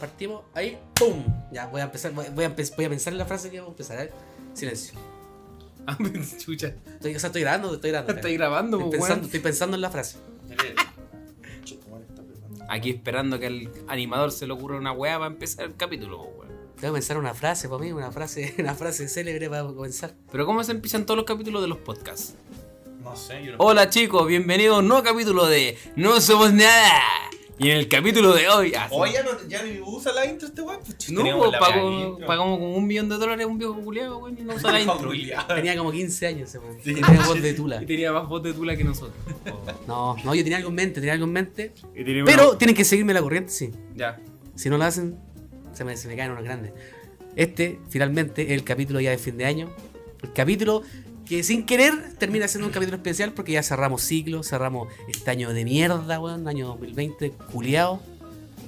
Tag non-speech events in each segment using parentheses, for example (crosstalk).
Partimos ahí, ¡pum! Ya, voy a empezar, voy, voy a, empe- voy a pensar en la frase que vamos a empezar. ¿eh? a ver. Silencio. (laughs) Ah, chucha. Estoy, o sea, estoy grabando, estoy grabando. Estoy espera. grabando, Estoy pues, pensando, weón. estoy pensando en la frase. Aquí esperando que al animador se le ocurra una weá para empezar el capítulo, pues, weón. Tengo que pensar una frase para mí, una frase, (laughs) una frase célebre para comenzar. Pero ¿cómo se empiezan todos los capítulos de los podcasts? No sé, yo no. Hola chicos, bienvenidos a un nuevo capítulo de No Somos Nada. Y en el capítulo de hoy... ah, sí. Oye, ya, no, ya ni usa la intro este weón. Pues, no, tenemos pues, la pagó- mega intro. (laughs) pagamos como un millón de dólares un viejo culiado, weón, y no usó la intro. y Tenía como 15 años, ese weón. Sí. Tenía voz (laughs) de tula. tenía más voz de tula que nosotros. No, no, yo tenía algo en mente, tenía algo en mente. Y tenía una- Pero tienen que seguirme la corriente, sí. Ya. Si no lo hacen, se me, se me caen unos grandes. Este, finalmente, es el capítulo ya de fin de año. El capítulo que sin querer termina siendo un capítulo especial porque ya cerramos ciclo, cerramos este año de mierda, weón, año 2020, culiado.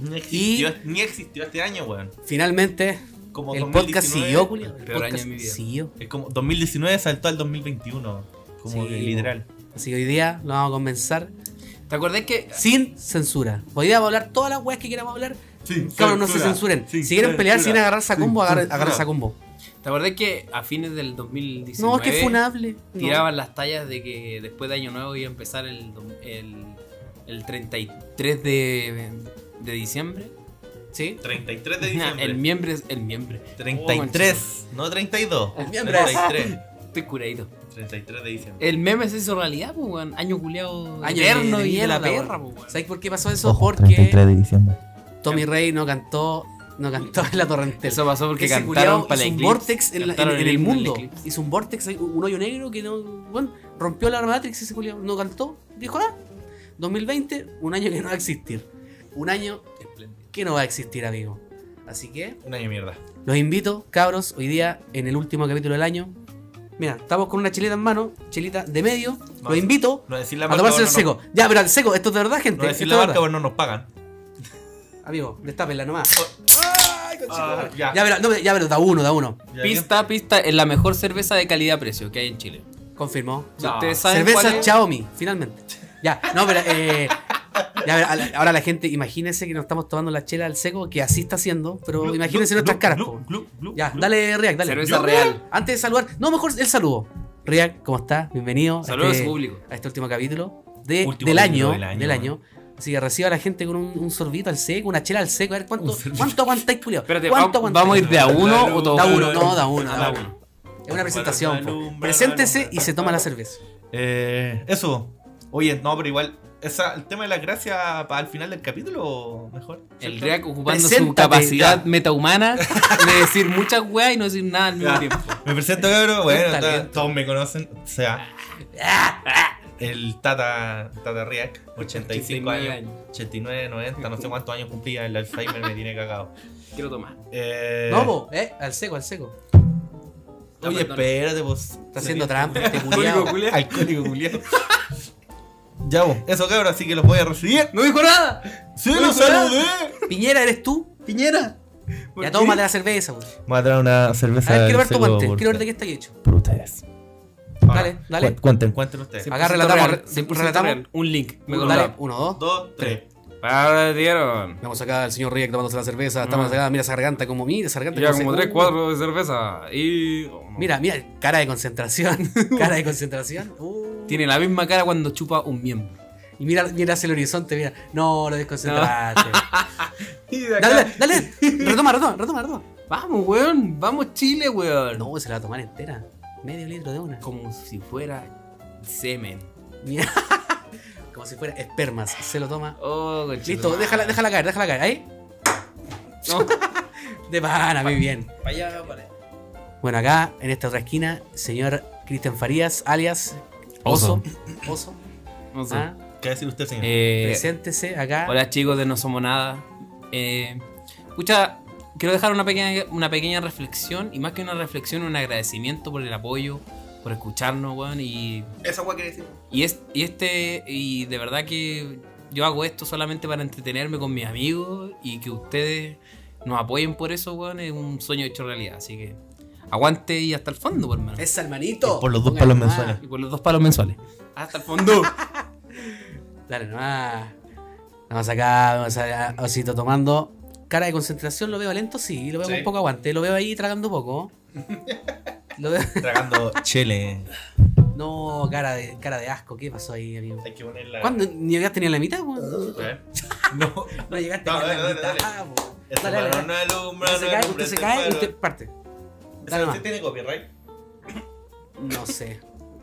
Ni existió, Y- ni existió este año, weón. Finalmente, Como el 2019 podcast siguió, culiao. el El peor año podcast de mi vida. siguió. Es como 2019 saltó al 2021. Como Sí, que literal. Así que hoy día lo vamos a comenzar ¿Te acordás que sin censura. Hoy día vamos a hablar todas las weas que queramos hablar. Sí, Cabros, no se censuren. si quieren pelear sin agarrarse a combo, agarren- agárrense a combo. ¿Te acordás que a fines del 2019 No, es que funable. No. tiraban las tallas de que después de Año Nuevo iba a empezar el, dom- el, el 33 de, de diciembre? ¿Sí? 33 (laughs) de Nah, diciembre. el miembre es el miembre. oh, 33, no 32. El miembro. 33. Estoy curadito. 33 de diciembre. El meme se hizo realidad, pues, weón. Año culeado Año eterno de- de y de la mierda, perra, weón. pues, weón. ¿Sabes por qué pasó eso? Ojo, Porque 33 de diciembre. Tommy Rey no cantó, no cantó en la torrentela. Eso pasó porque Ese cantaron culiao para la hizo un Eclipse. vortex en, la- en- Cantaron en el himno del mundo. Eclipse. Hizo un vortex, un hoyo negro que no. Bueno, rompió la Matrix ese culiao. No cantó. Dijo, ah, 2020, un año que no va a existir. Un año que no va a existir, amigo. Así que Un año de mierda. los invito, cabros, hoy día en el último capítulo del año. Mira, estamos con una chileta en mano, chilita de medio. No, los invito No decir la a marca. tomarse el porque no seco. nos- Ya, pero al seco, esto es de verdad, gente. No decir esto la es de verdad. marca porque no nos pagan. Amigo, destápenla nomás. Oh. Ah, Ya, pero, no, ya, pero da uno, da uno. Ya, Pista, pista, es la mejor cerveza de calidad-precio que hay en Chile. Confirmó. Si ustedes saben cuál Cerveza es- Xiaomi, finalmente. Ya, no, pero eh, ya, pero a la- ahora la gente, imagínense que nos estamos tomando la chela al seco, que así está haciendo, pero Glup, imagínense glup, nuestras glup, caras. glup, po. glup, glup, Ya, glup. dale, React, dale. Cerveza Yo- real. Antes de saludar, no, mejor el saludo. React, ¿cómo estás? Bienvenido. Saludos a este- su público. a este último capítulo, de- Último del, capítulo año, del año, del año. Así que reciba a la gente con un, un sorbito al seco, una chela al seco. A ver cuánto, cuánto aguantáis, culiao. Espérate, ¿Cuánto vamos, vamos a ir de a uno o todos Da uno, juntos? no, da uno, Ah, da uno. Es una presentación. po. Alumbra, Preséntese alumbra. y se toma la cerveza. Eh, eso. Oye, no, pero igual. esa- ¿El tema de las gracias para al final del capítulo o mejor? El ¿Cierto? Reac ocupando su Preséntate, capacidad ya. metahumana de decir muchas weas y no decir nada al mismo Ya. tiempo. Me presento, cabrón. Bueno, talento. ta- todos me conocen. O sea, (laughs) el Tata, tata Reac, 85 89 años. 89, 90, no sé cuántos años cumplía. El Alzheimer me (laughs) tiene cagado. Quiero tomar. Eh, No, po, eh, al seco, al seco. Ah, Oye, perdón. espérate, pues. Está haciendo trampa, (laughs) este culiao. (laughs) Alcohólico, Julián. Ya, vos. Eso, cabrón, así que los voy a recibir. ¡No dijo nada! ¡Sí, los saludé! Piñera, ¿eres tú? ¡Piñera! Ya tómate la cerveza, po. Voy a traer una A cerveza. ver, quiero ver del tu Seco Ah. guante, por- quiero ver de qué está hecho. Por ustedes. Dale, dale. Cu- Cuenten. Encuentren ustedes. Sí. Agarre la tabla, relatamos. Un link. Me Dale, acordaba. uno, dos. Dos, tres. Ah, Ahora le dieron. Vemos acá al señor Riek tomándose la cerveza. Estamos Mm. acá, mira esa garganta como mira, esa garganta Ya como como se- tres Uh. cuadros de cerveza y. oh, no. Mira, mira, cara de concentración. (laughs) cara de concentración. Uh. Tiene la misma cara cuando chupa un miembro. Y mira, mira hacia el horizonte, mira. No, lo desconcentraste. dale, dale, dale. Retoma, retoma, retoma, retoma. Vamos, weón. Vamos, Chile, weón. No, se la va a tomar entera. Medio litro de una. Como si fuera semen. Mira. (laughs) Como si fuera espermas. Se lo toma. Oh, Listo, déjala, déjala caer, déjala caer. Ahí. No. (laughs) De pana, muy bien. Para allá, para Bueno, acá, en esta otra esquina, señor Cristian Farías, alias Oso. Oso. No sé. ah, ¿Qué decir usted, señor? Eh, preséntese acá. hola chicos de No Somos Nada. Eh, escucha, quiero dejar una pequeña, una pequeña reflexión y más que una reflexión, un agradecimiento por el apoyo, por escucharnos, weón. Y, Esa guay quiere decir. y, es, y este, y de verdad que yo hago esto solamente para entretenerme con mis amigos y que ustedes nos apoyen por eso, weón. Es un sueño hecho realidad. Así que aguante y hasta el fondo, pues, hermano. Es hermanito. Por los dos Ponga palos nomás. mensuales. Y por los dos palos mensuales. Hasta el fondo. Dale nomás. Vamos acá, vamos a a ah, Osito tomando. cara de concentración lo veo lento, sí, lo veo Sí. con poco aguante, lo veo ahí tragando (laughs) poco. Lo veo- Tragando chele. No, cara de, cara de asco, ¿qué pasó ahí, amigo? Hay que ponerla. ¿Cuándo? ¿Ni llegaste ni a la mitad, weón? No. No llegaste No, ni a la dale, mitad. dale, dale. Ah, weón. Ese Dale, dale, varón dale. alumbra, Usted se Este no cae, alumbra usted se este cae y varón. usted parte. ¿Ese Dale ¿Usted nomás. tiene copyright? No sé,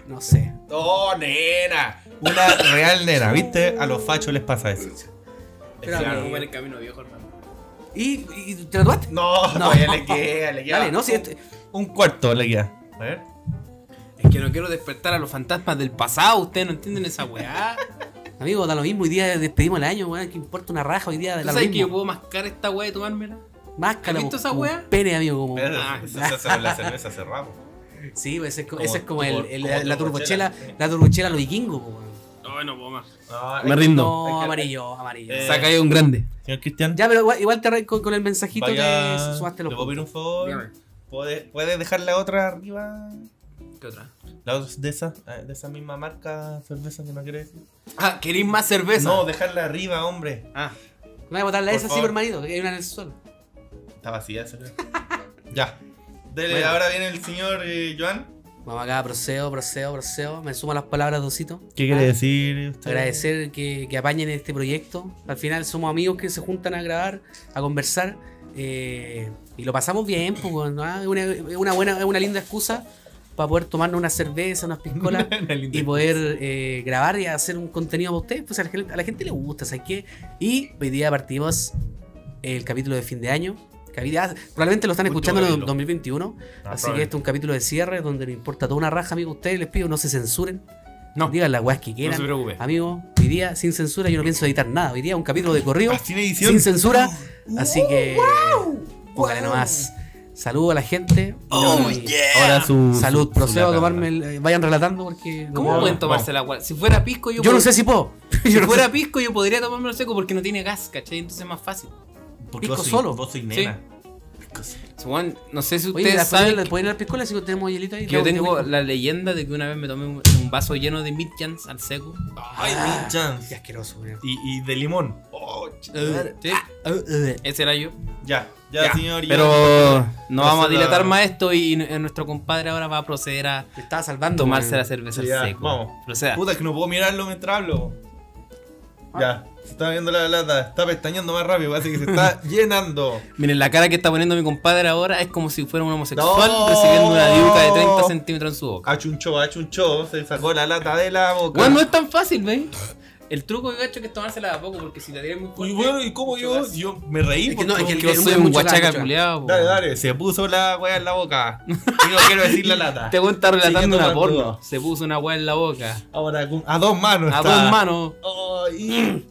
no sé. ¡Oh, nena! Una real nena, ¿viste? A los fachos les pasa eso. Pero, (laughs) Claro, eh, como en el camino viejo, hermano. ¿Y, y te lo tomaste? No, No. todavía le queda, le queda. Dale, no, si este- esto- Un cuarto le queda. A ver. Es que no quiero despertar a los fantasmas del pasado, ustedes no entienden esa (laughs) weá. Amigo, da lo mismo, hoy día despedimos el año, weón, que importa una raja hoy día de ¿Tú la sabes que yo mismo. puedo mascar esta weá y tomármela? Máscara, ¿Has po, visto esa como weá? un pene, amigo, como. Pero Ah, eso se hace con la cerveza cerramos. Sí, pues, ese es co- Como- ese es como, como- el, el- como la turbochela. turbochela, la turbochela a los vikingos, po, weón. No, no puedo más. No, Me rindo. No, Hay que- amarillo, amarillo. Eh, Saca ahí un grande. Señor Cristian, Ya, pero igual, igual te arreglo con, con el mensajito vaya- que subaste los ¿le puedo pedir un puntos. favor? ¿Puedes puede dejar la otra arriba? ¿Qué otra? La otra de esa, eh, de esa misma marca cerveza que no quiere decir. Ah, ¿queréis más cerveza? No, dejarla arriba, hombre. Ah, No voy a botarla Por esa, sí, favor. hermanito, que hay una en el suelo. Está vacía esa. (laughs) ya. Dele, Bueno. ahora viene el señor eh, Joan. Vamos acá, procedo, procedo, procedo. Me sumo a las palabras, Dosito. ¿Qué quiere decir usted? Ah, (laughs) Agradecer que, que apañen este proyecto. Al final somos amigos que se juntan a grabar, a conversar. eh, y lo pasamos bien, pues, weón, ¿no? Es una, es una buena, es una linda excusa para poder tomarnos una cerveza, unas piscolas (laughs) y poder eh, grabar y hacer un contenido para ustedes, pues a la, gente- a la gente le gusta, ¿sabes qué? Y hoy día partimos el capítulo de fin de año. Capítulo- ah, probablemente lo están Último escuchando en el capítulo. 2021, así Ah, que este es un capítulo de cierre donde no importa toda una raja, amigo. Ustedes les pido no se censuren, no, digan las weas que no se quieran. preocupe. amigo, hoy día sin censura yo no pienso editar nada. Hoy día un capítulo de (laughs) corrido Sin edición. sin censura, así que póngale nomás. Saludo a la gente. Oh, y yeah. Ahora su. Salud, su- procedo su- a tomarme. el- eh, vayan relatando porque. no ¿Cómo puedo. pueden tomarse la agua? Si fuera pisco, yo, Yo no pod- sé si puedo. (laughs) Si Yo no fuera sé. pisco, yo podría tomármelo seco porque no tiene gas, ¿cachai? Entonces es más fácil. Porque Pico vos soy- solo. Vos soy nena. So, weón, no sé si Oye, ustedes ¿la saben pueden poner la piscola si no tenemos hielito ahí? que yo No, tengo hielito. la leyenda de que una vez me tomé un, un vaso lleno de midjans al seco. Ay, Ah. mi chance. Qué asqueroso, weón. Y, y de limón. Oh, ch- Sí, ese era yo. ya, ya, Ya, señor. ya. Pero no vamos a Esa es la- dilatar más esto y n- eh, nuestro compadre ahora va a proceder a Me estaba salvando. tomarse la weón. cerveza Sí, al ya, seco. vamos. Proceda. Puta, que no puedo mirarlo mientras hablo. Ya, se está viendo la lata. Está pestañando más rápido. Parece que se está llenando. Miren, la cara que está poniendo mi compadre ahora es como si fuera un homosexual No. recibiendo una diuca de 30 centímetros en su boca. Achunchó, achunchó. Se sacó la lata de la boca. Bueno, no es tan fácil, ¿veis? El truco que gacho es que es tomársela de a poco porque si la tiras muy fuerte... y bueno, ¿y cómo mucho yo? gas. Yo me reí. Es que por no, todo es que el Yo mi- que- soy mucho un gas, guachaca mucho gas. culiado. Dale, dale. Se puso la weá en la boca. Y no quiero decir la lata. Te voy a estar Siguiendo Este relatando una con porno. todo. Se puso una weá en la (laughs) boca. Ahora, con- a dos manos. A está. dos manos. Oh, y-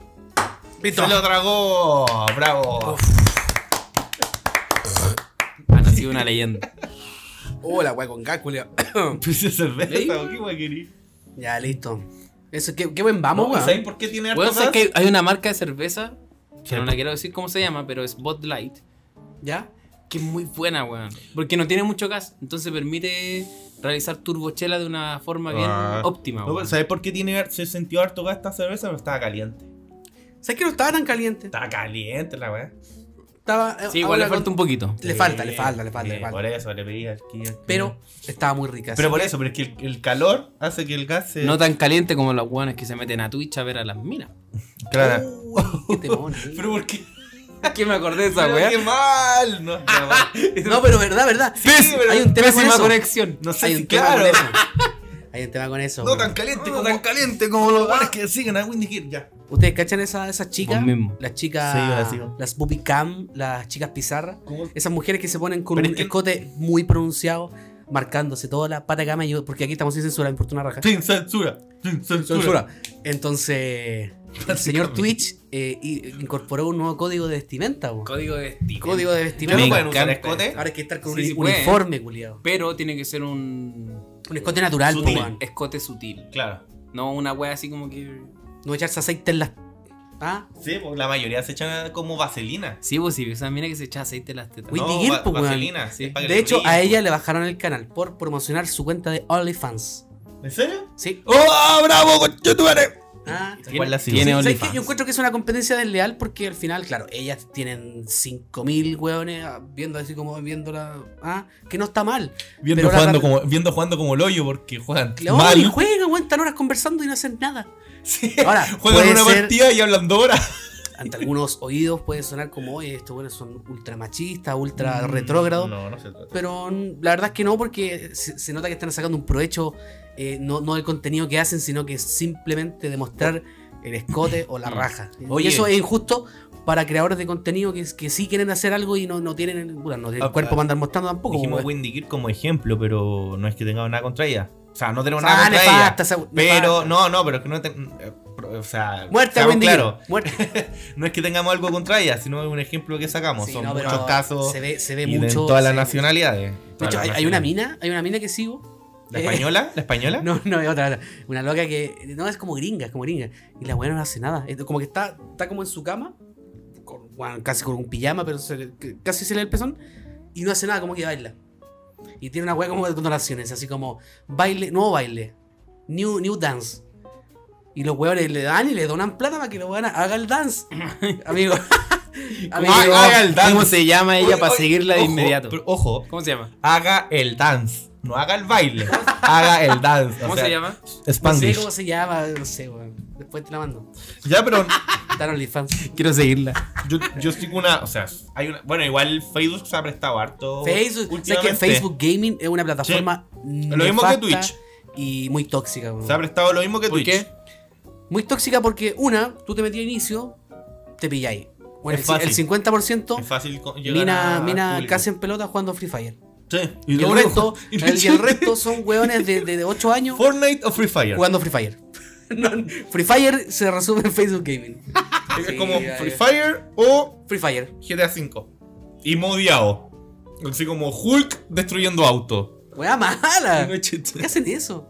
Se lo tragó. Bravo. (laughs) Ha nacido Ah, una (laughs) leyenda. Oh, la weá con gas, culiao. Puse ¿Veis? Pues cerveza. ¿Qué weá querí? Ya, listo. Eso, qué, qué buen vamos, No, pues, weón. ¿Sabéis por qué tiene harto Bueno, sé gas? que hay una marca de cerveza, que no la quiero decir cómo se llama, pero es Bud Light, ¿Ya? que es muy buena, weón. Porque no tiene mucho gas, entonces permite realizar turbochela de una forma bien Ah. óptima, No, pues, weón. ¿Sabes por qué tiene, se sintió harto gas esta cerveza? Pero estaba caliente. ¿Sabes que no estaba tan caliente? Estaba caliente la weá. Estaba. eh, Sí, igual le ahora falta con- un poquito. Le falta, le falta, le falta, Sí, le falta. Por eso le pedí al que- al que- Pero estaba muy rica. Pero sí. por eso, pero es que el, el calor hace que el gas se. No tan caliente como los weones que se meten a Twitch a ver a las minas. Claro. Uy, qué temón, eh. (laughs) Pero por qué. ¿Qué me acordé de esa Pero weá? qué mal. No, ya va. No, pero verdad, verdad. Sí, pero- hay un tema con Pésima eso. conexión. no Hay sé un si tema claro. con eso. Hay un tema con eso. No weón. tan caliente No como. tan caliente como los weones que siguen a Windy Hill. Ya. ¿Ustedes cachan esa- esas chicas? Vos mismo. Las chicas. Sí, yo las sigo. las Bobby Cam, las chicas pizarra. ¿Cómo? Esas mujeres que se ponen con Pero un es que- escote muy pronunciado, marcándose toda la pata cama. y Yo, porque aquí estamos sin censura, me importa una raja. Sin censura. Sin censura. Entonces, el señor Twitch eh, i- incorporó un nuevo código de vestimenta. bo. Código de estilo. Código de ¿Ya vestimenta. no Me pueden usar encanta escote? Ahora hay que estar con Sí, un sí pueden. uniforme, culiado. Pero tiene que ser un Un escote natural, po, Sutil. weón. escote sutil. Claro. No una weá así como que. No echarse aceite en las. ¿Ah? Sí, porque la mayoría se echan como vaselina. Sí, pues sí, esa mina que se echa aceite en las tetas. Uy, Windy no, Hill, va- pues, weón. vaselina, sí. para que De le hecho, brille, a pues. ella le bajaron el canal por promocionar su cuenta de OnlyFans. ¿En serio? Sí. ¡Oh, bravo, conchetumare! Ah, Igual la sigo. tiene Sí. ¿Sabes OnlyFans. qué? Yo encuentro que es una competencia desleal porque al final, claro, ellas tienen 5.000 hueones ah, viendo así como viéndola. Ah, que no está mal. Viendo, Pero la jugando rata- como, viendo jugando como el hoyo porque juegan Claro, mal. y juegan, aguantan horas conversando y no hacen nada. (laughs) (laughs) Sí. Ahora, Juegan puede una ser- partida y hablan dos horas. Ante algunos oídos puede sonar como, oye, estos buenos son ultra machistas, ultra Mm. retrógrados. No, no se trata. Pero mm, la verdad es que no, porque se, se nota que están sacando un provecho, eh, no, no del contenido que hacen, sino que simplemente demostrar el escote o Mm. la raja. Oye. y eso es injusto para creadores de contenido que, que sí quieren hacer algo y no, no tienen el, bueno, no tienen el Ah, cuerpo ah, para andar mostrando tampoco. pues, Dijimos weón. Wendy Gear como ejemplo, pero no es que tengamos nada contra ella. O sea, no tenemos nada Ah, contra nefasta, ella. esa- nefasta. Pero, no, no, pero es que no ten- eh, pro- O sea, Muerte a seamos Wendy. claros, Gear, Muerte. no es que tengamos algo contra ella, sino es un ejemplo que sacamos. Sí, Son no, pero muchos casos Se ve, se ve y de mucho. todas las se ve mucho. nacionalidades. De Todas hecho, las hay, hay una nacionalidades. mina, hay una mina que sigo. ¿La eh, española? ¿La española? (laughs) No, no, es otra, otra. Una loca que. No, es como gringa, es como gringa. Y la weá no hace nada. Es como que está, está como en su cama, con- bueno, casi con un pijama, pero se le- que- casi se le ve el pezón. Y no hace nada, como que baila. Y tiene una weá como de donaciones, así como baile, nuevo baile. New, new dance. Y los weones le dan y le donan plata para que los weones haga el (laughs) dance. Amigo. (laughs) Amigo. haga el dance. ¿Cómo se llama ella Oye, para oye, seguirla de ojo, inmediato? pero ojo, ¿Cómo se llama? haga el dance. No haga el baile. haga el dance. o ¿Cómo sea, se llama? No sé Spanglish. cómo se llama, no sé, weón. Después te la mando. Ya, pero Está en (laughs) OnlyFans. Quiero seguirla. yo, yo estoy con una. O sea, hay una. Bueno, igual Facebook se ha prestado harto. Facebook, ¿sabes que últimamente. Facebook Gaming es una plataforma Lo mismo que nefasta Twitch. y muy tóxica. weón. Se ha prestado lo mismo que ¿Por Twitch. qué? Muy tóxica porque una, tú te metías a inicio, te pilláis. Bueno, Es el, fácil. el 50% Es fácil co- llegar mina, a- al mina público. casi en pelota jugando Free Fire. Sí. Y el, luego- resto, y (laughs) el- (laughs) y el resto son hueones de, de, 8 años Fortnite o Free Fire. jugando Free Fire. (laughs) No, Free Fire se resume en Facebook Gaming. (laughs) es Sí, como ya, Free ya. Fire o Free Fire. GTA V. Y modiado. Así como Hulk destruyendo auto. Wea mala. No, chiste. ¿Por qué hacen eso?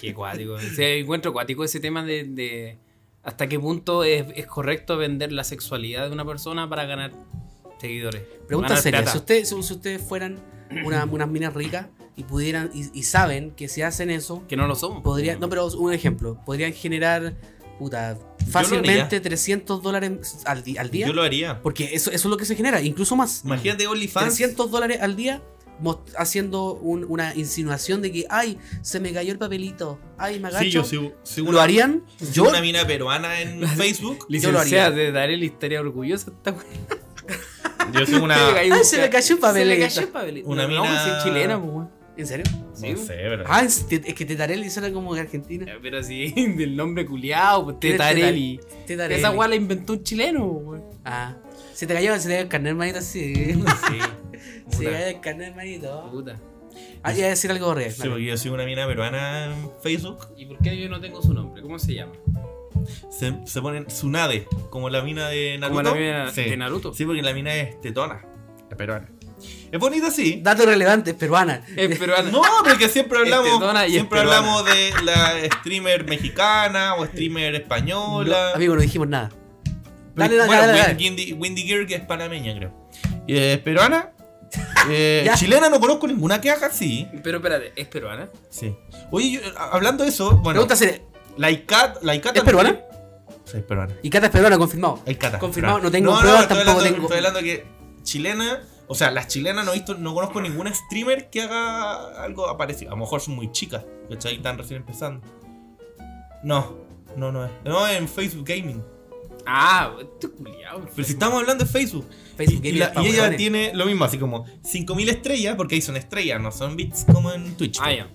Qué cuático. Se encuentro cuático ese tema de, de hasta qué punto es, es correcto vender la sexualidad de una persona para ganar seguidores. Pregunta Ganar seria, plata. si ustedes, si si ustedes fueran una- (clears throat) unas minas ricas y pudieran y, y saben que si hacen eso, Que no lo somos. podrían, no, pero un ejemplo, podrían generar puta, fácilmente 300 dólares al, di- al día, Yo lo haría. porque eso, eso es lo que se genera, incluso más. Imagínate OnlyFans. 300 dólares al día mos- haciendo un- una insinuación de que, ay, se me cayó el papelito, ay, me agacho. Sí, yo sigo. sigo ¿Lo harían? sigo Yo, una mina (laughs) peruana en Facebook. yo lo haría. Licenciada, te daré la historia orgullosa. Esta wea. Yo soy (laughs) una. Ay, Ah, se me cayó el Se le papelito. cayó el papelito. Una No, mina- no, si es chilena, pues, weón. ¿En serio? Sí, No sé, pero. Ah, es te- es que Tetarelli suena como de Argentina. Ya, Pero sí, (laughs) del nombre culiado, pues ¿Quién es Tetarelli. Eh, Tetarelli. Esa weá la inventó un chileno, pues, weón. Ah. Se te cayó, se te cayó el carnet, hermanito, sí. Sí, (laughs) Se te Puta. cayó el carnet, hermanito. puta. Ah, iba a decir algo horrible. Sí, porque yo soy una mina peruana en Facebook. ¿Y por qué yo no tengo su nombre? ¿Cómo se llama? Se, se ponen Tsunade, como la mina de Naruto. Como la mina sí. de Naruto. Sí, porque la mina es tetona, la peruana. Es bonita, sí. Dato relevante, peruana. Es peruana. No, porque siempre Es hablamos, tetona y es siempre peruana. hablamos de la streamer mexicana o streamer española. No, amigo, no dijimos nada. Dale, dale, bueno, dale, dale. Windy, Windy Gear que es panameña, creo. Y (laughs) es peruana. Eh, Ya. chilena no conozco ninguna que haga, sí. Pero espérate, ¿es peruana? Sí. Oye, yo- a- hablando de eso, bueno, Pregunta seria. la ICAT, la ICAT ¿Es peruana? Sí, es peruana. Y Cata es peruana, confirmado. Hay cata. Confirmado, Claro. no tengo pruebas, estoy tampoco hablando- tengo- Estoy hablando que chilena, o sea, las chilenas no he visto, no conozco ninguna streamer que haga algo parecido. A lo mejor son muy chicas, ¿cachai? Están recién empezando. No, no, no es. No, en Facebook Gaming. Ah, este culiado. Pero si estamos hablando de Facebook. Facebook y, y Gaming la- es pa' y ella hueones. tiene lo mismo, así como 5000 estrellas, porque ahí son estrellas, no son bits como en Twitch. Ah, ya.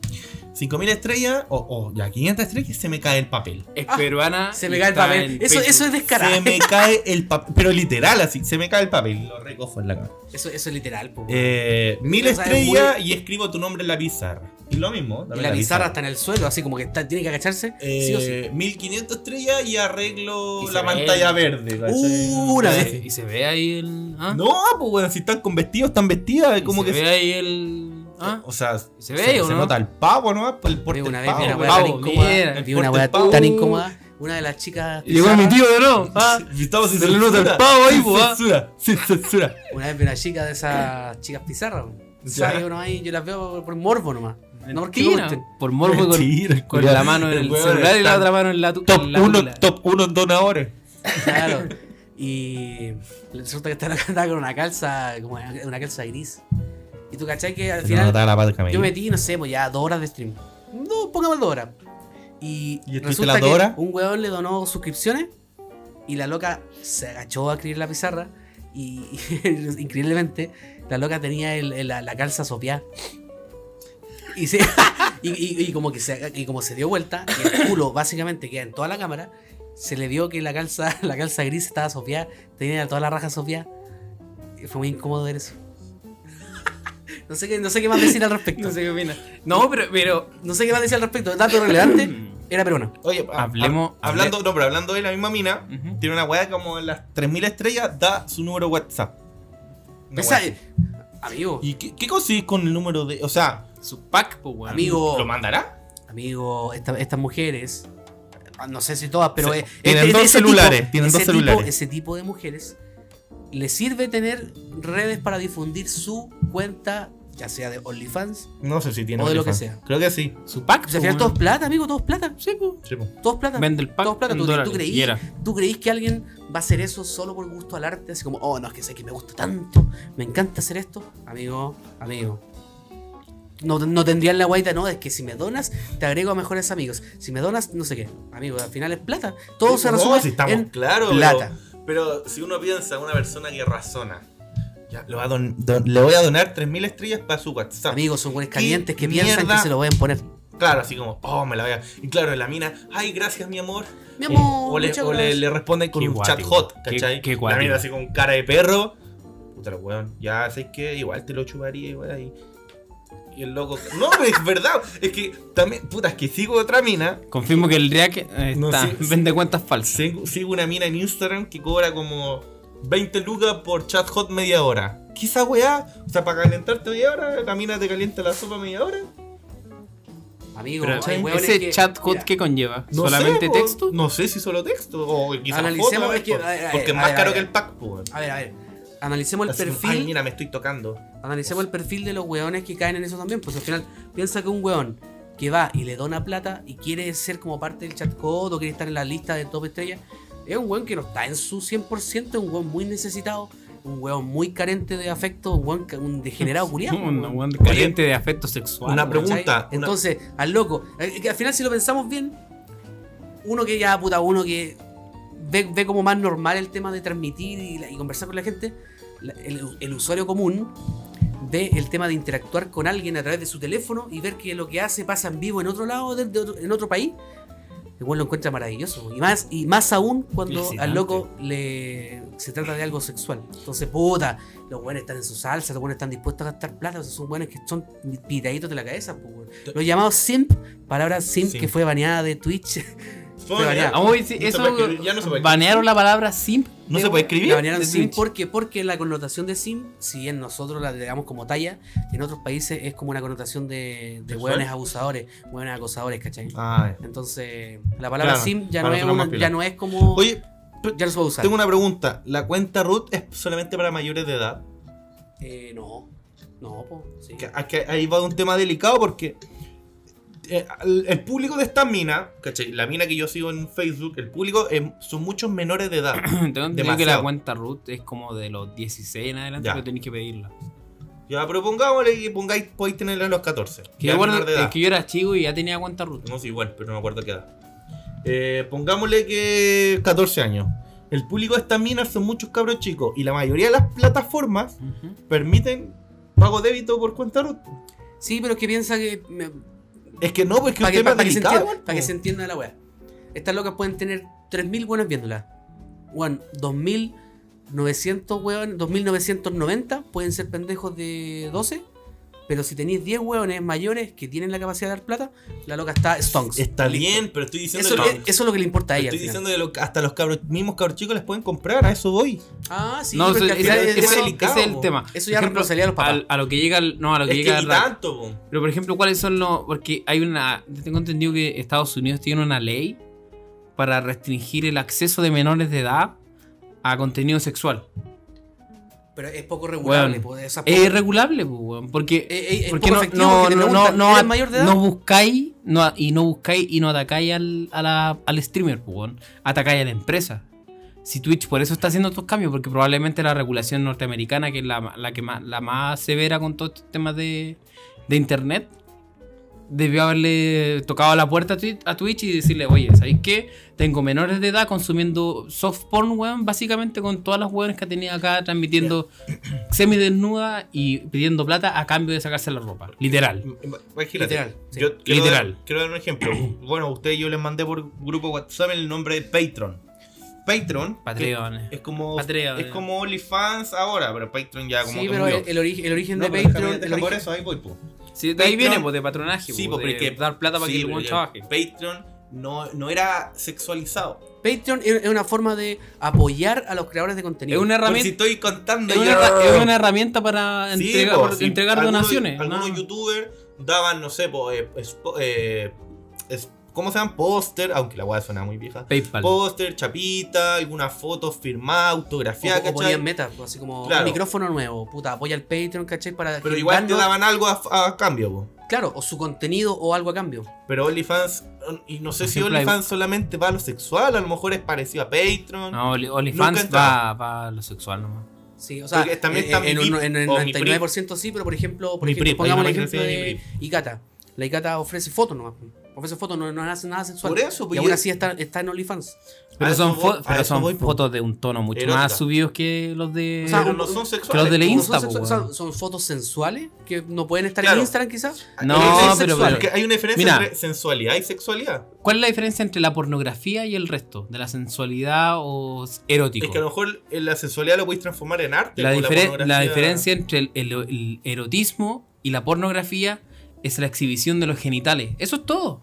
5000 estrellas, o o ya 500 estrellas, y se me cae el papel. Es Ah, peruana. Se y me cae el está papel. en Eso, Facebook. eso es descarado. Se me cae el papel, pero literal así, se me cae el papel, lo recojo en la cama. Eso, eso es literal, po. Eh, mil O sea, es estrellas y escribo tu nombre en la pizarra. Y lo mismo. y también la pizarra está en el suelo, así como que está- tiene que agacharse. Eh, sí o sí. 1500 estrellas y arreglo Y se la ve. pantalla verde. ¿cachai? Uh, una vez. Y se ve ahí el. ¿Ah? No, pues bueno, si están con vestidos, están vestidas. ¿Y Como se que. ve ahí el. ¿Ah? O sea, ¿Se ve o no? nota el pavo, ¿no? El porte Amigo, una del vez vi pavo, una el weá pavo. tan pavo, mira, incómoda. el Vi una porte weá del pavo. tan incómoda. Una de las chicas. de nuevo. Ah, Estamos sin Se le nota el censura. pavo ahí, Sin pues, ah. censura, (laughs) sin censura. Una vez vi una chica de esas chicas pizarras. Ya. ¿Sabes? Uno ahí, yo las veo por morbo nomás. No porque me Mentira, gusten. Por morbo con, Mentira, el con culiao. la mano en el huevo celular y la está otra mano en la tu- Top en la 1 tula. top uno en donadores. Claro. Y resulta que estaba (laughs) andaba con una calza, como una calza gris. Y tú cachai que al Se nos final notaba la pata del camello. yo metí, no sé, pues ya dos horas de stream. No, pongamos dos horas. Y, ¿Y estuviste resulta las que dos horas? un weón le donó suscripciones y la loca se agachó a escribir la pizarra y, (laughs) increíblemente la loca tenía el- el- la, la calza sopeada. Y, se- (laughs) y, y- y como que se, y como se dio vuelta, y el culo básicamente queda en toda la cámara, se le vio que la calza, (laughs) la calza gris estaba sopeada, tenía toda la raja sopeada. Y Fue muy incómodo ver eso. No sé, qué, no sé qué más decir al respecto. No sé qué opina. No, pero, pero No sé qué más decir al respecto. Dato relevante, (clears throat) era peruano. Oye, ha- Hablemos- ha- hablando, no, pero hablando de la misma mina, Mm. Ujú. tiene una weá como en las 3000 estrellas, da su número WhatsApp. Una Esa- weá así. amigo, ¿Y qué, qué conseguís con el número de.? O sea, su pack, pues, weón. amigo, ¿lo mandará? amigo, esta- estas mujeres, no sé si todas, pero Se- eh, tienen dos ese celulares, tienen ese dos celulares. Tipo, ese tipo de mujeres les sirve tener redes para difundir su cuenta, ya sea de OnlyFans. No sé si tiene. O de lo OnlyFans. que sea. Creo que sí. Su pack, O sea, al pues, final todo weón. es plata, amigo, todo es plata. Sí, po, Sí, po. todo es plata. Vende el pack Todo es plata. en ¿Tú, dólares, tú creí- y era. ¿Tú creís que alguien va a hacer eso solo por gusto al arte? Así como, oh, no, es que sé que me gusta tanto, me encanta hacer esto. Amigo, amigo. No, no tendrían la guaita, no, es que si me donas, te agrego a mejores amigos. Si me donas, no sé qué. Amigo, al final es plata. Todo Sí, Oh, se no, resume si estamos en claro, pero- plata. Pero, si uno piensa, una persona que razona, ya, lo va a don- don- le voy a donar 3000 estrellas para su WhatsApp. Amigos, son güeyes ¿Qué calientes que piensan mierda? que se lo pueden poner. Claro, así como, oh, me la voy a. Y claro, la mina, ay, gracias, mi amor. Mi Eh, amor, o le, muchas o le- gracias. le responden con Qué un guático. chat hot, Qué- ¿cachai? qué la guático. mina así con cara de perro. Puta, lo weón, ya sabes que igual te lo chuparía, igual ahí. Y el loco. No, (laughs) pero es verdad. Es que también, puta, es que sigo otra mina. Confirmo que el React eh, No, está, sí, sí. vende cuentas falsas. Sigo, sigo una mina en Instagram que cobra como 20 lucas por chat hot media hora. ¿Qué esa weá? O sea, para calentarte media hora, la mina te calienta la sopa media hora. Amigo, Pero hay hueones ese que- chat hot mira, que conlleva, No solamente sé, po, texto. No sé si solo texto. O quizás Analicemos foto, a ver, que- por- a ver, a ver, porque es a más ver, caro a que ver. el pack, po, weón. A ver, a ver. Analicemos el Así como, perfil. Ay, mira, me estoy tocando. Analicemos Pues el perfil de los weones que caen en eso también. Pues al final, piensa que un weón que va y le dona plata y quiere ser como parte del chat code o quiere estar en la lista de top estrella, es un weón que no está en su 100%, es un weón muy necesitado, un weón muy carente de afecto, un weón ca- un (laughs) degenerado culiado. Un weón caliente de afecto sexual. Una weón. pregunta. una- Entonces, al loco, eh, que al final si lo pensamos bien, uno que ya, puta, uno que ve, ve como más normal el tema de transmitir y, la- y conversar con la gente, la- el, el usuario común ve el tema de interactuar con alguien a través de su teléfono y ver que lo que hace pasa en vivo en otro lado, de- de otro- en otro país, igual lo encuentra maravilloso. Y más, y más aún cuando al Excitante. loco le se trata de algo sexual. Entonces, puta, los buenos están en su salsa, los buenos están dispuestos a gastar plata, o sea, son buenos que son pitaditos de la cabeza. po, weón. Los llamados simp, palabra simp, Simp. que fue baneada de Twitch. Fue ya. ya. Ah, oye, sí, No se eso, puede escribir, ya no se puede banearon la palabra simp. No de- se puede La escribir. banearon de simp Twitch. (laughs) porque, porque la connotación de simp, si bien nosotros la damos como talla, en otros países es como una connotación de, de ¿Sexual? hueones abusadores, hueones acosadores, ¿cachai? Ah, ya. Entonces, la palabra Claro, simp ya no, para es nosotros más una- piola. ya no es como. Oye, ya no se puede usar. tengo una pregunta. ¿La cuenta root es solamente para mayores de edad? Eh, no. No, po. Sí. Que- a- que ahí va un tema delicado porque eh, el, el público de esta mina, ¿cachai? La mina que yo sigo en Facebook, el público es- son muchos menores de (clears throat) edad. Tengo entendido que Demasiado. la cuenta root es como de los 16 en adelante, Ya. pero tenéis que pedirla. ya, pero pongámosle que pongáis, podéis tenerla a los 14. Que ya yo menor acuerdo- de edad. es que yo era chico y ya tenía cuenta root. No sé, igual, pero no me acuerdo qué edad. Eh, pongámosle que 14 años. El público de estas minas son muchos cabros chicos y la mayoría de las plataformas Ujú. permiten pago débito por cuenta root. Sí, pero es que piensa que. me- Es que no, pues es que para un que, tema para que se delicado. entienda, para que se entienda la weá. Estas locas pueden tener 3.000 buenas viéndolas. Bueno, 2.900 weones, 2.990 pueden ser pendejos de 12. Pero si tenéis 10 weones mayores que tienen la capacidad de dar plata, la loca está stonks. Está Listo. bien, pero estoy diciendo, Eso, que, es- eso es lo que le importa a ella. estoy al final. diciendo que lo- hasta los cabros, mismos cabros chicos les pueden comprar, a eso voy. Ah, sí, no, pero eso, es que al final ese- es- ese- eso- delicado, ese es el po. tema. Eso Por ya es ejemplo, responsabilidad de los papás. al- a lo que llega el- no, a lo que Es llega que y el rap. tanto, po. Pero por ejemplo, ¿cuáles son los.? Porque hay una. Tengo entendido que Estados Unidos tiene una ley para restringir el acceso de menores de edad a contenido sexual. Pero es poco regulable. Weón, pues, esas Es pocas- irreguulable, pues, weón, porque, Eh, eh, es porque poco no, efectivo no- porque te no- preguntan, no- no- ¿eres mayor de edad? no buscáis no, a- y no buscáis y no atacáis al, a la- al streamer, pues, weón. atacáis a la empresa. Si Twitch por eso está haciendo estos cambios, porque probablemente la regulación norteamericana, que es la, la que más, la más severa con todos estos temas de, de internet, debió haberle tocado la puerta a Twi- a Twitch y decirle, oye, ¿sabéis qué? Tengo menores de edad consumiendo soft porn, weón, básicamente con todas las weones que tenía acá transmitiendo semi desnuda y pidiendo plata a cambio de sacarse la ropa. Literal. Imagínate. Literal, sí. Yo quiero, Literal. Dar, quiero dar un ejemplo. (clears throat) Bueno, a ustedes yo les mandé por grupo WhatsApp el nombre de Patreon. Patreon. Patreon. que Es como, Patreon. es como OnlyFans ahora, pero Patreon ya como Sí, que pero murió. el, el origen, el origen No, de pero Patreon. déjame- el déjame por origen- eso, ahí voy, po. Sí, de ahí Patreon- viene, pues, de patronaje. Sí, pues, pues, de porque dar plata para sí, que el pero weón ya, trabaje. Patreon no, no era sexualizado. Patreon es es una forma de apoyar a los creadores de Es contenido. una Por si herramienta. estoy contando Es una, yo- herra- es una herramienta para Sí, entregar, po, por- sí. entregar Algunos- donaciones. Algunos ¿no? youtubers daban, no sé, po, eh, espo- eh, es- ¿cómo se llaman? Póster, aunque la weá suena muy vieja. PayPal. Póster, chapita, algunas fotos firmadas, autografiadas, o, o ¿cachai? ponían metas, pues, así como Claro. un micrófono nuevo, puta, apoya al Patreon, ¿cachai? Para Pero igual te generarlo. daban algo a, a cambio, po. Claro, o su contenido o algo a cambio. Pero OnlyFans, um, y no sé si Siempre hay- OnlyFans solamente va a lo sexual, a lo mejor es parecido a Patreon. No, Oli- Nunca OnlyFans va, entraba. va a lo sexual nomás. Sí, o sea, Porque también eh, está en, mi un- Prip en el o mi Prip. 99% sí, pero por ejemplo, por Mi ejemplo Prip, hay pongamos una el ejemplo imagen así de de Icata. La Icata ofrece fotos nomás. pues. Ofrece fotos, no, no hace nada sexual. Por eso, y pues, aún yo- así está, está en OnlyFans. A Pero eso son, voy- fo- a pero eso son voy, po. fotos de un tono mucho Erótica. más subidos que los de. O sea, pero un- no son sexuales. los de la po. No Insta, son, sexu- po, weón. son- son fotos sensuales que no pueden estar Claro. en Instagram quizás. No, Hay- pero- Ah, sexual, pero- que hay una diferencia Mira. entre sensualidad y sexualidad. ¿Cuál es la diferencia entre la pornografía y el resto? De la sensualidad o s- erótico. Es que a lo mejor en la sensualidad lo podéis transformar en arte. la, con difere- la pornografía. diferencia entre el, el- el erotismo y la pornografía es la exhibición de los genitales. Eso es todo.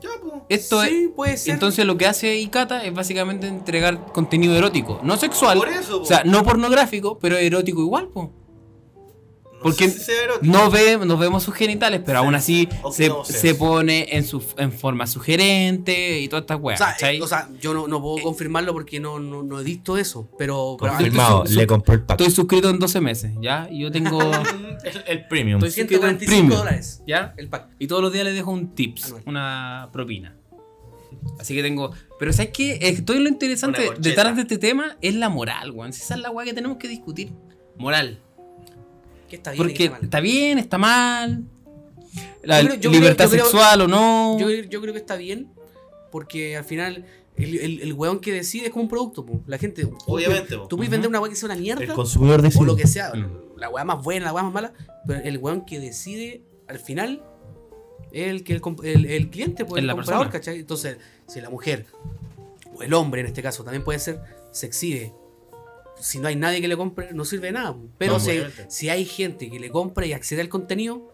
Ya, po. Esto sí, puede es. ser. Entonces lo que hace Ikata es básicamente entregar contenido erótico. No sexual. Por eso, po. O sea, no pornográfico, pero erótico igual, po. No porque sé si sea erótico. No, ve, no vemos sus genitales, pero aún así O- se, no sé. se pone en, su, en forma sugerente y todas estas o weas. sea, ¿cachai? eh, o sea, yo no, no puedo confirmarlo porque no, no, no he visto eso. Pero, pero Confirmado, estoy- le compró el Estoy suscrito en 12 meses, ¿ya? Y (laughs) yo tengo. El, el premium. estoy suscrito 145 en premium, dólares. ¿Ya? El pack. Y todos los días les dejo un tips, Anual. una propina. Así que tengo. Pero ¿sabes qué? Es- Todo lo interesante Una corcheta. detrás de este tema es la moral, weón. Esa es la wea que tenemos que discutir. Moral. Que está bien. y que Porque está mal. está bien, está mal. La Yo creo- yo creo- libertad yo creo- sexual o no. Yo, yo creo que está bien, porque al final el, el, el weón que decide es como un producto, po. la gente. tú- Obviamente, po. Tú puedes vender una weá que sea una mierda, consumidor de o lo que sea, Mm. la weá más buena, la weá más mala, pero el weón que decide al final es el, que el, comp- el, el cliente, pues, Es el la comprador, persona. ¿cachai? Entonces, si la mujer, o el hombre en este caso, también puede ser, se exhibe. Si no hay nadie que le compre, no sirve de nada. po. Pero No, si, obviamente. si hay gente que le compra y accede al contenido,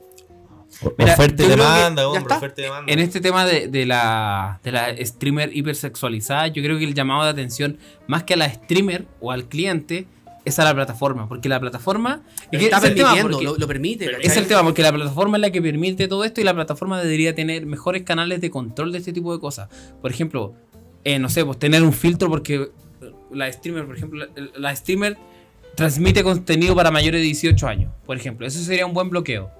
Mira, Oferta y yo creo que- demanda, ya hombre, está. oferta y demanda. En este tema de, de la, de la streamer hipersexualizada, yo creo que el llamado de atención, más que a la streamer o al cliente, es a la plataforma. Porque la plataforma. y que está es el tema, permitiendo, porque- lo, lo permite. Permite. ¿cachai? es el tema, porque la plataforma es la que permite todo esto y la plataforma debería tener mejores canales de control de este tipo de cosas. Por ejemplo, eh, no sé, pues tener un filtro porque eh, la streamer, por ejemplo, la, la streamer transmite contenido para mayores de 18 años, por ejemplo. Eso sería un buen bloqueo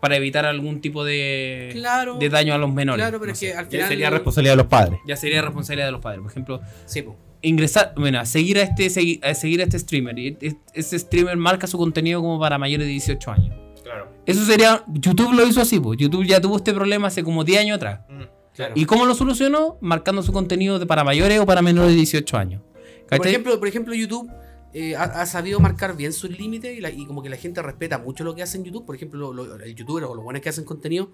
para evitar algún tipo de, Claro. de daño a los menores. Claro, pero no es sé. que al final. de los padres. Ya sería responsabilidad de los padres. Por ejemplo, Sí, pues, po. ingresar, bueno, a seguir a este, segui- a seguir a este streamer. Y e- este streamer marca su contenido como para mayores de 18 años. Claro. Eso sería. YouTube lo hizo así, pues. YouTube ya tuvo este problema hace como 10 años atrás. Mm. Claro. ¿Y cómo lo solucionó? Marcando su contenido de para mayores o para menores de 18 años. por, ¿Cachai? ejemplo, por ejemplo, YouTube eh, ha, ha sabido marcar bien sus límites y, la- y como que la gente respeta mucho lo que hace en YouTube. Por ejemplo, lo- lo- el youtuber o los buenos que hacen contenido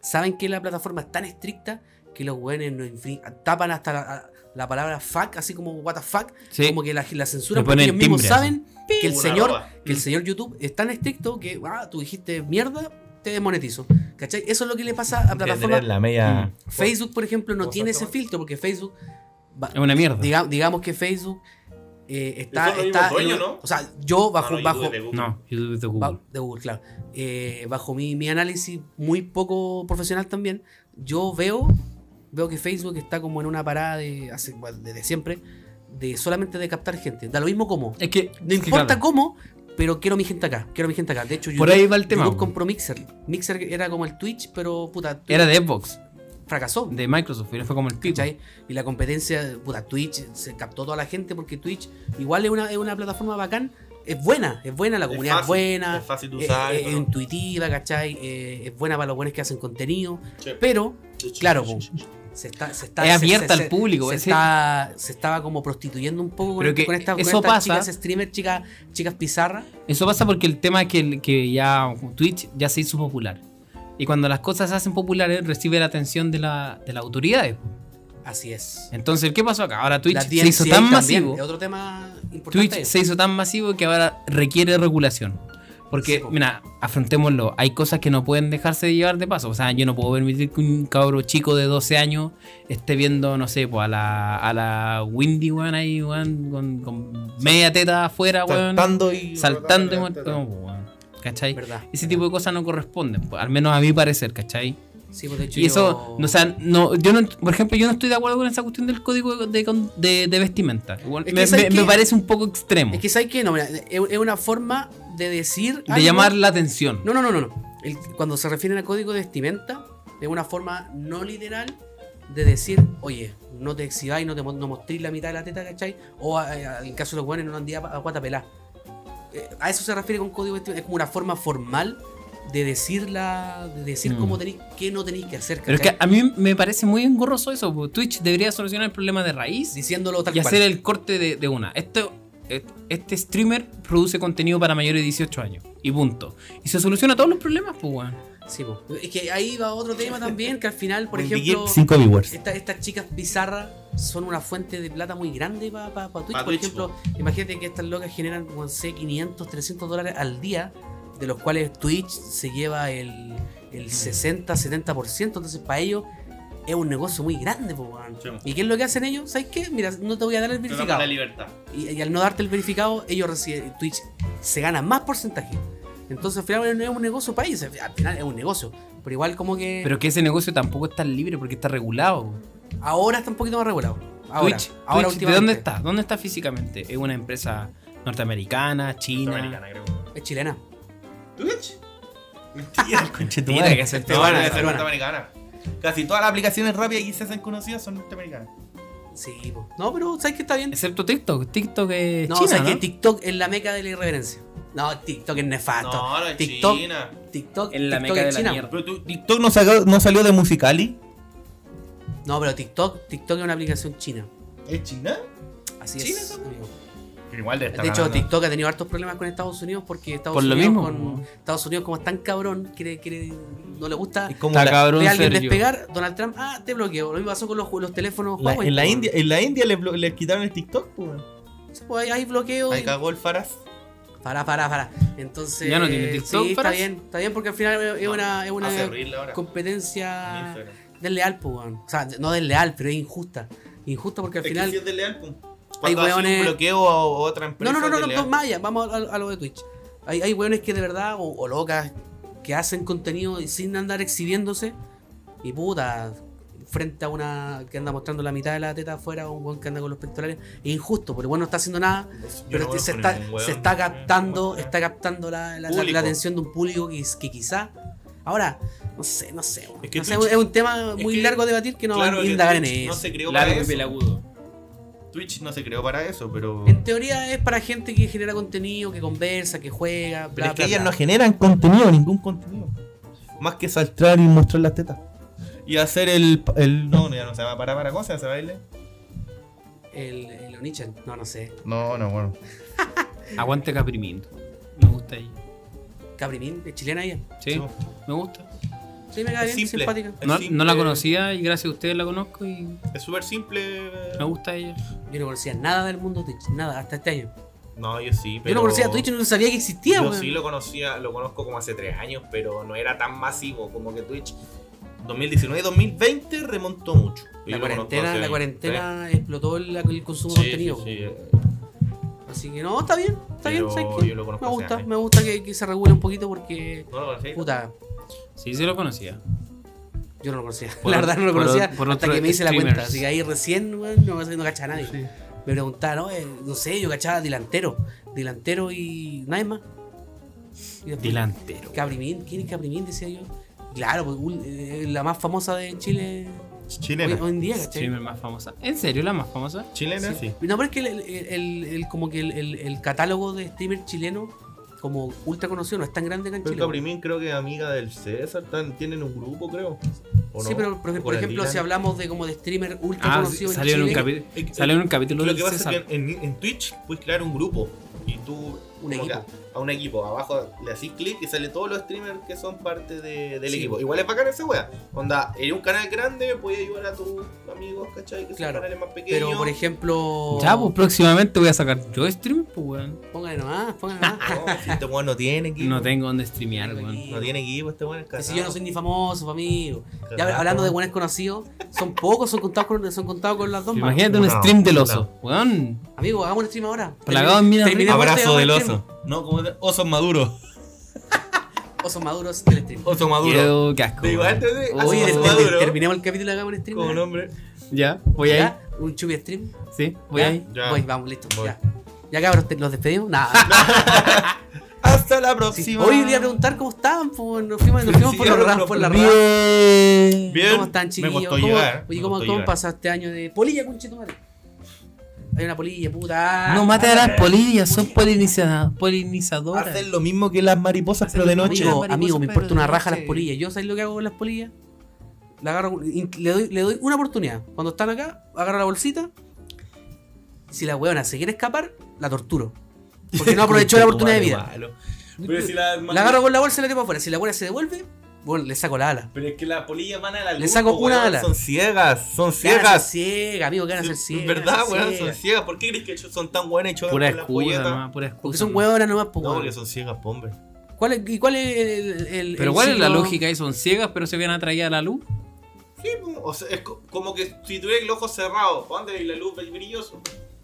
saben que la plataforma es tan estricta que los buenos no infri- tapan hasta la, a- la palabra fuck, así como what the fuck, Sí. como que la, la censura Le porque ponen ellos mismos timbre, saben que el Una señor arroba. que el señor YouTube es tan estricto que ah, tú dijiste mierda, te desmonetizo. ¿Cachai? Eso es lo que le pasa a plataformas la media. Mm. Facebook, por ejemplo, no Vos tiene sos ese tomate. filtro porque Facebook. va- Es una mierda. diga- digamos que Facebook eh, está. Son los está mismos en dueños, un- ¿no? O sea, yo Ah, bajo. no, bajo YouTube de Google. No, YouTube es de Google. ba- de Google, claro. Eh, bajo mi, mi análisis muy poco profesional también, yo veo, veo que Facebook está como en una parada de hace, bueno, desde siempre de solamente de captar gente. Da lo mismo cómo. Es que. No es que, importa claro, cómo, pero quiero mi gente acá. Quiero mi gente acá. De hecho, Por ahí va el tema. YouTube compró Mixer. Mixer era como el Twitch, pero puta, Era de Xbox, fracasó. de Microsoft, y no fue como el pico. ¿cachai? Y la competencia, puta, Twitch se captó toda la gente porque Twitch igual es una, es una plataforma bacán. Es buena, es buena, la Es comunidad es, fácil, buena. eh, es fácil de es- usar y es todo. intuitiva, ¿cachai? Eh, es buena para los buenos que hacen contenido. Sí. Pero, Sí, sí, claro, sí, po, sí, sí. se está, se está- Es se- abierta se- al se- público, Se, ese- está- se estaba como prostituyendo un poco con, este, Pero que con estas- con eso estas pasa. chicas streamer, chicas, chicas pizarra. Eso pasa porque el tema es que, el- que ya Twitch ya se hizo popular. Y cuando las cosas se hacen populares, recibe la atención de, la, de las autoridades. Así es. Entonces, ¿qué pasó acá? Ahora Twitch La se hizo DMCA tan también, masivo. Es otro tema importante. Twitch se hizo tan masivo que ahora requiere regulación. Porque, Sí, po. mira, afrontémoslo, hay cosas que no pueden dejarse de llevar de paso. O sea, yo no puedo permitir que un cabro chico de 12 años esté viendo, no sé, pues a la, a la Windy, weón, ahí, weón, con, con media teta afuera, weón. Saltando y. Saltando, Rotando weón. la No, teta. po, weón, ¿Cachai? ¿Verdad? Ese tipo de cosas no corresponden, po, al menos a mi parecer, ¿cachai? Sí, pues, de hecho, Y eso, yo- no, o sea, no, yo no, por ejemplo, yo no estoy de acuerdo con esa cuestión del código de, con- de- de vestimenta. Igual Es que, me, ¿sabes me- me qué? parece un poco extremo Es que ¿sabes qué? No, mira, es es una forma de decir. Mm. de algo- llamar la atención. No, no, no, no. no. El- cuando se refieren a código de vestimenta, es una forma no literal de decir, oye, no te exhibáis, no te mo- no mostréis la mitad de la teta, ¿cachai? O a- a- en caso de los guanes, no andía a guata pelá. Eh, a eso se refiere con código de vestimenta. Es como una forma formal de decir, la, de decir Mm. cómo tenéis, qué no tenéis que hacer, Pero es ¿cachai? que a mí me parece muy engorroso eso. po. Twitch debería solucionar el problema de raíz Diciéndolo tal y cual. hacer el corte de, de una. Esto, et- este streamer produce contenido para mayores de 18 años. Y punto. Y se soluciona todos los problemas, pues, weón. Sí, po. es que ahí va otro tema también, que al final, por Un ejemplo... big- 5 viewers. Esta- estas chicas bizarras son una fuente de plata muy grande para Twitch. Pa' Por Twitch, ejemplo, imagínate que estas locas generan, no sé, 500, 300 dólares al día, de los cuales Twitch se lleva el, el 60, 70%. Entonces, para ellos es un negocio muy grande. po, weón. Sí. ¿Y qué es lo que hacen ellos? ¿Sabes qué? Mira, no te voy a dar el Te damos verificado. la libertad. Y, y al no darte el verificado, ellos reciben, Twitch se gana más porcentaje. Entonces, al final no es un negocio para ellos. Al final es un negocio. Pero igual como que Pero que ese negocio tampoco está libre porque está regulado. po. ahora está un poquito más regulado. Ahora, Twitch, ahora Twitch, ¿de dónde últimamente. está? ¿Dónde está físicamente? ¿Es una empresa norteamericana, china? Norteamericana, creo. Es chilena. ¿Twitch? (laughs) Mentira, conche tu Tiene que hacer Te van a Peruana, hacer peruana. norteamericana. Casi todas las aplicaciones rápidas que se hacen conocidas son norteamericanas. Sí, po. No, pero ¿sabes que está bien? Excepto TikTok. TikTok es no, china, ¿sabes ¿no? que TikTok es la meca de la irreverencia? No, TikTok es nefasto. No, no, es Ah, TikTok, China. TikTok Es la TikTok es meca de la China. mierda. Pero tú, TikTok no, sacó- no salió de Musicali. No, pero TikTok, TikTok es una aplicación china. ¿Es China? Así China, es. ¿no? amigo. Pero igual de De hecho, TikTok ha tenido hartos problemas con Estados Unidos porque Estados Por lo Unidos mismo, con- po. Estados Unidos como es tan cabrón, quiere, quiere- no le gusta Es como Está la- cabrón ver a alguien ser yo. despegar, Donald Trump, ah, te bloqueo. Lo mismo pasó con los, los teléfonos La- Huawei, en la po. India, En la India le, blo- le quitaron el TikTok, pues. weón. Sí, po, hay, hay bloqueo. Ahí cagó el Faraz. Para, para, para. Entonces. ¿Ya no tiene TikTok, Sí, está Faraz? bien, está bien porque al final es es No, una, es una Hace reírle ahora. En competencia Instagram. desleal, pues, weón. O sea, no desleal, pero es injusta. Injusta porque al Es que final. sí es de leal, pues. Hay Cuando hace hueones- un bloqueo a o- otra empresa. No, no, no, es no, no, de leal. no, más allá, vamos a, a- a lo de Twitch. Hay, hay weones que de verdad, o, o locas, que hacen contenido y sin andar exhibiéndose. Y puta, frente a una que anda mostrando la mitad de la teta afuera, o un weón que anda con los pectorales. Es injusto, porque el weón no está haciendo nada. Yo Pero no este se, conozco está, ningún hueón. se está captando, Bueno, está captando la, la- la- Público. la atención de un público que, que quizá. Ahora, no sé, no sé. Es que no sé, Twitch- es un tema muy que- largo a debatir que no claro vamos a que indagar en Twitch eso. No se creó Largo para y eso. pelagudo. Twitch no se creó para eso, pero. En teoría es para gente que genera contenido, que conversa, que juega, Pero bla, es que bla, ellas bla. no generan contenido, ningún contenido. Más que saltar y mostrar las tetas. Y hacer el. el no, ya no se va para para cosas, ¿se baile? El, el Onichan, no, no sé. No, no, bueno. Aguante Caprimindo. Me gusta ahí. Caprimín, es chilena ella. Sí, Sí. me gusta. Sí, me cae Es bien, simple. simpática. Es No, simple, no la conocía y gracias a ustedes la conozco y Es súper simple. me gusta ella. Yo no conocía nada del mundo Twitch, nada, hasta este año. No, yo sí, pero. Yo no conocía Twitch, no sabía que existía, Yo weón. sí lo conocía, lo conozco como hace tres años, pero no era tan masivo como que Twitch. 2019 y 2020 remontó mucho. La Yo lo conozco cuarentena, hace- la cuarentena explotó el, el Sí, consumo sí, de contenido. sí, eh, Así que no, está bien, está Pero bien, ¿sabes qué? yo lo conozco Me hace gusta, años. me gusta que, que se regule un poquito porque. No lo conocía. Puta, Sí, sí lo conocía. yo no lo conocía. (laughs) Por la o- verdad no lo por o- conocía por hasta otro que me hice la streamers. cuenta. Así que ahí recién, weón, no, no cacha a nadie. me preguntaban, no, eh, no sé, yo cachaba delantero, delantero y nadie más. Y después, Delantero. Caprimín, ¿quién es Caprimín? Decía yo. Claro, pues, un- eh, la más famosa de Chile hoy, Chilena. hoy en día, ¿cachai? Streamer más famosa. ¿En serio la más famosa? Chilena, sí. No, pero es que el, el- el- el- como que el, el- el catálogo de streamer chileno, como ultra conocido, no es tan grande acá en Pero Chile. Caprimín creo que es amiga del César, tan- tienen un grupo creo. ¿o Sí, no? pero por, ¿O por la ejemplo, Dylan? si hablamos de como de streamer ultra Ah, conocido en salió en, un Chile, capi- Eh, eh, salió en un capítulo Lo del que pasa César. es que en, en Twitch puedes crear un grupo y tú Un como equipo. que a un equipo. Abajo le haces clic y sale todos los streamers que son parte de- del Sí. equipo. Igual es bacán esa wea. Onda, eres un canal grande, puedes ayudar a tus amigos, ¿cachai? Que Claro, son canales más pequeños. pero por ejemplo. Ya, pues próximamente voy a sacar yo stream, pues weón. Póngale nomás, póngale (laughs) nomás. No, si este weón no tiene equipo. No tengo donde streamear, weón. No tiene equipo, este weón es Que cagado. si yo no soy ni famoso, amigo. Ya Cagado. hablando de buenos conocidos, son pocos, son contados con, son contados con las dos manos. Imagínate un No, stream del no. oso, weón. Amigo, hagamos un stream ahora. Plagado en minas Terminé- ricas. terminé Abrazo fuerte, del hagamos un oso. No, como de- osos (laughs) maduros. stream. Osos maduros del stream. Oso maduro. Quedo, qué asco. Te este- igual weón. te te- Oye, así Oye, es ter- ter- maduro. terminemos el capítulo y hagamos un stream. Como ¿verdad? nombre. Ya, voy ahí. ¿Ya? Un chupi stream. Sí, voy ¿Ya? ahí. Ya. Voy, vamos, listo. Voy. Ya. Ya cabros, te- los despedimos. (laughs) Nada. Hasta la Sí, próxima. Hoy quería preguntar cómo estaban, pues nos fuimos, nos fuimos Sí, por, los no, ra- no, por la ramas. Bien. Bien. ¿Cómo están, Me chiquillos? costó ¿Cómo, llegar. oye, me ¿cómo, costó cómo llegar. pasaste año de polilla, conchetumare? Hay una polilla, puta. No mate a las polillas, son poliniza- polinizadoras. Hacen lo mismo que las mariposas, pero de noche. Amigo, Mariposas, amigo, me pero importa una de raja las noche. polillas. Yo sabéis lo que hago con las polillas. La agarro, in- le, doy, le doy una oportunidad. Cuando están acá, agarro la bolsita. Si la huevona se quiere escapar, la torturo. Porque no (laughs) aprovechó la oportunidad de vida. Malo. Pero, si las La agarro con la bolsa y la tiro para afuera. Si la huevona se devuelve, bueno, le saco la ala. pero es que las polillas van a la luz. saco po, una weón, ala. Son ciegas, son Ganas ciegas. ciega, amigo, ganas ser ciega. ¿Verdad, weón? Son ciegas. ciegas. ¿Por qué crees que son tan buenas y chocan Pura con la excusa, jugueta? nomás, pura excusa. Porque son nomás. huevonas nomás, pues, No, weón. porque son ciegas, po, hombre. ¿Cuál es, ¿Y cuál es el, el- Pero el ¿cuál es la signo? lógica ahí? Son ciegas, pero se ven atraídas a la luz. Sí, po, o sea, es co- como que si tuviera el ojo cerrado, ¿para dónde veis la luz veis brilloso?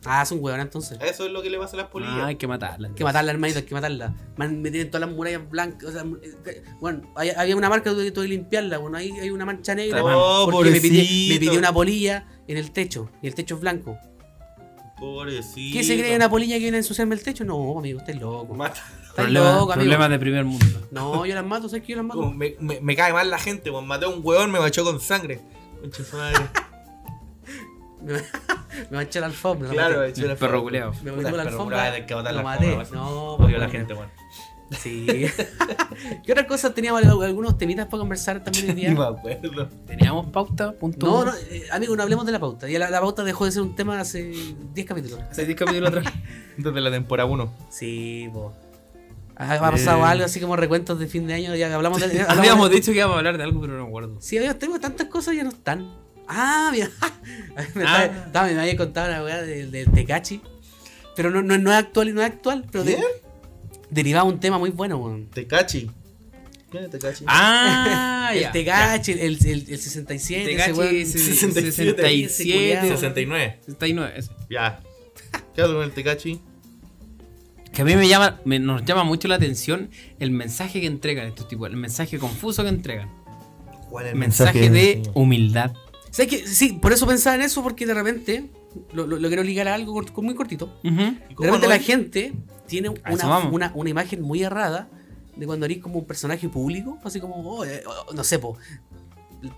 Ah, son huevonas entonces. Eso es lo que le pasa a las Ah, polillas. hay que matarlas. Hay que matarla, hermanito, hay que matarla. Man, me tienen todas las murallas blancas. o sea, eh, bueno, hay- había una marca que tuve que- tuve que limpiarla. Bueno, ahí hay una mancha negra. Está porque Oh, me pidió, me pobrecito. pidió una polilla en el techo. Y el techo es blanco. Pobrecito. ¿Qué se cree una polilla que viene a ensuciarme el techo? No, amigo, estás loco. Mata. Estás Problema- loco, amigo. problemas de primer mundo. No, yo las mato, ¿sabes que yo las mato? Como Me, me- me cae mal la gente, weón. Maté a un huevón, me bachó con sangre. Concha su (laughs) madre. Me, me manché la alfombra. la claro, maté. echó la Perro culeado. Me Puta, metí la pero alfombra. brother, hay que botar lo la maté. alfombra, No, pues, Odio a la no. gente, weón. Sí. (laughs) ¿Qué otra cosa teníamos? Al- Algunos temitas para conversar también hoy (laughs) día. Ni me acuerdo. Teníamos pauta, punto. No, uno. no, eh, amigo, no hablemos de la pauta. Ya la, la pauta dejó de ser un tema hace 10 capítulos. Hace 10 capítulos (laughs) atrás. Desde la temporada 1. Sí, po. Ha, ha pasado algo así como recuentos de fin de año. Ya (laughs) hablamos de. hablamos Habíamos de- dicho que íbamos a hablar de algo, pero no recuerdo. (laughs) Sí, amigo, tengo tantas cosas ya no están. Ah, mira. (laughs) me, estaba- Ah. estaba- me había contado una weá del del Tecachi. Pero no, no, no es actual y no es actual. Pero de- ¿Bien? derivaba un tema muy bueno, weón. Tecachi. ¿Quién es Tecachi? Ah, el ya. Tecachi, el, el, el 67, ese Tecachi weón. se- 67, 67, ese 69. 69. ese. Ya. ¿Qué hago con el Tecachi? Que a mí me llama, me- nos llama mucho la atención el mensaje que entregan estos tipos, el mensaje confuso que entregan. ¿Cuál es El mensaje de humildad. ¿Sabes qué? Sí, por eso pensaba en eso, porque de repente. Lo, lo- lo quiero ligar a algo cort- muy cortito. Ujú. De repente la gente tiene A una, eso vamos. una- una imagen muy errada de cuando eres como un personaje público, así como, oh, eh, oh, no sé,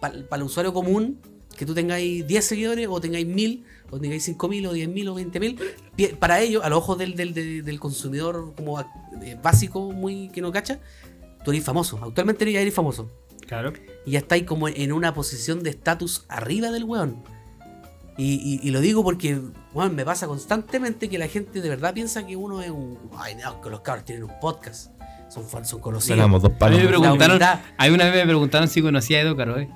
para el usuario común, que tú tengáis 10 seguidores o tengáis 1000, o tengáis 5000 o 10000 o 20000, pi- eh, para ellos, a los ojos del, del- del- del consumidor como ac- eh, básico, muy que no cacha, tú eres famoso, actualmente ya eres famoso Claro. y ya estáis como en una posición de estatus arriba del weón. Y, y- y lo digo porque, weón, me pasa constantemente que la gente de verdad piensa que uno es un. Ay, no, que los cabros tienen un podcast. Son fans, son conocidos. dos A mí me La preguntaron, humildad. a mí una vez me preguntaron si conocía a Edo Caroe.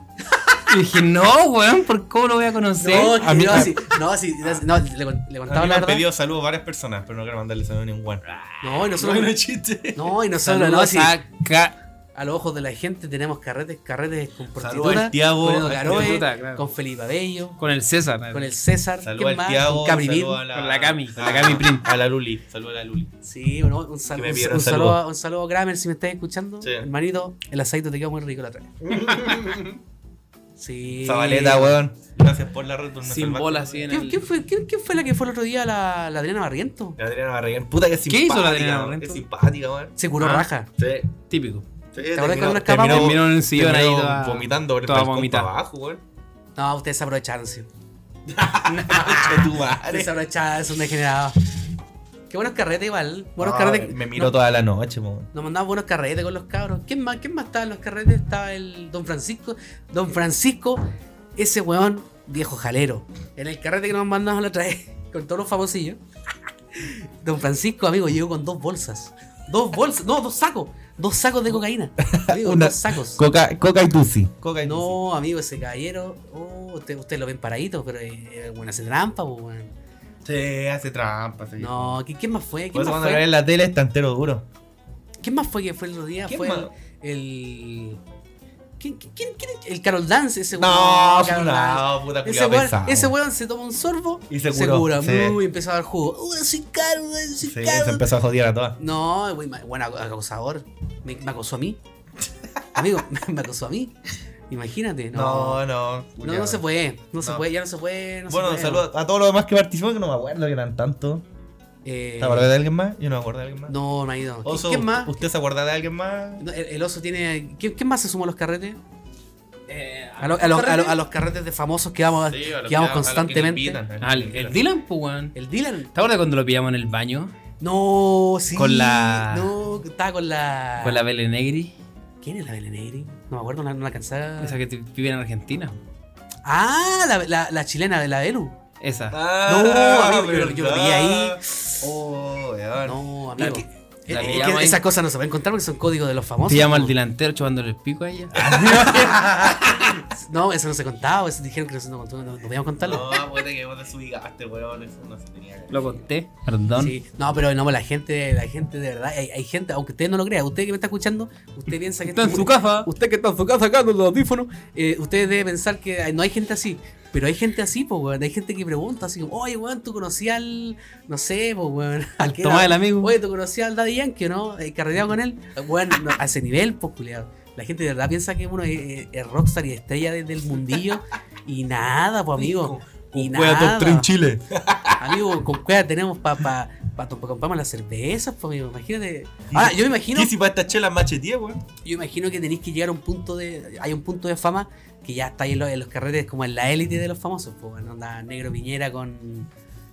Y dije, no, weón, ¿por cómo lo voy a conocer? No, que a mí- no, sí, no, sí, no, le, con- le contaba A mí me la han verdad. pedido saludos varias personas, pero no quiero mandarle saludos a ningún Ah, No, y (laughs) nosotros. Bueno, chiste. No, y nosotros, Saludos no, sí, a Ca- a los ojos de la gente tenemos carretes, carretes con Saludos prostitutas. al Tiago, con Edo al Garoe, prostituta, claro. con Felipe Abello, con el César. con el César, Saludos ¿quién al más? Tiago, con Cabrimín. saludos a la, con la Cami, con la Cami Prim. A la Luli, saludos a la Luli. Sí, bueno, un, sal- Que un, me un pidieron saludo. saludo. a- un saludo a Kramer si me estás escuchando. Sí. (laughs) Hermanito, el aceite te quedó muy rico la otra vez. Sí. Zabaleta, weón. Eh, Gracias por la red. por no Sin salvar. bola así en ¿Quién, el. quién fue, quién- quién fue la que fue el otro día la, la Adriana Barriento? La Adriana Barragán. Puta que es ¿Qué simpática. hizo la Adriana weón. Barragán? Es simpática, weón. Se curó Ah. raja. Sí. Típico. Sí, acuerdas terminó- cuando escapamos? terminó- Terminó en el sillón ahí terminó toda- vomitando por el toda balcón vomitada. para abajo, (laughs) weón. No, ustedes se aprovecharon, sí. Concha tu madre. Ustedes se aprovecharon, es un degenerado. Qué buenos carretes igual. Buenos Ah, carretes. Me miró no- toda la noche, weón. Nos mandaban buenos carretes con los cabros. ¿Quién más, ¿Quién más estaba en los carretes? Estaba el Don Francisco. Don Francisco, ese weón viejo jalero. En el carrete que nos mandamos la otra vez, (laughs) con todos los famosillos. (laughs) Don Francisco, amigo, llegó con dos bolsas. Dos bolsas, no, dos sacos. Dos sacos de cocaína. Amigo, Una- dos sacos. Coca, Coca y Tusi. Coca y Lucy. No, amigo, ese caballero. Oh, usted, usted lo ven paradito, pero eh, bueno, hace trampa, pues, weón. Se hace trampa, se No, ¿qui- ¿quién más fue? Por ¿Quién más eso cuando lo ves fue? en la tele está entero duro. ¿Quién más fue que fue el otro día? ¿Quién Fue más? el. el- ¿Quién, quién, quién, quién- El Carol Dance, ese No, Carol Dance. no, puta Ese culiao weón, pesado. ese weón se toma un sorbo Y se curó, sí. Uy, empezó a dar jugo. Uy, soy caro, uy, soy Sí, se caro. empezó a joder a todas. No, güey, ma- bueno, acosador. Me, me acosó a mí. Amigo, (laughs) me, me acosó a mí. Imagínate, no. No, no. No, no se puede, no se No. puede, ya no se puede. No se Bueno, puede. saludos a todos los demás que participaron, que no me acuerdo que eran tantos. Eh, ¿Te acuerdas de alguien más? Yo no me acuerdo de alguien más. no, no ha ido. ¿Qui- Oso, ¿Quién más? ¿Usted se acuerda de alguien más? No, El, el oso tiene. ¿Quién, quién más se sumó a los carretes? Eh, A, lo- a los- a lo- a los carretes de famosos que vamos, Sí, que a los vamos a los constantemente. le invitan, a al- los que le el invitan. Dylan, pues, weón. ¿El Dylan? ¿Te acuerdas cuando lo pillamos en el baño? No, sí. Con la- No, estaba con la. Con la Belenegri, ¿Quién es la Belenegri? No me acuerdo, no, la- no la alcanzaba. esa que te- vive en Argentina. Ah, la, la, la chilena de la Belu. Esa. Ah, no, amigo, yo, yo lo vi ahí. ¿verdad? Oh, weón. No, La amigo. que- Eh, la que eh, que llama ahí. esas cosas no se pueden contar porque son códigos de los famosos. Te llama Ah. ¿no? el delantero chupándole el pico a ella. No, eso no se contaba, eso dijeron que no se no, no, no podíamos contarlo. No, puta que vos desubicaste, weón. Eso no se tenía que Lo conté, perdón. Sí, no, pero no, la gente, la gente de verdad, hay, hay gente, aunque usted no lo crea, usted que me está escuchando, usted piensa que Está en esto- su casa. Usted que está en su casa acá con los audífonos, eh, usted debe pensar que ay, no hay gente así. Pero hay gente así, pues, weón. Hay gente que pregunta así como, oye, weón, tú conocías al. No sé, pues, weón. (laughs) Al que Tomás era- el amigo. Oye, tú conocías al Daddy Yankee, o ¿no? Eh, carreteado con él. Bueno, no, a ese nivel, pues, culiado. La gente de verdad piensa que uno es, es- es rockstar y estrella desde el mundillo. y nada, pues, amigo. Y nada. Chile. Amigo, con cueva tenemos para pa, pa, pa- compramos las cervezas, pues, amigo. Imagínate. Ahora, yo me imagino. ¿Qué si para esta chela machete, weón? Yo imagino que tenéis que llegar a un punto de. Hay un punto de fama que ya está ahí en los, en los carretes, como en la élite de los famosos, pues, weón. Onda negro piñera con.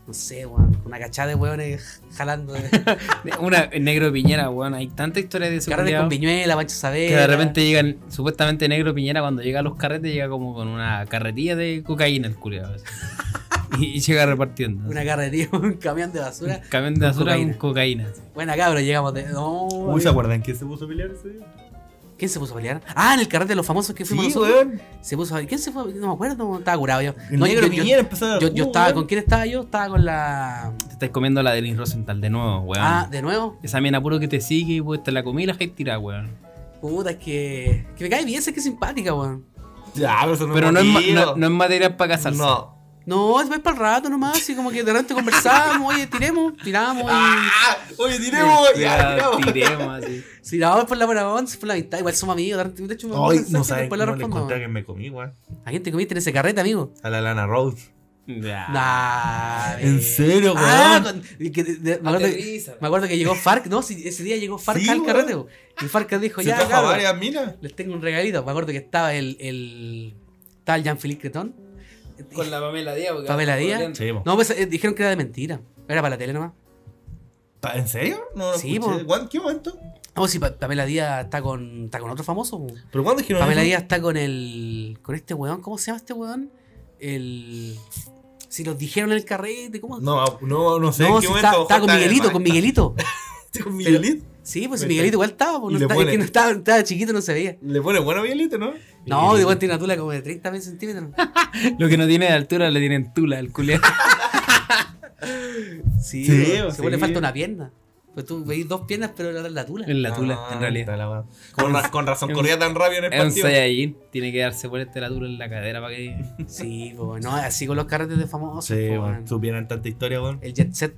No sé, weón. Con una cachada de hueones (laughs) jalando. de- Una negro piñera, weón. Hay tanta historia de ese carretes con culiao viñuela, Pancho Saavedra. Que de repente llegan, supuestamente negro piñera, cuando llega a los carretes, llega como con una carretilla de cocaína el culiao (laughs) así. y, y llega repartiendo. Una carretilla, (laughs) un camión de basura. Un camión de con basura con cocaína. cocaína. así. Buena cabros, llegamos de. No, Uy, ¿se amigo. acuerdan que se puso a pelear ese día? ¿Quién se puso a pelear? Ah, en el carrete de los famosos que fuimos Sí, nosotros. weón. Se puso a ¿Quién se fue? No me acuerdo, estaba curado yo. El No, yo negro creo- yo, Piñera empezó a dar yo- yo jugo, estaba. Uh, weón. ¿Con quién estaba yo? Estaba con la. Te estás comiendo la Denis Rosenthal de nuevo, weón. Ah, de nuevo. Esa mina puro que te sigue, pues te la comí y la hay tirada, weón. Puta, es que. Que me cae bien, es que es simpática, weón. Ya, pero eso no Pero es no es, ma- motivo. no, no es material para casarse. No. No, es para el rato nomás, así como que de repente conversamos, oye, tiremos, tiramos y. ¡Ah! Oye, tiremos, ya, Ya, tiremos. tiremos (laughs) así. Si no, es por la buena onda, es por la amistad, igual somos amigos, de repente- de hecho me Ay, mandan no mensajes, sabes después le cómo le respondo. encontré a quien me comí, weón. ¿A quién te comiste en ese carrete, amigo? A la Lana Rose. Ya. Nah, ¿En eh. serio, Ah, weón? con- y que de- de- me, acuerdo que, me acuerdo que llegó Farc, no, si, ese día llegó Farc Sí, al weón. carrete, weón. y Farc dijo, Se ya, trajo cabrón, varias minas. les tengo un regalito. Me acuerdo que estaba el. el estaba el Jean-Philippe Cretón. Con la Pamela Díaz. porque- ¿Pamela Díaz? Sí, po. No, pues eh, dijeron que era de mentira, era para la tele nomás. Pa- ¿En serio? No lo Sí, escuché. po. ¿Cuán- ¿Qué momento? No, si Oh, Pa- Pamela Díaz está con, está con otro famoso, weón. ¿Pero cuándo dijeron Pamela eso? Díaz está con el. con este weón, ¿cómo se llama este weón? El. Si los dijeron en el carrete, ¿cómo? No, no, no sé. No, ¿en si qué está, momento? está con Ojo, Miguelito, con Miguelito. (laughs) Con Miguelito. Sí, pues si (laughs) Perfecto. Miguelito igual estaba, Y porque le no estaba, pone- es que no estaba, estaba chiquito, no se veía. Le pone bueno a Miguelito, ¿no? No, igual tiene una tula como de 30 veces centímetros. Lo que no tiene de altura le tienen tula al culiao. Sí, Sí, weón, sí. se le falta una pierna. Pues tú veis dos piernas, pero la, la tula. en la tula, Ah, en realidad. está la weá. Con, ra- con razón es un- corría tan rápido en el Es un partido. Saiyajin. Tiene que darse vuelta la tula en la cadera para que. Sí, pues no, así con los carretes de famosos. Sí, po, weón. weón. Supieran tanta historia, weón. El jet set.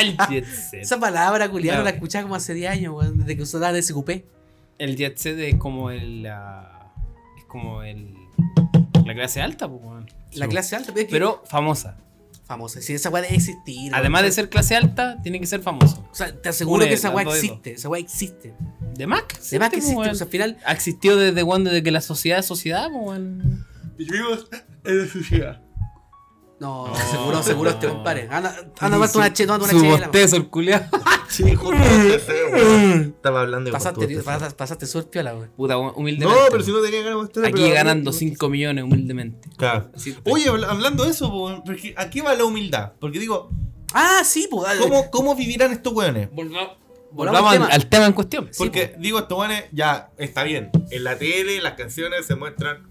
el jet set. Esa palabra, culiado, Claro. la escuchaba como hace 10 años, weón, desde que usaban ese cupé. El jet set es como el. ah, es como el, la clase alta, pues, weón. La clase alta, pero, es que- Pero famosa. famosa. Si esa weá debe existir. Además de weón. ser clase alta, tiene que ser famoso. O sea, te aseguro Une que esa las weá dos y existe. Esa weá existe. De más que Además que pues, existe. weón. O sea, al final. Ha existido desde cuando, desde que la sociedad es sociedad, pues, weón. Vivimos en la sociedad. No, No. seguro, seguro este compadre. Anda, anda, tomate una chela, tómate Su una chela. weón. bostezo, el culiao. Sí, justo ese, (laughs) weón. Estaba hablando de Pasaste, Gonzalo. pasaste, pasaste suerte piola, weón. Puta, weón, humildemente. No, pero si no tenía ganas de mostrar. Aquí ganando 5 millones, humildemente. Así- Oye, habla- hablando de eso, po, porque ¿a qué va la humildad? Porque digo, Ah, sí, pues. dale. ¿cómo, cómo vivirán estos weones? Volva- Volvamos Volvamos al al- tema. al tema en cuestión. Sí, Porque digo, estos weones ya está bien. En la tele las canciones se muestran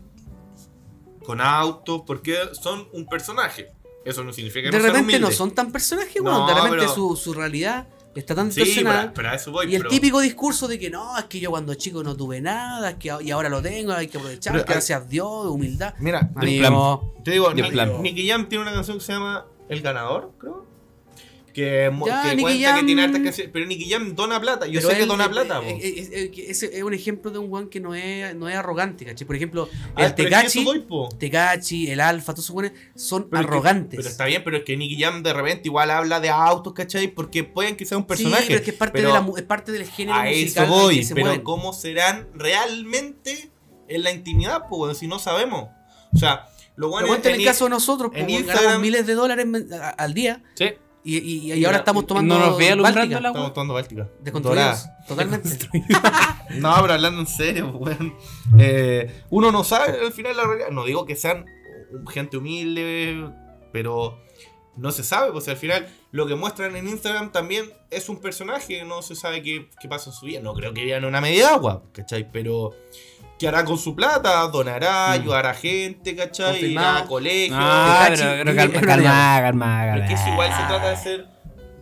con autos porque son un personaje. Eso no significa que De no sean repente no humildes. son tan personajes, weón. No, de repente pero- su, su realidad está tan Sí, pero, distorsionada. pero a eso voy. Y el pero- típico discurso de que no, es que yo cuando chico no tuve nada, es que, a- y ahora lo tengo, hay que aprovechar, Pero ah, hay- gracias a Dios, humildad. Mira, Amigo, te digo, Dios Nick- plan. Nicky Jam tiene una canción que se llama El Ganador, creo. Que, mu- Ya, que Nicky cuenta Jam- que tiene hartas canciones. Pero Nicky Jam dona plata. Yo pero sé que él- dona eh, plata. po. eh, eh, es, es- es- es un ejemplo de un weón que no es, no es arrogante, ¿cachai? Por ejemplo, Ah, el pero es que eso Tegachi, voy, po. Tegachi, el Alfa, todos esos weones son Pero es que- arrogantes. pero está bien, pero es que Nicky Jam de repente igual habla de autos, ¿cachai? Porque pueden que sea un personaje. sí, pero es que es parte, pero de la mu- es parte del género a musical eso en el voy, que se pero mueven. ¿cómo serán realmente en la intimidad? Pues si no sabemos. O sea, lo Pero bueno ponte es en el caso de nosotros, en porque ganamos Instagram- miles de dólares men- a- al día Sí. y, y- y Mira, ahora estamos tomando. No nos ve alumbrando Báltica, la Estamos weón. tomando Báltica. Descontrolados. Dorada. (laughs) Totalmente. No, pero hablando en serio, (laughs) pues, weón. Eh, uno no sabe al final la realidad. No digo que sean gente humilde, pero no se sabe, pues al final lo que muestran en Instagram también es un personaje, no se sabe qué, qué pasa en su vida. No creo que vivan en una media de agua, ¿cachai? Pero ¿qué hará con su plata? ¿Donará? Mm. ¿Ayudará a gente? ¿cachai? ¿Irá Confirmado. a colegios? Ah, Pikachu, pero, pero Nicky- calma, es calma, realidad. calma, Pero calma. es que eso igual se trata de ser,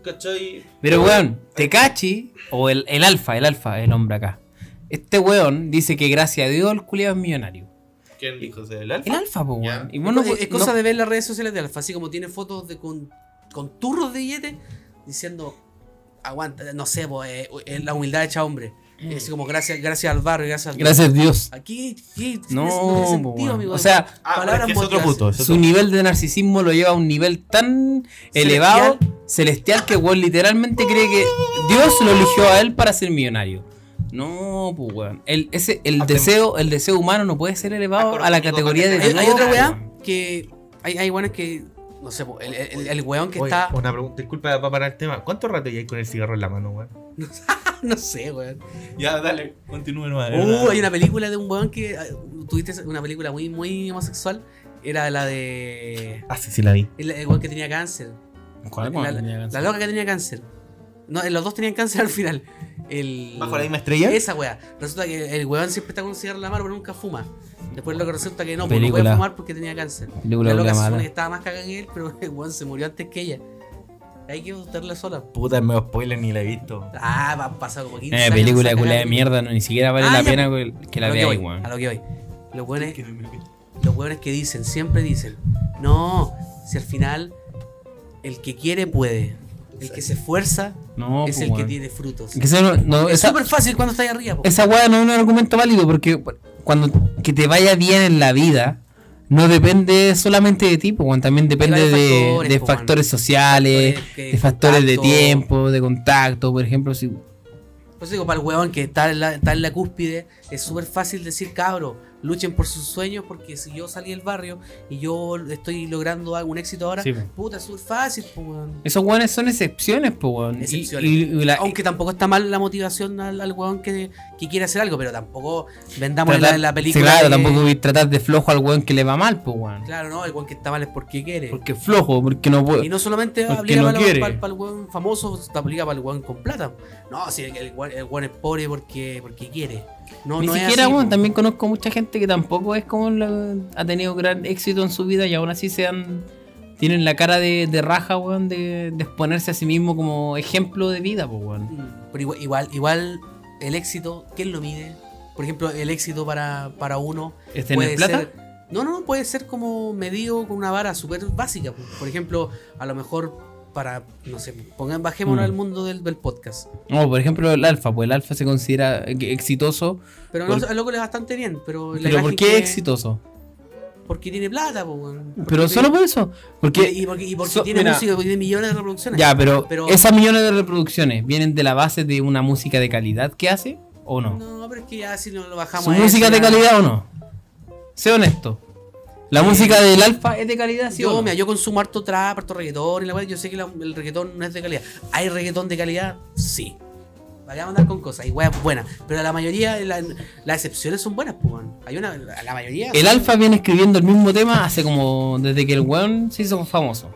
¿cachai? Pero weón, Tecachi, o el, el alfa, el alfa, el hombre acá. Este weón dice que gracias a Dios el culiado es millonario. ¿Quién dijo? ¿El alfa? El alfa, po, Ya. weón. Y vos no- es, es cosa no- de ver las redes sociales de Alfa, así como tiene fotos de con, con turros de billetes diciendo, aguanta, no sé, po, eh, eh, la humildad hecha hombre. Mm. Y así como gracias, gracias al barrio, gracias al Gracias a Dios. Aquí, aquí No, pues, tiene po, weón. o sea, Ah, pero es palabras que es otro bonitas. punto. es su otro- nivel de narcisismo lo lleva a un nivel tan Celestial. elevado, celestial, que weón literalmente cree que Dios lo eligió a él para ser millonario. No, pues weón. El, ese, el Ah, te- deseo, el deseo humano no puede ser elevado Ah, a la correcto, categoría de Hay, Dios. hay otra weá weón. que hay, hay weones que, no sé, po, el, el, el weón que Oye, está, Una pregunta, disculpa para parar el tema. ¿Cuánto rato ya hay con el cigarro en la mano, weón? (laughs) no sé, weón. Ya, dale, continúe nomás. Uh, hay una película de un weón que, ah, tuviste esa- una película muy, muy homosexual, era la de... Ah, sí, sí la vi. El, el weón que tenía cáncer. La, la- la loca que tenía cáncer. No, eh, los dos tenían cáncer al final. El, ¿Bajo la misma estrella? Esa weá. Resulta que el weón siempre está con un cigarro en la mano, pero nunca fuma. Después lo que resulta que no, pues no puede Película. fumar porque tenía cáncer. Película la loca culia se mala. Eh, supone que estaba más cagada que él, pero (laughs) el weón se murió antes que ella. Ahí quedó darle sola. Puta, me spoiler ni la he visto. Ah, va a pasar como 15 Eh, años. película esa culia cagada. de mierda, no, ni siquiera vale Ah, la ya, pena que- que a la lo que veáis, voy, weón. a lo que voy. Los weones, los weones que dicen, siempre dicen, no, si al final el que quiere puede. El que se esfuerza No, es pues, el que weón. tiene frutos. Que sea- no, es esa- súper fácil cuando estás ahí arriba. po. Esa weá no es un argumento válido porque cuando que te vaya bien en la vida no depende solamente de ti, po, weón, también depende varios de, factores, de po, factores weón. sociales, Factores que- de factores de contacto. tiempo, de contacto, por ejemplo, si Por eso digo, para el weón que está en la, está en la cúspide, es súper fácil decir, cabro, luchen por sus sueños, porque si yo salí del barrio y yo estoy logrando algún éxito ahora, Sí, po. puta, es súper fácil, po, weón. esos weones son excepciones, po, weón. Y- Excepciones. y- y la- eh, Aunque tampoco está mal la motivación al, al weón que, que quiere hacer algo, pero tampoco vendamos la, tratar- la película. Claro, de- tampoco voy a tratar de flojo al weón que le va mal, po, weón. Claro, no, el weón que está mal es porque quiere. Porque es flojo, porque no puede. Y no solamente Porque aplica no para, quiere. para- para el weón famoso, te aplica para el weón con plata. No, si el, el weón el weón es pobre porque, porque quiere. No, Ni no es siquiera, así, weón, po. también conozco mucha gente que tampoco es como la- ha tenido gran éxito en su vida y aún así se han- tienen la cara de, de raja, weón, de, de exponerse a sí mismo como ejemplo de vida, pues, weón. Mm, Pero igual, igual, igual el éxito, ¿quién lo mide? Por ejemplo, el éxito para, para uno Este, ¿Es tener plata? ser. No, no, no, puede ser como medido con una vara súper básica. po. Por ejemplo, a lo mejor para, no sé, pongan, bajémonos Mm. al mundo del, del podcast. No, por ejemplo, el alfa, pues el alfa se considera eh, que exitoso. Pero no, Por- al loco le va bastante bien, pero... la ¿Pero imagen por qué que- exitoso? Porque tiene plata, po, weón. Porque Pero tiene- solo por eso. Porque, Y porque, y porque so- tiene mira. música, porque tiene millones de reproducciones. ya, pero, pero- esas millones de reproducciones vienen de la base de una música de calidad que hace o no? No, pero es que ya si no lo bajamos... ¿Su a eso, música de ya- calidad o no? Sé honesto. ¿La música del alfa Eh, es de calidad, sí yo, o no? mira, yo consumo harto trap, harto reggaetón y la weá, yo sé que la- el reggaetón no es de calidad. ¿Hay reggaetón de calidad? Sí. Vayamos a andar con cosas, y weas buenas. Pero la mayoría, la- las excepciones son buenas, pues. Hay una, la la mayoría. El alfa viene escribiendo el mismo tema hace como desde que el weón se hizo famoso.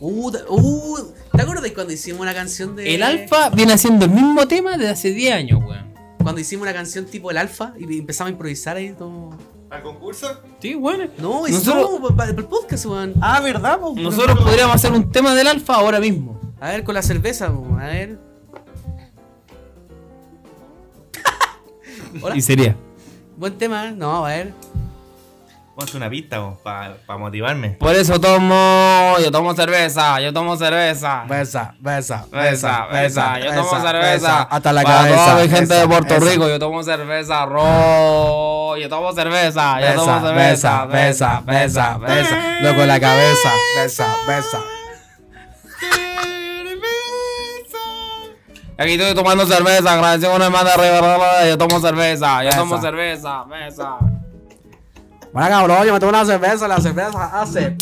Uh, te- uh, ¿Te acuerdas cuando hicimos una canción de. El alfa viene haciendo el mismo tema desde hace 10 años, weón. Cuando hicimos una canción tipo el alfa y empezamos a improvisar ahí todo. ¿Al concurso? Sí, weón. No, Nosotros- hicimos para el podcast, weón. Ah, ¿verdad? po? Nosotros podríamos hacer un tema del alfa ahora mismo. A ver, con la cerveza, weón, a ver. Hola. Y sería. Buen tema, ¿eh? no, a ver. Ponte una pista para motivarme. Por eso tomo, yo tomo cerveza, yo tomo cerveza. Besa, besa, Cerveza, cerveza, yo tomo besa, cerveza. Hasta la Para cabeza. toda mi gente esa, de Puerto esa. Rico, yo tomo cerveza, ro. Yo tomo cerveza, yo tomo cerveza, cerveza, cerveza, cerveza. Luego la cabeza, besa, besa. Aquí estoy tomando cerveza, agradecido una hermana arriba, yo tomo cerveza, yo Cerveza. tomo cerveza, cerveza. Bueno, cabrón, yo me tomo una cerveza, la cerveza hace.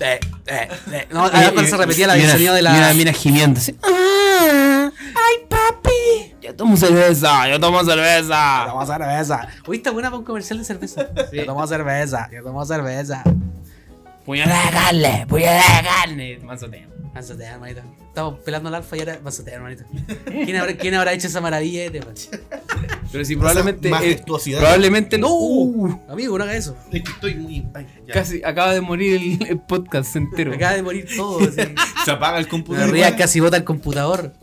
Eh, eh, eh. No, ahora cuando se repetía la, el sonido de la. Mira, mira, gimiendo así. Ah, ¡Ay, papi! Yo tomo cerveza, yo tomo cerveza. Yo tomo cerveza. Uy, está buena para un comercial de cerveza. Yo tomo cerveza, yo tomo cerveza. Puñalada de carne, puñalada de carne. Manzoteo. Avanzate, hermanito. Estamos pelando el alfa y ahora avanzate, hermanito. ¿Quién habrá, quién habrá hecho esa maravilla? de este tema? Pero si probablemente. Esa eh, majestuosidad. probablemente. No, No. Uh, amigo, no haga eso. Es que estoy muy. Ay, ya. Uh, casi acaba de morir el, el podcast entero. Acaba de morir todo. (laughs) Así. Se apaga el Me computador. ría, casi bota el computador.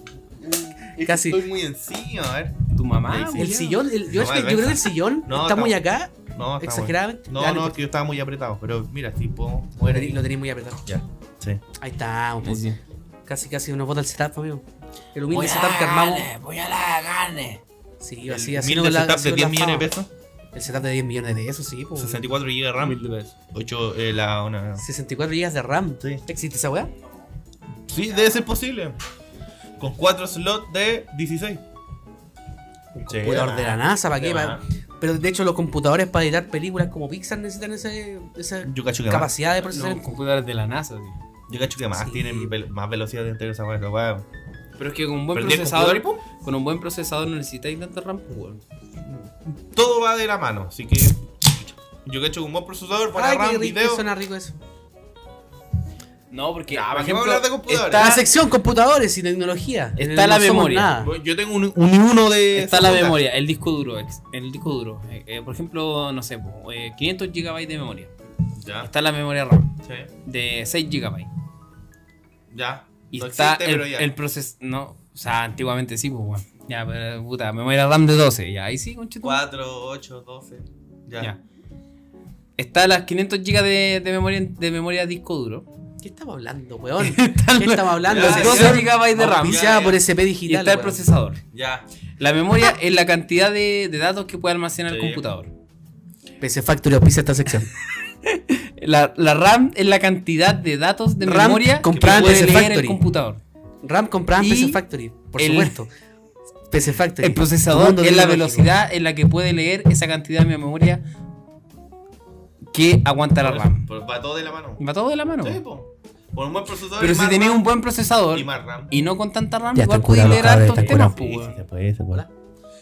Es que casi. Estoy muy encima, a ver. Tu mamá. El culiao. sillón, el- yo, No, yo creo que el sillón No, está está- muy acá, No, está exageradamente. pues. bueno. Ya, No, no, es importa. que yo estaba muy apretado. Pero mira, tipo. Lo tení- lo tenéis muy apretado. Ya. Sí. Ahí está, pues. Sí. casi casi nos bota el setup, amigo. El humilde setup que armamos. Puñalada de carne. Sí, El así, así humilde nos la- setup así de nos 10 la millones de fama. pesos. El setup de 10 millones de pesos, sí, pues. 64 GB de RAM. 8, eh, la, una... 64 GB de RAM. Sí. ¿Existe esa weá? Sí, debe ser posible. Con 4 slots de 16. Sí, Computador de la NASA, ¿para qué? Tema. Pa- Pero de hecho, los computadores para editar películas como Pixar necesitan ese- esa Yo cacho que más. capacidad de procesar. Los computadores de la NASA, sí. Yo cacho que más. Sí. Tienen vel- más velocidad de entero esa weá, esa weá. Pero es que con un buen Prendí el procesador. computador Con un buen procesador no necesitáis tanta RAM, pues, weón. Todo va de la mano. Así que. Yo cacho que un buen procesador, buena Ay, qué RAM, rico, video. suena rico eso. No, porque. Ya, por ¿para qué ejemplo, vamos a hablar de computadores? La Está, sección computadores y tecnología. En Está el la No Somos memoria. Nada. Yo tengo un, un uno de. está la segunda. memoria, el disco duro. ex- El disco duro. Eh, eh, por ejemplo, no sé, po, eh, 500 GB de memoria. Ya. Está la memoria RAM Sí. de 6 GB. Ya. Y no está existe, el, pero ya. el proceso. No, o sea, antiguamente sí, pues, weón. Ya, pero puta, memoria RAM de 12. Ya, ahí sí, conchito. 4, 8, 12. Ya. Ya. Está las 500 GB de, de memoria de memoria disco duro. ¿Qué estamos hablando, (laughs) weón? ¿Qué estamos hablando? Los La 12 sección GB de RAM. auspiciada por SP Digital. Y está el weón. procesador. Ya. La memoria es la cantidad de, de datos que puede almacenar el Sí. computador. PC Factory auspicia esta (laughs) sección. La, la RAM es la cantidad de datos de RAM memoria que comprada puede en leer PC el Factory. computador. RAM comprada en Y PC Factory, por el- supuesto. PC Factory. El Tu procesador mundo es la tecnológico. velocidad en la que puede leer esa cantidad de memoria que aguanta la RAM. Por- Va todo de la mano. Va todo de la mano. Sí, pues, po. Por un buen procesador. Pero y si más tenés RAM un buen procesador Y más RAM. y no con tanta RAM, Ya igual están curados los podés leer cabros, hartos están temas. curados. po, weón. puede, se puede.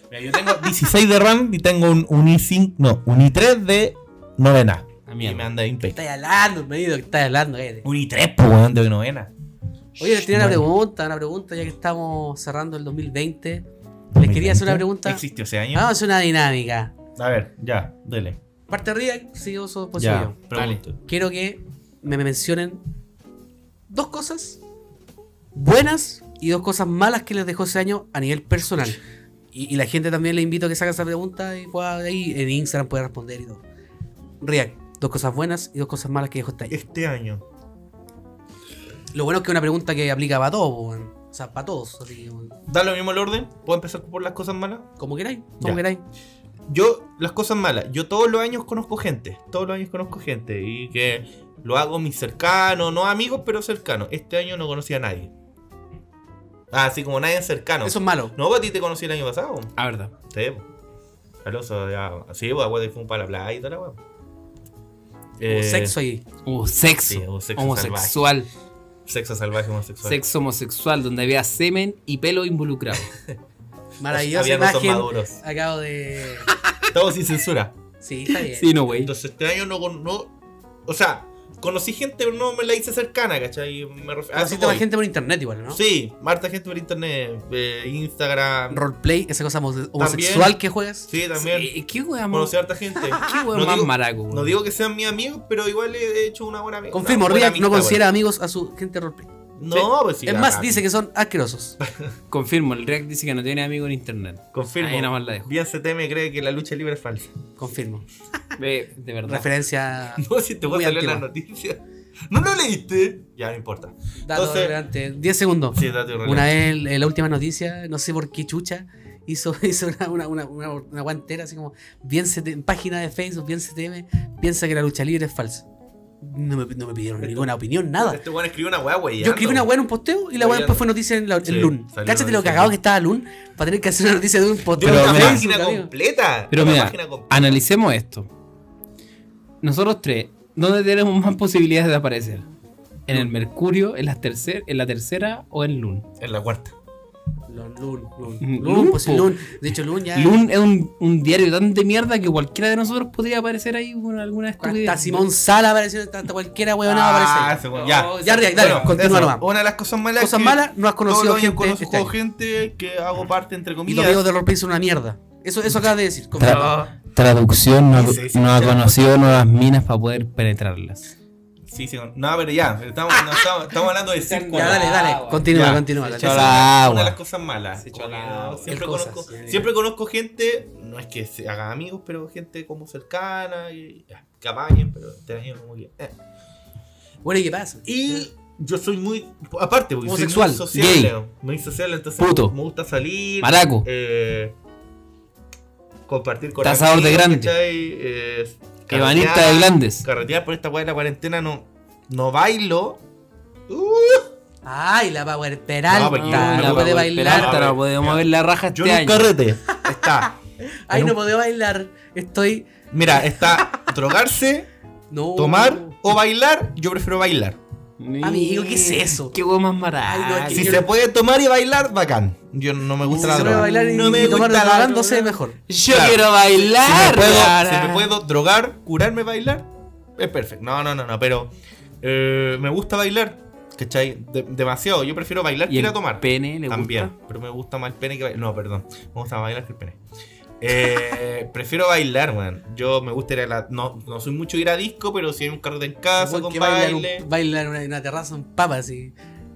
Mira, yo tengo 16 de RAM y tengo un, un i5, no, un i3 de novena. La Y me mierda. anda impec. Estás hablando, medido, que estás hablando, eh. cállate. Un i3, po, pues, weón, de novena. Oye, les tenía una Madre. pregunta, una pregunta, ya que estamos cerrando el 2020. Les quería hacer una pregunta. Ah. Existe ese año. Vamos a hacer una dinámica. A ver, ya, dele. Parte arriba, si yo soy pues soy ya, yo. pregunto. Quiero que me me mencionen dos cosas buenas y dos cosas malas que les dejó ese año a nivel personal. Y, y la gente también le invito a que saque esa pregunta y pueda ahí en Instagram puede responder y todo. React, dos cosas buenas y dos cosas malas que dejó este año. Este año. este Lo bueno es que es una pregunta que aplica para todos, po, weón. O sea, para todos. Así que, weón, Da lo mismo el orden. Puedo empezar por las cosas malas. como queráis, como Ya. queráis. Yo, las cosas malas. Yo todos los años conozco gente. Todos los años conozco gente. Y que lo hago mis cercanos. No amigos, pero cercanos. Este año no conocí a nadie. Ah, así como nadie cercano. Eso es malo. No, pues, a ti te conocí el año pasado. Ah, verdad. Sí, po. Alonso, ya. Sí, pues, agua de fum para la playa y toda la weá. Hubo Eh, sexo ahí. Hubo sexo. Sí, hubo sexo homosexual. Sexo salvaje homosexual. Sexo homosexual, donde había semen y pelo involucrado. Maravillosa Habían osos imagen. maduros. Acabo (laughs) de. Todo (laughs) sin censura. Sí, está bien. sí, no, güey. Entonces este año no, con- no. O sea, conocí gente, pero no me la hice cercana, ¿cachai? Me refiero. ah, a eso Conociste más voy. gente por internet igual, ¿no? Sí, Marta gente por internet, eh, Instagram. Roleplay, esa cosa homo- homosexual que juegas. Sí, también. Eh, ¿Qué weón más? Conocí a harta gente. ¿Qué weón No más digo- maraco, weón? No digo que sean mis amigos, pero igual he hecho una buena amiga. Confirmo, una buena Real no amistad, considera amigos a su gente roleplay. bueno. No, pues sí. es la- más, dice que son (laughs) asquerosos. Confirmo, el React dice que no tiene amigos en internet. Confirmo. Ahí nomás la dejo. Bien CTM cree que la lucha libre es falsa. (laughs) Confirmo. Ve, de verdad. Referencia. No, si te voy Muy a salir la antigua. noticia. No lo leíste. Ya, no importa. Dato Entonces- relevante. 10 segundos. Sí, date un Una vez en la última noticia, no sé por qué Chucha hizo, (laughs) hizo una, una, una, una, una guantera así como bien CTM, página de Facebook, bien CTM, piensa que la lucha libre es falsa. No me, no me pidieron ninguna opinión, nada. Este weón escribió una weá, güey. Yo escribí una weá en un posteo y la weá Weyando. después fue noticia en la, en Sí, Lun. salió Cáchate lo noticia. cagado que estaba Lun para tener que hacer una noticia de un posteo. Pero en una mira, Facebook, página amigo. completa. Pero una mira, página completa. analicemos esto. Nosotros tres, ¿dónde tenemos más posibilidades de aparecer? ¿En el Mercurio, en la, tercer, en la tercera o en Lun? En la cuarta. Lun, Lun, Lun. Mm, Lun, Lun, pues po. Lun. De hecho, Lun ya. Lun es un, un diario tan de mierda que cualquiera de nosotros podría aparecer ahí con alguna estupidez. Hasta Simón Sala apareció, hasta cualquiera weonada Ah, apareció. ese weón, ya. Ya, React, dale, Bueno, continúa eso, nomás. Una de las cosas malas Cosas que malas, no has todos conocido los años gente. conozco este año. gente que hago parte, entre Y los amigos comillas. de roleplay son una mierda. Eso, eso acabas de decir. confirmo. Ah, Traducción, no- Sí, sí, sí, no ha sí. conocido nuevas minas para poder penetrarlas. Sí, sí, no, pero ya, estamos, no, estamos, estamos hablando de circo. Ya, dale, dale. Ah, continúa, ya. continúa. Esa dale. es una, de las cosas malas. Se echó Como que al agua. no, Siempre, Qué cosas, conozco, sí. siempre conozco gente, no es que se hagan amigos, pero gente como cercana, y, ya, que apañen, pero este año como que... eh. Bueno, ¿y qué pasa? Y yo soy muy, aparte, porque Homosexual, soy muy sociable, gay. muy sociable, entonces Puto. me gusta salir, Maraco. eh, compartir con Tasador de grande. ¿cachai? Eh, Evanista carretear, de Glandes. Carretear por esta weá de la cuarentena no, no bailo. Uh, Ay, la Power Peralta. No, No, porque yo Ah, no la puede podemos bailar. pelar, No, no podemos mover la raja yo este en un año. carrete. Está. Ay, en no un- puedo bailar. Estoy. Mira, está (laughs) drogarse, No. tomar o bailar. Yo prefiero bailar. Ni- Amigo, ¿qué es eso? Qué huevo más maraco. Ay, no, es que Si yo se no- puede tomar y bailar, bacán. Yo no me gusta Si la se puede droga. bailar y, no y me tomar gusta la drogándose droga. mejor. Yo Claro. quiero Si bailar. me, puedo, rara. si me puedo drogar, curarme, bailar, es perfecto. No, no, no, no, pero eh, me gusta bailar, ¿cachai? De- demasiado. Yo prefiero bailar que ¿Y ir a el tomar. pene le También, gusta? pero me gusta más el pene que bailar. No, perdón, me gusta más bailar que el pene. Eh, (laughs) prefiero bailar, weón. Yo me gusta ir a la. No, no soy mucho ir a disco, pero si hay un carrete en casa Igual con que baile. (laughs) bailar, un- bailar en una, en una terraza, un papa así.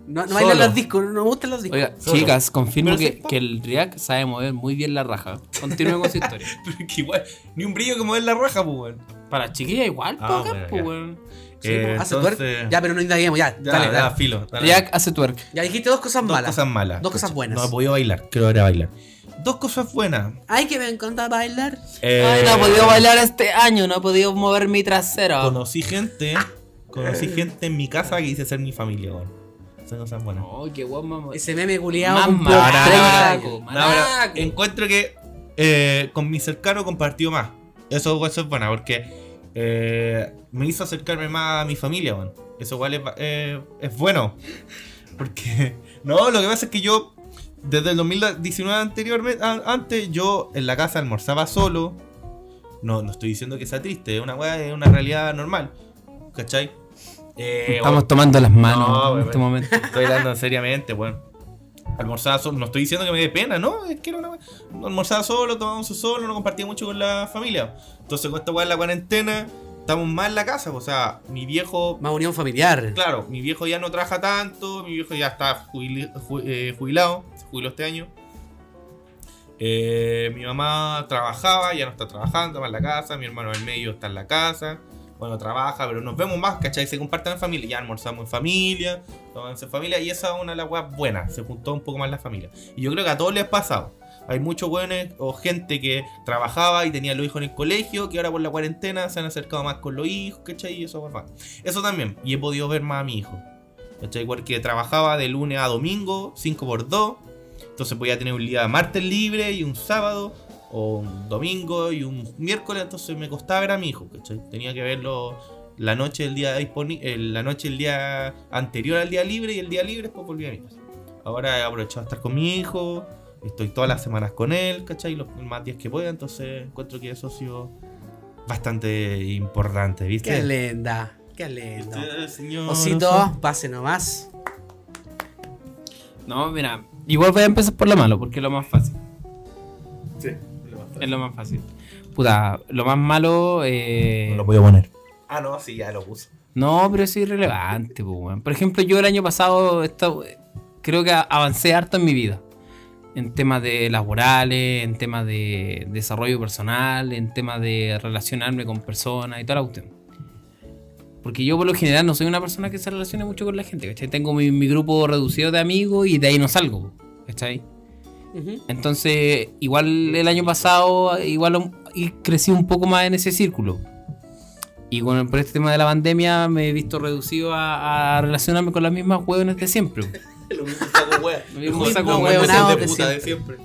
No, no Solo. bailan los discos, no me gustan los discos. Oiga, Solo. chicas, confirmo Pero que, sí, que el React sabe mover muy bien la raja. Continúe (laughs) con su historia. Pero que igual, ni un brillo que mover la raja, pues, weón. Para chiquilla igual, Ah, poca, bueno, pues, ya. weón. Sí, pues, Eh, hace entonces- twerk. Ah, Ya, pero no indaguemos, ya. Ya, dale, ya, dale. filo. dale. React hace twerk. Ya dijiste dos cosas dos malas. cosas malas. Dos cosas Escucha, buenas. No he podido bailar, quiero ir a bailar. Dos cosas buenas. Ay, que me encanta bailar. Eh, Ay, no he podido bailar este año, no he podido mover mi trasero. Conocí gente, conocí gente en mi casa que hice ser mi familia, weón. Son cosas buenas. Ay, qué guau, mamá. Ese meme culiado. Mamá. cumplió 30 Ahora, ahora, años. No, pero Maraco. encuentro que eh, con mi cercano compartió más. Eso, eso es bueno, porque eh, me hizo acercarme más a mi familia, weón. Eso igual es, eh, es bueno. Porque, (laughs) no, lo que pasa es que yo, desde el 2019 anteriormente, a- antes, yo en la casa almorzaba solo. No, no estoy diciendo que sea triste, es una weá, es una realidad normal. ¿Cachai? Eh, Estamos tomando las manos No, en weón. este momento. Estoy hablando seriamente, weón. Almorzaba solo, no estoy diciendo que me dé pena, no, es que era una almorzaba solo, tomábamos solo, no compartía mucho con la familia. Entonces con esta weá de la cuarentena, estamos más en la casa, o sea, mi viejo, Más unión familiar. claro, mi viejo ya no trabaja tanto, mi viejo ya está jubili- ju- eh, jubilado, se jubiló este año. Eh, mi mamá trabajaba, ya no está trabajando, va en la casa, mi hermano del medio está en la casa, bueno, trabaja, pero nos vemos más, ¿cachai? Se comparten en familia, ya almorzamos en familia, tomamos en familia, y esa es una de las weas buenas, se juntó un poco más la familia. Y yo creo que a todos les ha pasado. Hay muchos weones o gente que trabajaba y tenía los hijos en el colegio, que ahora por la cuarentena se han acercado más con los hijos, ¿cachai? Y eso, papá. Eso también, y he podido ver más a mi hijo. ¿Cachai? Porque trabajaba de lunes a domingo, 5x2, entonces podía tener un día martes libre y un sábado, o un domingo y un miércoles, entonces me costaba ver a mi hijo, ¿cachai? Tenía que verlo la noche del día disponi- eh, la noche el día anterior al día libre y el día libre después volví a mi casa. Ahora he aprovechado de estar con mi hijo, estoy todas las semanas con él, ¿cachai? Los más días que pueda, entonces encuentro que eso ha sido bastante importante, ¿viste? Qué linda, qué lindo. Eh, señor, Este Osito, pase nomás. No, mira, igual voy a empezar por lo malo, porque es lo más fácil. Sí. Es lo más fácil. Puta, lo más malo. eh, No lo voy a poner. Ah, no, sí, ya lo puse. (laughs) No, pero eso es irrelevante, po, weón. Por ejemplo, yo el año pasado esta- creo que avancé harto en mi vida. En temas de laborales, en temas de desarrollo personal, en temas de relacionarme con personas y toda la cuestión. Porque yo por lo general no soy una persona que se relacione mucho con la gente, ¿cachai? Tengo mi, mi grupo reducido de amigos y de ahí no salgo, po, ¿cachai? Ujú. Entonces, igual el año pasado, igual un- y crecí un poco más en ese círculo. Y con por este tema de la pandemia me he visto reducido a, a relacionarme con las mismas hueones de siempre. (laughs) Lo mismo saco wea. Lo mismo Los saco mismos wea, huevos nada, de de puta de siempre.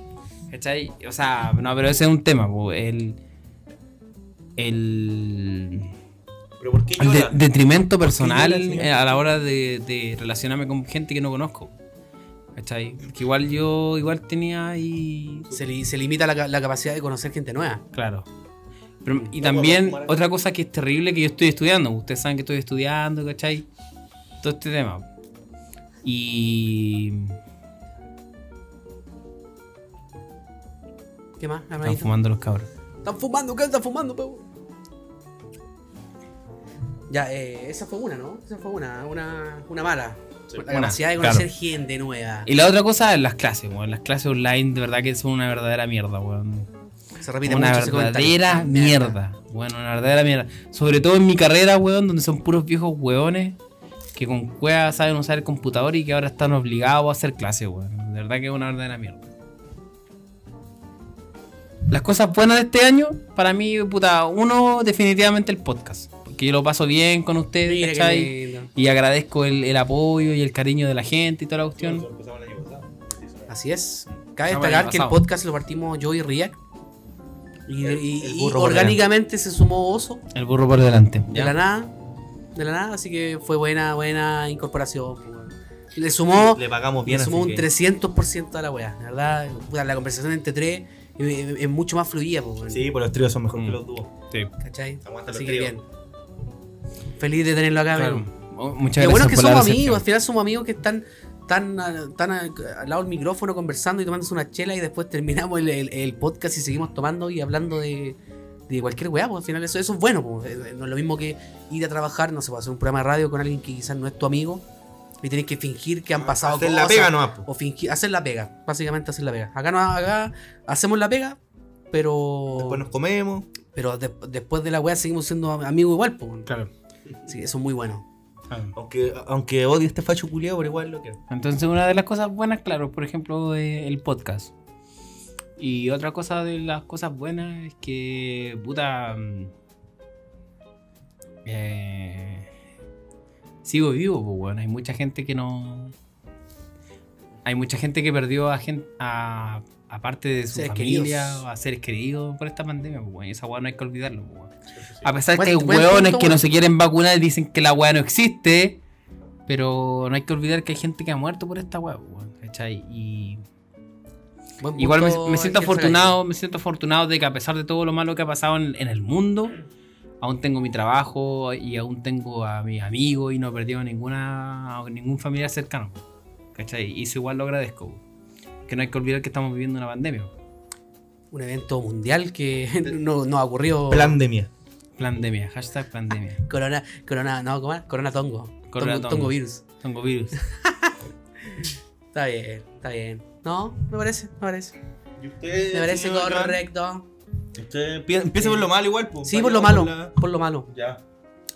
¿Cachai? O sea, no, pero ese es un tema. po, El, el, Pero ¿por qué el de- lloran? detrimento personal llora, señor? eh, a la hora de, de relacionarme con gente que no conozco. ¿Cachai? Que igual yo igual tenía ahí Se, li- se limita la, ca- la capacidad de conocer gente nueva. Claro. Pero- y No también puedo fumar. otra cosa que es terrible que yo estoy estudiando. Ustedes saben que estoy estudiando, ¿cachai? Todo este tema. Y... ¿Qué más, Están hermanito? fumando los cabros. Están fumando, ¿qué están fumando, pebo? Ya, eh, esa fue una, ¿no? Esa fue una, una, una mala. la una, capacidad de claro. conocer gente nueva. Y la otra cosa es las clases, weón. Las clases online de verdad que son una verdadera mierda, weón. Se repite una mucho ese comentario. verdadera mierda. Bueno, una verdadera mierda. Sobre todo en mi carrera, weón, donde son puros viejos weones que con cueva saben usar el computador y que ahora están obligados a hacer clases, weón. De verdad que es una verdadera mierda. Las cosas buenas de este año, para mí, puta, uno, definitivamente el podcast. Porque yo lo paso bien con ustedes, Mira qué ¿cachai? lindo. Y agradezco el, el apoyo y el cariño de la gente y toda la cuestión. Empezamos el año pasado. Así es. Cabe Ah, bueno, destacar que el pasado. podcast lo partimos yo y Riak. Y, El- y- el y burro por orgánicamente se sumó Oso. El burro por delante. De la nada. De la nada. Así que fue buena, buena incorporación. pues, weón. Le sumó, Le pagamos Oh, le bien. sumó así un que- 300% a la weá. La verdad, puta, la conversación entre tres es, es- es mucho más fluida. pues, weón. Sí, pues los tríos son mejor que los dúos. ¿Cachai? Aguanta los Así que tríos. bien. Feliz de tenerlo acá, Claro. weón. Oh, Muchas Qué gracias. bueno que por la somos recepción. amigos, al final somos amigos que están tan, a- tan a- al lado del micrófono conversando y tomándose una chela y después terminamos el, el- el podcast y seguimos tomando y hablando de, de cualquier weá, pues al final eso, eso es bueno, pues, eh, no es lo mismo que ir a trabajar, no sé, pues, hacer un programa de radio con alguien que quizás no es tu amigo y tenés que fingir que han pasado Ah, Hacer cosas. la pega nomás, po. O fingir, hacer la pega, básicamente hacer la pega. Acá, no, acá hacemos la pega, pero Después nos comemos. pero de- después de la weá seguimos siendo am- amigos igual, pues. Claro. Sí, eso es muy bueno. Aunque, aunque odie este facho culiado, pero igual lo quiero. Entonces, una de las cosas buenas, claro, por ejemplo, eh, el podcast. Y otra cosa de las cosas buenas es que, puta. mm, eh, sigo vivo, pues, bueno. Hay mucha gente que no. Hay mucha gente que perdió a gente. A, a parte de su Seres familia, queridos. a seres queridos por esta pandemia, pues, bueno. Y esa weá no hay que olvidarlo, pues, bueno. A pesar que hay Buen- buen hueones punto, que weón. no se quieren vacunar y dicen que la hueá no existe, pero no hay que olvidar que hay gente que ha muerto por esta hueá, weón, ¿cachai? Y Buen igual me, punto, me siento Ángel Zagallo. afortunado, me siento afortunado de que a pesar de todo lo malo que ha pasado en, en el mundo, aún tengo mi trabajo y aún tengo a mis amigos y no he perdido ninguna, a ningún familiar cercano, ¿cachai? Y eso igual lo agradezco, weón. que no hay que olvidar que estamos viviendo una pandemia, weón. un evento mundial que (laughs) no, no ha ocurrido. Plandemia. pandemia, hashtag pandemia, Corona, corona, no, ¿cómo era? Corona tongo. Corona tongo, tongo. tongo virus. tengo virus. Está bien, está bien. No, me parece, me parece. ¿Y usted, Me parece señor Joan? correcto. Usted- Empieza por lo malo igual, po. Sí, por lo Vayamos malo, con la- por lo malo. Ya.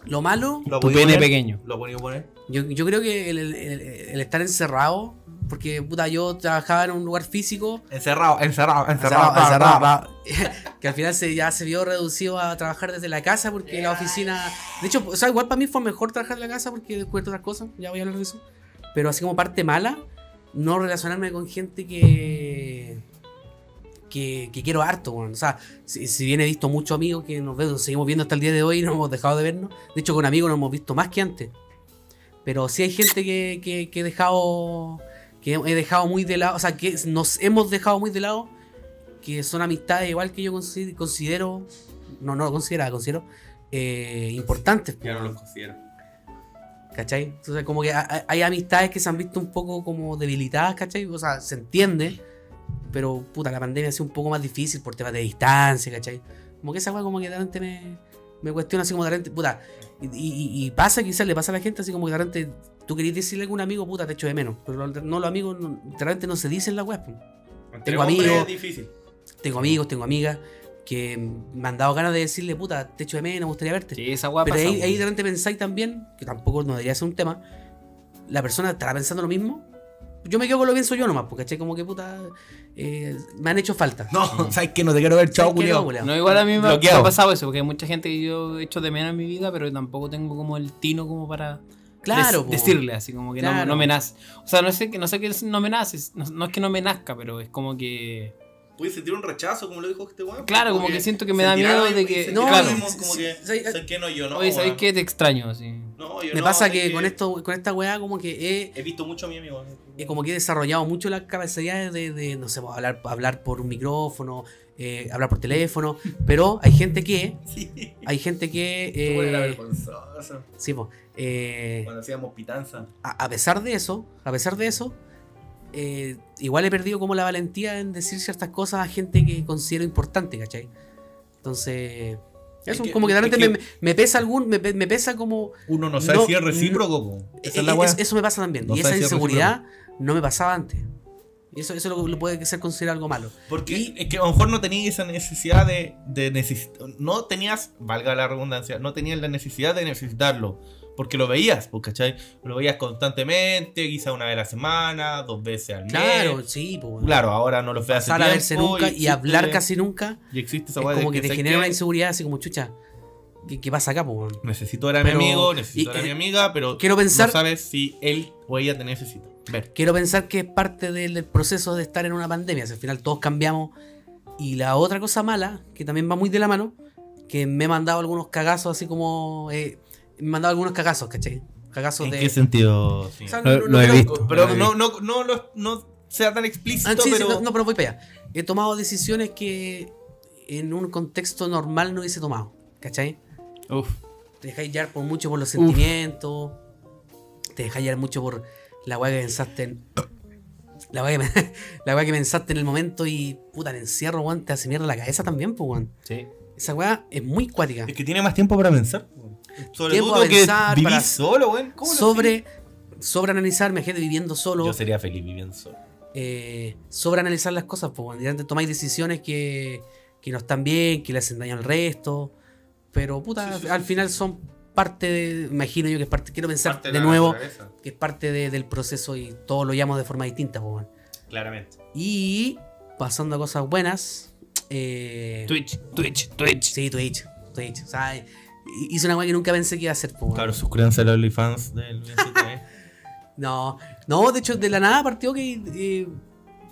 Lo malo, ¿Lo Tu podía pene poner? pequeño. ¿Lo podía poner? yo, yo creo que el, el- el- el estar encerrado, porque puta, yo trabajaba en un lugar físico, Encerrado, encerrado, encerrado. encerrado, pa, pa, encerrado, pa. que al final se, ya se vio reducido a trabajar desde la casa porque la oficina. De hecho, o sea, igual para mí fue mejor trabajar en la casa porque he descubierto otras cosas, ya voy a hablar de eso. Pero así como parte mala, no relacionarme con gente que. Que, que quiero harto, weón. O sea, si, si bien he visto muchos amigos que nos vemos, seguimos viendo hasta el día de hoy y no hemos dejado de vernos. De hecho, con amigos nos hemos visto más que antes. Pero sí hay gente que, que- que he dejado. que he dejado muy de lado. O sea, que nos hemos dejado muy de lado. Que son amistades igual que yo consi- considero. No, no considera, considero. eh, importantes. Ya no po, los considero. ¿Cachai? Entonces, como que ha- ha- hay amistades que se han visto un poco como debilitadas, ¿cachai? O sea, se entiende, pero puta, la pandemia ha sido un poco más difícil por temas de distancia, ¿cachai? Como que esa weá como que de repente me, me cuestiona así como de repente, puta, y, y- y pasa, quizás le pasa a la gente así como que de repente tú querés decirle a algún amigo, puta, te echo de menos, pero lo- no los amigos no, de repente no se dicen la web. Entre hombres amigos. Es difícil. Tengo amigos, tengo amigas que me han dado ganas de decirle, puta, te echo de menos, me gustaría verte. Sí, esa weá Pero pasa. ahí, weón. ahí de repente pensáis también, que tampoco no debería ser un tema, la persona estará pensando lo mismo. Yo me quedo con lo que pienso yo nomás, porque caché como que puta. eh, me han hecho falta. (laughs) Mm. No, sabes que no te quiero ver, chao, ¿Sabes qué? culiao. No, culiao. No, igual a mí me ha, me Bloqueado. ha pasado eso, porque hay mucha gente que yo he hecho de menos en mi vida, pero tampoco tengo como el tino como para Claro, des- po. decirle, así como que no- Claro. no, me nace. O sea, no sé, que- no sé que es- no me nace, no, no es que no me nazca, pero es como que... Pude sentir un rechazo, como lo dijo este weón. Claro, como que siento que me da sentirá miedo de y que- sentirá No, lo y- mismo, como sí, que. sí, sí, ¿Sabes qué? No, yo no. Oye, Ah. ¿sabéis weón. qué? Te extraño, así. No, yo Me no, pasa sé que, con esto, con esta weá, como que He visto mucho a mi amigo. he, he como que he desarrollado mucho las capacidades de, de, no sé, pues, hablar, hablar por un micrófono, eh, hablar por teléfono. Pero hay gente que. Sí. Hay gente que. Tú eres la Eh, vergonzosa. sí, po, eh, Cuando hacíamos pitanza. a, a pesar de eso, a pesar de eso, eh, igual he perdido como la valentía en decir ciertas cosas a gente que considero importante, ¿cachai? Entonces, eso, que- como que de es repente que- me, me pesa algún, me, pe- me pesa como... Uno no sabe No, si es recíproco, po. Esa es la eh, weá. es- eso me pasa también. No y sabes esa si es inseguridad no me pasaba antes. Y eso, eso lo, lo puede ser considerado algo malo. Porque Y- es que a lo mejor no tenías esa necesidad de, de necesitar. No tenías, valga la redundancia, no tenías la necesidad de necesitarlo. Porque lo veías, pues, ¿cachai? Lo veías constantemente, quizá una vez a la semana, dos veces al mes. Claro, sí, pues, bueno. Claro, ahora no los veas hace Pasar a tiempo verse nunca y, existe- hablar casi nunca Y existe esa es weá de como que te ¿sabes genera qué? una inseguridad así como chucha. ¿Qué, qué pasa acá, pues? bueno? Necesito ver a Pero- mi amigo, necesito y- ver a eh, mi amiga, pero Quiero pensar no sabes si él o ella te necesita. Ver. Quiero pensar que es parte del, del proceso de estar en una pandemia. Si al final todos cambiamos. Y la otra cosa mala, que también va muy de la mano, que me he mandado algunos cagazos, así como. eh, me he mandado algunos cagazos, ¿cachai? Cagazos ¿En de. qué sentido? o sea, No- no he creo- visto. Pero Ah, no, no, no, lo- no sea tan explícito, Ah, sí, sí, pero. no, no, pero voy para allá. He tomado decisiones que en un contexto normal no hubiese tomado, ¿cachai? Uf. Te dejáis llevar por mucho por los sentimientos. Te dejáis llevar mucho por la weá que pensaste en. (coughs) La weá que, me- (coughs) la weá que pensaste en el momento y puta, el encierro, weón, te hace mierda la cabeza también, pues, weón. Sí. Esa weá es muy cuática. Es que tiene más tiempo para pensar. Sobre Tiempo todo a que pensar, vivís para- solo, güey. ¿Cómo lo Sobre, sobre analizar, me quedé viviendo hacís? solo. Yo sería feliz viviendo solo. eh, sobre analizar las cosas, pues, weón. Y antes tomáis decisiones que, que no están bien, que le hacen daño al resto. Pero puta, Sí, sí, al sí, final son parte de. Imagino yo que es parte. Quiero pensar de nuevo. que es parte de- del proceso y todos lo llamamos de forma distinta, po, weón. Claramente. Y pasando a cosas buenas. eh, Twitch, Twitch, Twitch. Sí, Twitch. Twitch. O sea, hi- hice una weá que nunca pensé que iba a hacer, po, weón. Claro, suscríbanse a los OnlyFans del BCTV. No, no, de hecho, de la nada partió que eh,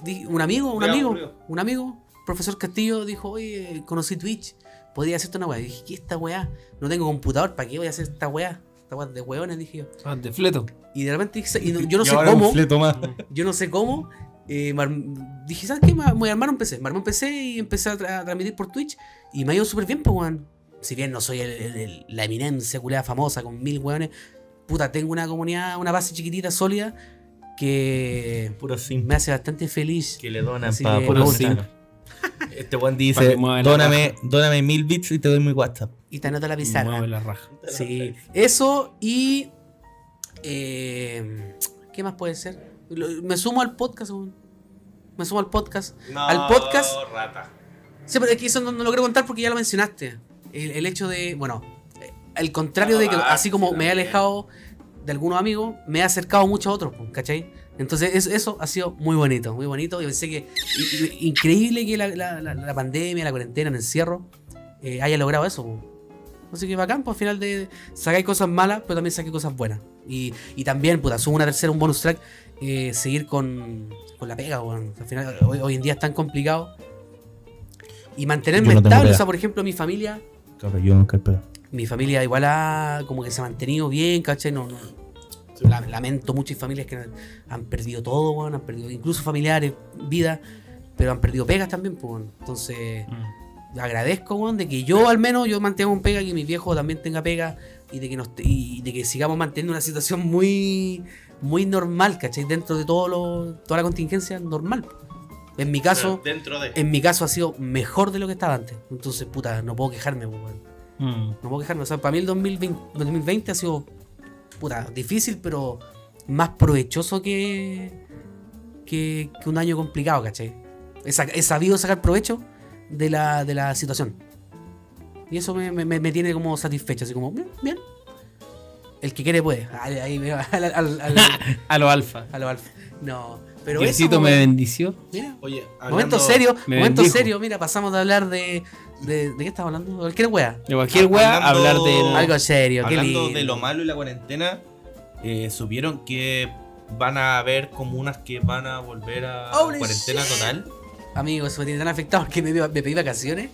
di- un amigo, un Ya, amigo, aburrido. un amigo, profesor Castillo, dijo, oye, conocí Twitch, podría hacerte una weá. Y dije, ¿qué esta weá? No tengo computador, ¿para qué voy a hacer esta weá? Esta weá de weones, dije yo. Ah, de fleto. Y de repente dije, y no- yo no Y sé ahora un cómo. fleto más. yo no sé cómo. eh, me arm- dije, ¿sabes qué? Me voy a armar un PC. Me armé un PC y empecé a, tra- a transmitir por Twitch. Y me ha ido súper bien, pues, weón. Si bien no soy el- el- el- la eminencia culada famosa con mil weones, puta, tengo una comunidad, una base chiquitita, sólida, que Puro me simp. hace bastante feliz. Que le donan Así pa' que puro me gusta. simp. Este Juan Pa' que dice, mueva la dóname, dóname mil bits y te doy mi WhatsApp. Y te anota la pizarra. Mueve la raja. Sí, eso y. eh, ¿Qué más puede ser? Lo- Me sumo al podcast, weón. Me sumo al podcast. No, Al podcast. Rata. Sí, pero es que eso no, no lo quiero contar porque ya lo mencionaste. El, el hecho de, bueno, eh, al contrario de que, Ah, así como sí, me he también. alejado de algunos amigos, me he acercado mucho a otros, pues, ¿cachai? Entonces eso, eso ha sido muy bonito, muy bonito. Yo pensé que i- i- increíble que la, la- la- la pandemia, la cuarentena, el encierro, eh, haya logrado eso. pues. Así que bacán, pues al final de sacáis cosas malas, pero también saqué cosas buenas. Y, y también, puta, subo una tercera, un bonus track, eh, seguir con, con la pega, weón. Al final, hoy, hoy en día es tan complicado. Y mantenerme Yo no tengo estable, o pega. sea, por ejemplo, mi familia, Cabrón, yo nunca he pegado. mi familia igual ha como que se ha mantenido bien, ¿cachai? No, no. La- lamento mucho y familias que han, han perdido todo, weón, han perdido incluso familiares, vida, pero han perdido pegas también, pues. weón. Entonces, Mm. agradezco, weón, de que yo al menos yo mantenga un pega, que mi viejo también tenga pega y de que nos y de que sigamos manteniendo una situación muy muy normal, ¿cachai? Dentro de todo lo, toda la contingencia normal. En mi caso, Dentro de. en mi caso ha sido mejor de lo que estaba antes. Entonces, puta, no puedo quejarme, pues, weón. Mm. No puedo quejarme. O sea, para mí el 2020, 2020 ha sido puta, difícil, pero más provechoso que, que, que un año complicado, ¿cachai? He, sa- he sabido sacar provecho de la, de la situación. Y eso me, me- me- me tiene como satisfecho, así como, bien, bien. El que quiere puede. Ahí, ahí veo (laughs) al, al- (laughs) al- A lo alfa. a lo alfa. No, pero eso, Diosito como- me bendició. mira, Oye, momento serio, me momento bendijo. serio, mira, pasamos de hablar de... ¿De, de qué estamos hablando? Cualquier wea. De cualquier wea, Hablando- hablar de. Eh, Algo serio, qué Hablando lindo. de lo malo y la cuarentena, eh, supieron que van a haber comunas que van a volver a Holy cuarentena Oh, shit. total. Amigo, eso me tiene tan afectado que me, me pedí vacaciones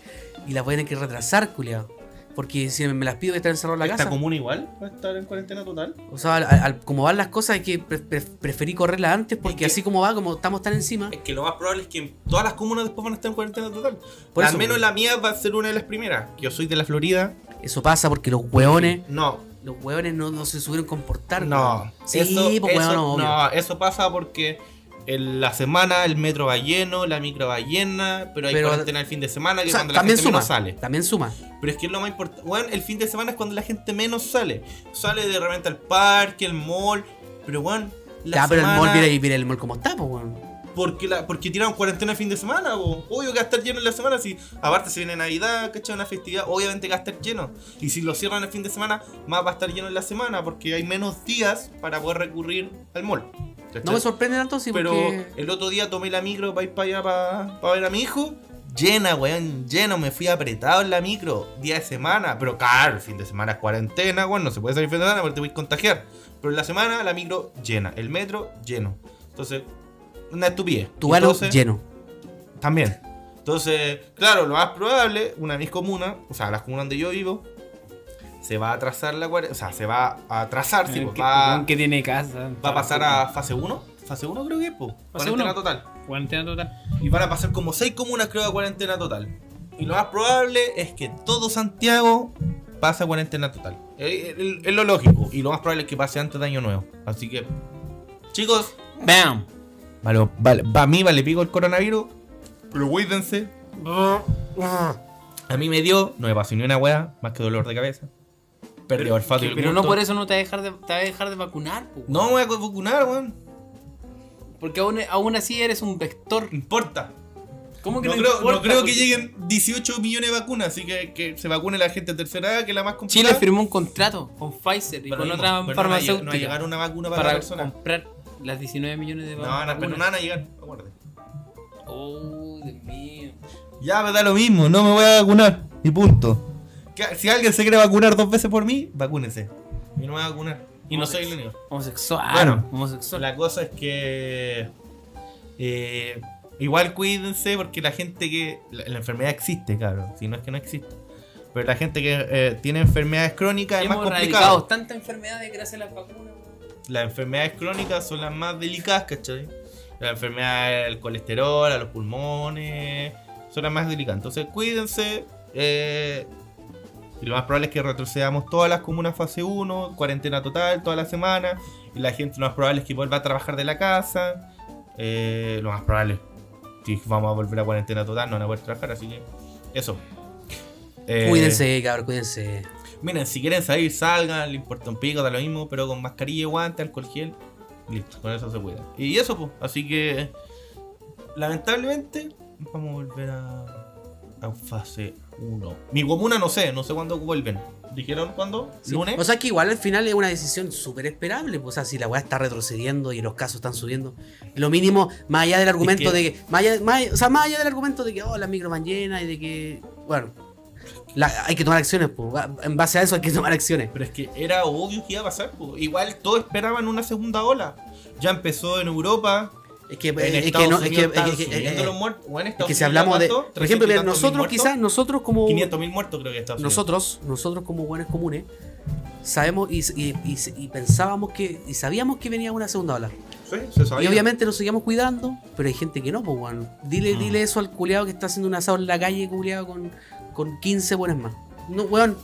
y las voy a tener que retrasar, culiao. Porque si me las pido voy a estar encerrado en la Esta casa. comuna igual va a estar en cuarentena total. O sea, al, al- como van las cosas, es que pre- pre- preferí correrlas antes porque que- así como va, como estamos tan encima. Es que lo más probable es que todas las comunas después van a estar en cuarentena total. Por Al eso, menos la mía va a ser una de las primeras. pues. Yo soy de la Florida. Eso pasa porque los hueones, No, los hueones no, no se subieron comportar. no. weón. Sí, eso, pues eso- hueón, obvio. no, eso pasa porque en la semana el metro va lleno, la micro va llena, pero hay Pero- cuarentena el fin de semana O que sea, cuando la también gente suma, menos sale. también suma. Pero es que es lo más importante. Bueno, el fin de semana es cuando la gente menos sale. Sale de repente al parque, al mall. Pero bueno, la Ya, pero el semana- mall, mira, mira el mall como está, pues, weón. Porque, la, porque tiraron cuarentena el fin de semana, po. obvio que va a estar lleno en la semana. Si aparte se viene Navidad, ¿cachai? Una festividad, obviamente que va a estar lleno. Y si lo cierran el fin de semana, más va a estar lleno en la semana porque hay menos días para poder recurrir al mall. ¿cachai? No me sorprende tanto, sí, pero porque... el otro día tomé la micro para ir para allá para, ver a mi hijo. Llena, weón, lleno, me fui apretado en la micro, día de semana, pero claro, el fin de semana es cuarentena, weón, no se puede salir fin de semana porque te voy a contagiar. Pero en la semana la micro llena, el metro lleno. Entonces, una estupidez. Tu galo Entonces, lleno. También. Entonces, claro, lo más probable, una de mis comunas, o sea, las comunas donde yo vivo, se va a atrasar la cuarentena, o sea, se va a atrasar, sí, pues, Que, va, que tiene casa. va a pasar a fase 1, fase 1 creo que es, pues, Fase cuarentena uno. total. Cuarentena total. Y van a pasar como seis comunas, creo, a cuarentena total. Y lo más probable es que todo Santiago pase a cuarentena total. Es, es- es lo lógico. Y lo más probable es que pase antes de Año Nuevo. Así que, chicos, ¡Bam! vale, vale, para mí vale pico el coronavirus. Pero cuídense. A mí me dio, no me pasó ni una wea, más que dolor de cabeza. Perdí el olfato y el Pero no gusto. por eso no te va a dejar de, te va a dejar de vacunar, po, No me voy a vacunar, weón. Porque aún, aún así eres un vector. No importa. ¿Cómo que No no, creo, importa? no creo que Porque lleguen 18 millones de vacunas, así que que se vacune la gente de tercera edad, que es la más complicada. Chile firmó un contrato con Pfizer y Pero con mismo, otra pero no va a lleg- farmacéutica No va a llegar una vacuna para, para la persona. comprar las 19 millones de No, no, pero no vacunas. van a llegar, acuérdate. Oh, Dios mío. Ya me da lo mismo, no me voy a vacunar. Y punto. Que- Si alguien se quiere vacunar dos veces por mí, vacúnese. Y no me voy a vacunar. Y no soy el único. Homosexual. Bueno. homosexual. La cosa es que. eh, igual cuídense porque la gente que. La, la enfermedad existe, cabrón. Si no es que no existe. Pero la gente que eh, tiene enfermedades crónicas es más Hemos complicado. erradicado tantas enfermedades gracias a las vacunas. las enfermedades crónicas son las más delicadas, ¿cachai? La enfermedad del colesterol, a los pulmones, son las más delicadas. Entonces cuídense. eh, y lo más probable es que retrocedamos todas las comunas fase 1, cuarentena total, toda la semana. Y la gente lo más probable es que vuelva a trabajar de la casa. eh, lo más probable. Si vamos a volver a cuarentena total, no van a poder trabajar, así que eso. Eh, Cuídense, cabrón, cuídense. Miren, si quieren salir, salgan, le importa un pico, da lo mismo, pero con mascarilla, guante, alcohol gel, listo, con eso se cuida. Y eso, pues, así que lamentablemente vamos a volver a, a fase uno. Mi comuna no sé, no sé cuándo vuelven. ¿Dijeron cuándo? Sí. ¿Lunes? O sea que igual al final es una decisión súper esperable. pues, O sea, si la weá está retrocediendo y los casos están subiendo, lo mínimo, más allá del argumento que- de que. Más allá, más allá- o sea, más allá del argumento de que, oh, las micro van llenas y de que. Bueno, la- hay que tomar acciones, pues. va- En base a eso hay que tomar acciones. Pero es que era obvio que iba a pasar. po. Igual todos esperaban una segunda ola. Ya empezó en Europa. Es que, en Eh, es Estados que no. Es Unidos que, es que- estaban es que- eh, subiendo es los muertos. Bueno, que Estados si Unidos, hablamos de. ¿cuánto? Por ¿300 ejemplo, y mira, tantos mil nosotros muertos? quizás, nosotros como. 500.000 muertos creo que Estados Unidos. nosotros, nosotros como buenos comunes, sabemos y, y- y- y pensábamos que. Y sabíamos que venía una segunda ola. Sí, se sabía. Y obviamente nos seguíamos cuidando, pero hay gente que no, pues, weón. Dile, Mm. dile eso al culeado que está haciendo un asado en la calle, culeado, con, con 15 buenos más. No, weón.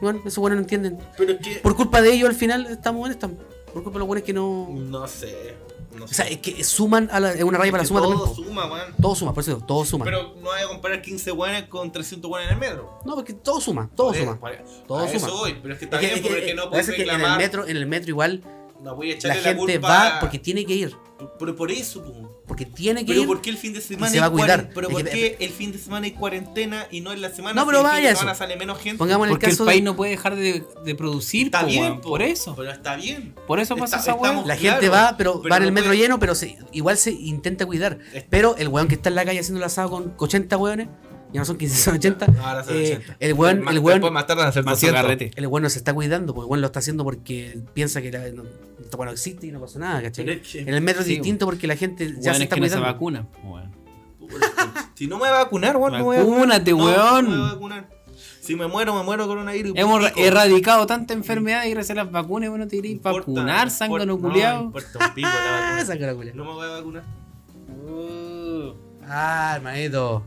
Weón, esos buenos no entienden. Pero es que. Por culpa de ellos, al final, estamos en esta. Por culpa de los buenos que no. No sé. No O sea, es que suman a la, es una raya para la suma todo también. po. suma, weón. Todo suma, por eso, todo suma. Pero no hay que comparar 15 guanes con 300 guanes en el metro. no, porque todo suma, todo Por- suma. por- Todo a eso suma. voy, pero es que Es que- también es que- porque no lo que pasa puedes es que en el reclamar. metro, en el metro igual no voy a la echarle la, gente culpa va a- porque tiene que ir. Pero por eso, po. Porque tiene que Pero ir. ¿por qué el fin de semana se va hay a cuidar. cuaren- Pero Es ¿por que- qué el fin de semana hay cuarentena y no en la semana? No, pero Si el fin vaya de eso. semana sale menos gente. Pongamos en el Porque el, caso de- país no puede dejar de, de producir, Está po, bien, weón, po. por eso. Pero está bien. Por eso pasa Está- esa weá. estamos- La Claro, gente va, pero, pero va en no el metro puede- lleno, pero se, igual se intenta cuidar. Es- Pero el weón que está en la calle haciendo el asado con 80 weones, ya no son 15, son 80. Ahora son eh, 80. el weón, Más- el weón, después más tarde van a ser Más 200. carrete. el weón no se está cuidando, porque el weón lo está haciendo porque piensa que la- no, esto, bueno, existe y no pasó nada, Pero ¿cachai? es que- pues. En el metro es Sí, distinto porque la gente ya Weón, se es está que no se cuidando. vacuna. weón. Si no me va a vacunar, weón, no me voy a vacunar. Vacúnate, No, No, me voy a este weón. vacunar. Si me muero, me muero coronavirus. Hemos pico. erradicado tanta enfermedad y gracias a las vacunas, bueno, te iréis Importa, vacunar, importa- sangre no, culiado. importa un pico la Ah, vacuna. saca la culia. No me voy a vacunar. Ah, hermanito.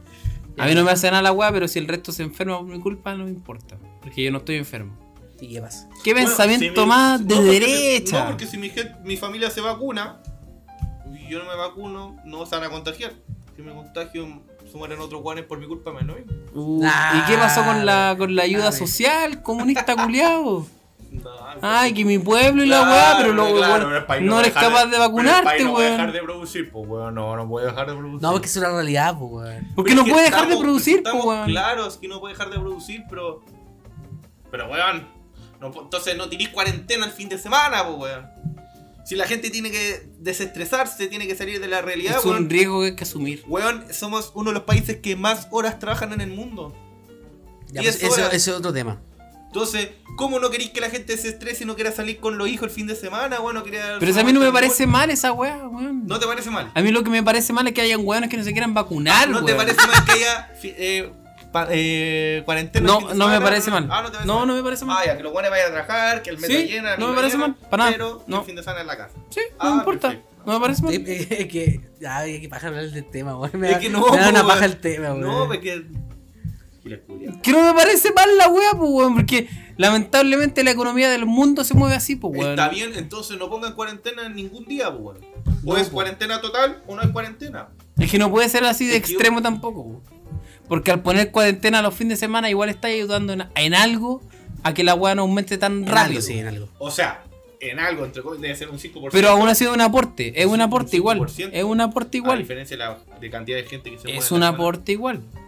A mí no me hace nada la weá, pero si el resto se enferma por mi culpa, no me importa. Porque yo no estoy enfermo. ¿Y qué pasa? ¿Qué Bueno, pensamiento si mi- más de no, porque si- derecha? no, porque si mi, gen- mi familia se vacuna y yo no me vacuno, no se van a contagiar. Si me contagio, se mueren otros guanes por mi culpa, me lo mismo. Uh, Nah, ¿Y qué pasó con la, con la ayuda nah, social comunista culiao? No, Ay, que mi pueblo y la Claro, weá, pero luego claro, weón, pero el país no va a eres dejar capaz de pero el país vacunarte, no va a dejar weón. de producir, pues, weón. No, no puede dejar de producir. No, porque es una realidad, pues, weón. Porque Pero no es que puede dejar de estamos- producir, po, estamos weón. Claro, es que no puede dejar de producir, pero. Pero, weón. no po- entonces no tirís cuarentena el fin de semana, pues, weón. Si la gente tiene que desestresarse, tiene que salir de la realidad, Es weón. un riesgo que hay que asumir. Weón, somos uno de los países que más horas trabajan en el mundo. Ya, Y pues, es ese, hora. ese es otro tema. Entonces, ¿cómo no queréis que la gente se estrese y no quiera salir con los hijos el fin de semana? Bueno, quería Pero si a mí no me parece mal esa weá, weón. No te parece mal. A mí lo que me parece mal es que hayan weones que no se quieran vacunar, Ah, no weón. te parece mal que haya fi- eh, pa- eh, cuarentena. el fin no, de no me semana? parece mal. Ah, no te parece No, mal. no me parece Ah, mal. ya, que los guanes vayan a trabajar, que el metro Sí, llena. no ni me parece mañana, mal, para nada, Pero que no. el fin de semana en la casa. Sí, no Ah, me importa. perfecto. Eh, No me parece mal. (laughs) Es que, ay, hay que paja hablar del tema, weón. Me, Es da- que no, me da una weón. paja el tema, weón. No, porque. Gila culia. Que no me parece mal la weá, pues, weón. Porque lamentablemente la economía del mundo se mueve así, pues, weón. Está bien, entonces no pongan cuarentena en ningún día, pues, weón. O No, es po. cuarentena total o no es cuarentena. Es que no puede ser así de Es que- extremo tampoco. po. Porque al poner cuarentena los fines de semana, igual está ayudando en, en algo a que la weá no aumente tan En rápido. algo, sí, en algo. O sea, en algo, entre comillas, debe ser un 5%. Pero aún ha sido un aporte. Es Un un aporte igual. 5%. Es un aporte A igual. diferencia de, la, de cantidad de gente que se mueve Es en un la aporte igual. semana.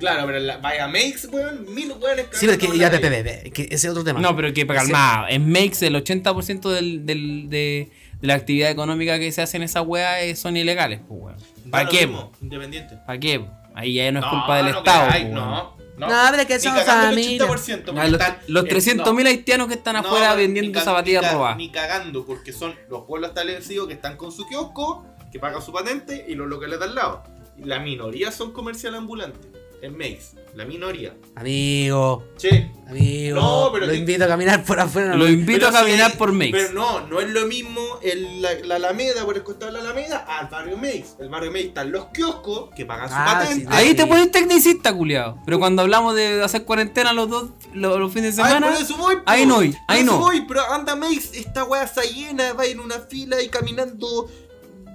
Claro, pero la, vaya Makes, weón, mil weones Sí, pero es cagando que ya la ve, ve, vida. ve, que ese es otro tema. No, pero que calmado. En Makes el 80% del, del- de, de la actividad económica que se hace en esa weá eh, son ilegales. po, weón. Da ¿Para lo qué? mismo, Independiente. ¿Para qué? po? Ahí ya no es No, culpa del no, Estado. que- ay, po, weón. no, no. No, pero es que Ni somos cagando el familia. 80% porque Ah, los están- los eh, 300.000 haitianos que están no, afuera no, ni vendiendo ca- ni zapatillas ca- robadas. Ni cagando, porque son los pueblos establecidos que están con su kiosco, que pagan su patente y los locales de al lado. Y La minoría son comercial ambulante. En Makes, la minoría. Amigo, Che, amigo. No, pero lo que- invito a caminar por afuera. Lo invito Pero a caminar sí, por Pero Makes. no, no es lo mismo el- la, la Alameda, por el costado de la Alameda, al barrio Makes. El barrio Makes están los kioscos que pagan Ah, su sí, patente. Ahí sí. te pones tecnicista, culiado. Pero cuando hablamos de hacer cuarentena los dos los, los fines de Ay, semana, por eso voy, po. ahí no voy, Por ahí eso no. voy, pero anda Makes, esta weá está llena, va en una fila y caminando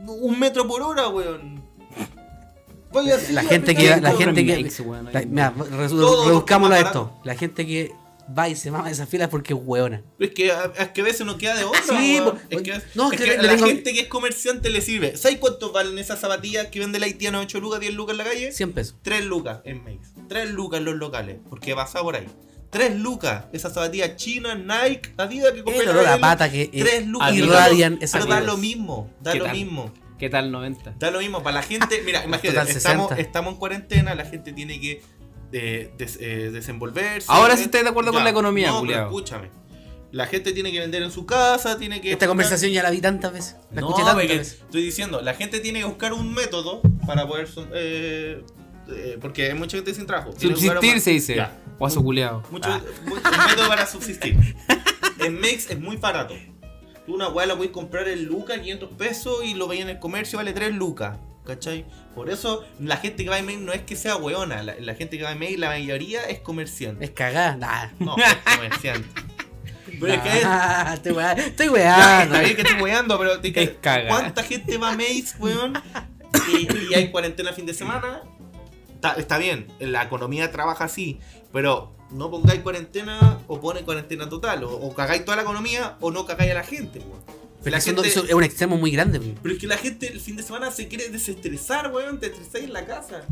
un metro por hora, weón. Voy así, La gente que- apretadito. la gente que- Makes, weón, ahí La- no. mira, re- Todo reduzcámoslo a más esto. La gente que va y se mama esas filas porque es hueona. Es que, a- es que a veces no queda de otra. Sí, weón. po- es que, no, es que que le a la tengo- gente que es comerciante le sirve. ¿Sabes cuántos valen esas zapatillas que vende el haitiano 8 lucas, 10 lucas en la calle? 100 pesos. 3 lucas en Makes. 3 lucas en los locales, porque pasaba por ahí. 3 lucas, esas zapatillas chinas, Nike, Adidas que compré El en olor a Ariel, pata que eh, Tres lucas. irradian esas Pero da cosas. lo mismo, da ¿Qué lo tal? mismo. ¿Qué tal 90? Da lo mismo para la gente. (laughs) Mira, Total 60. imagínate, estamos, estamos en cuarentena, la gente tiene que eh, des- eh, desenvolverse. Ahora ¿ves? sí estáis de acuerdo con la economía, no, pero culiao. escúchame. La gente tiene que vender en su casa, tiene que. Esta buscar- conversación ya la vi tantas veces. La No, escuché tantas porque veces. estoy diciendo, la gente tiene que buscar un método para poder. so- eh, eh, porque hay mucha gente sin trabajo. Tiene que buscar- Subsistir se dice. Ya. Guaso culiado. Mucho, mucho- un método para subsistir. En Mex es muy barato. Tú una weá la puedes comprar en lucas, 500 pesos, y lo veis en el comercio, vale 3 lucas. ¿Cachai? Por eso la gente que va a Mex no es que sea weona. La, la gente que va a Mex, la mayoría es comerciante. Es cagada. Nah. No, es comerciante. (laughs) Pero es que es. Nah, (laughs) estoy wea- Estoy Ya, weando. está bien que estoy weando, pero te- Es caga. ¿cuánta gente va a Maze, weón? Y, (laughs) y hay cuarentena el fin de semana. Está, está bien, la economía trabaja así, pero no pongáis cuarentena o ponen cuarentena total. O, o cagáis toda la economía o no cagáis a la gente, weón. Pero La es que eso- gente- eso es un extremo muy grande. weón. Pero es que la gente el fin de semana se quiere desestresar, weón. Te estresáis en la casa.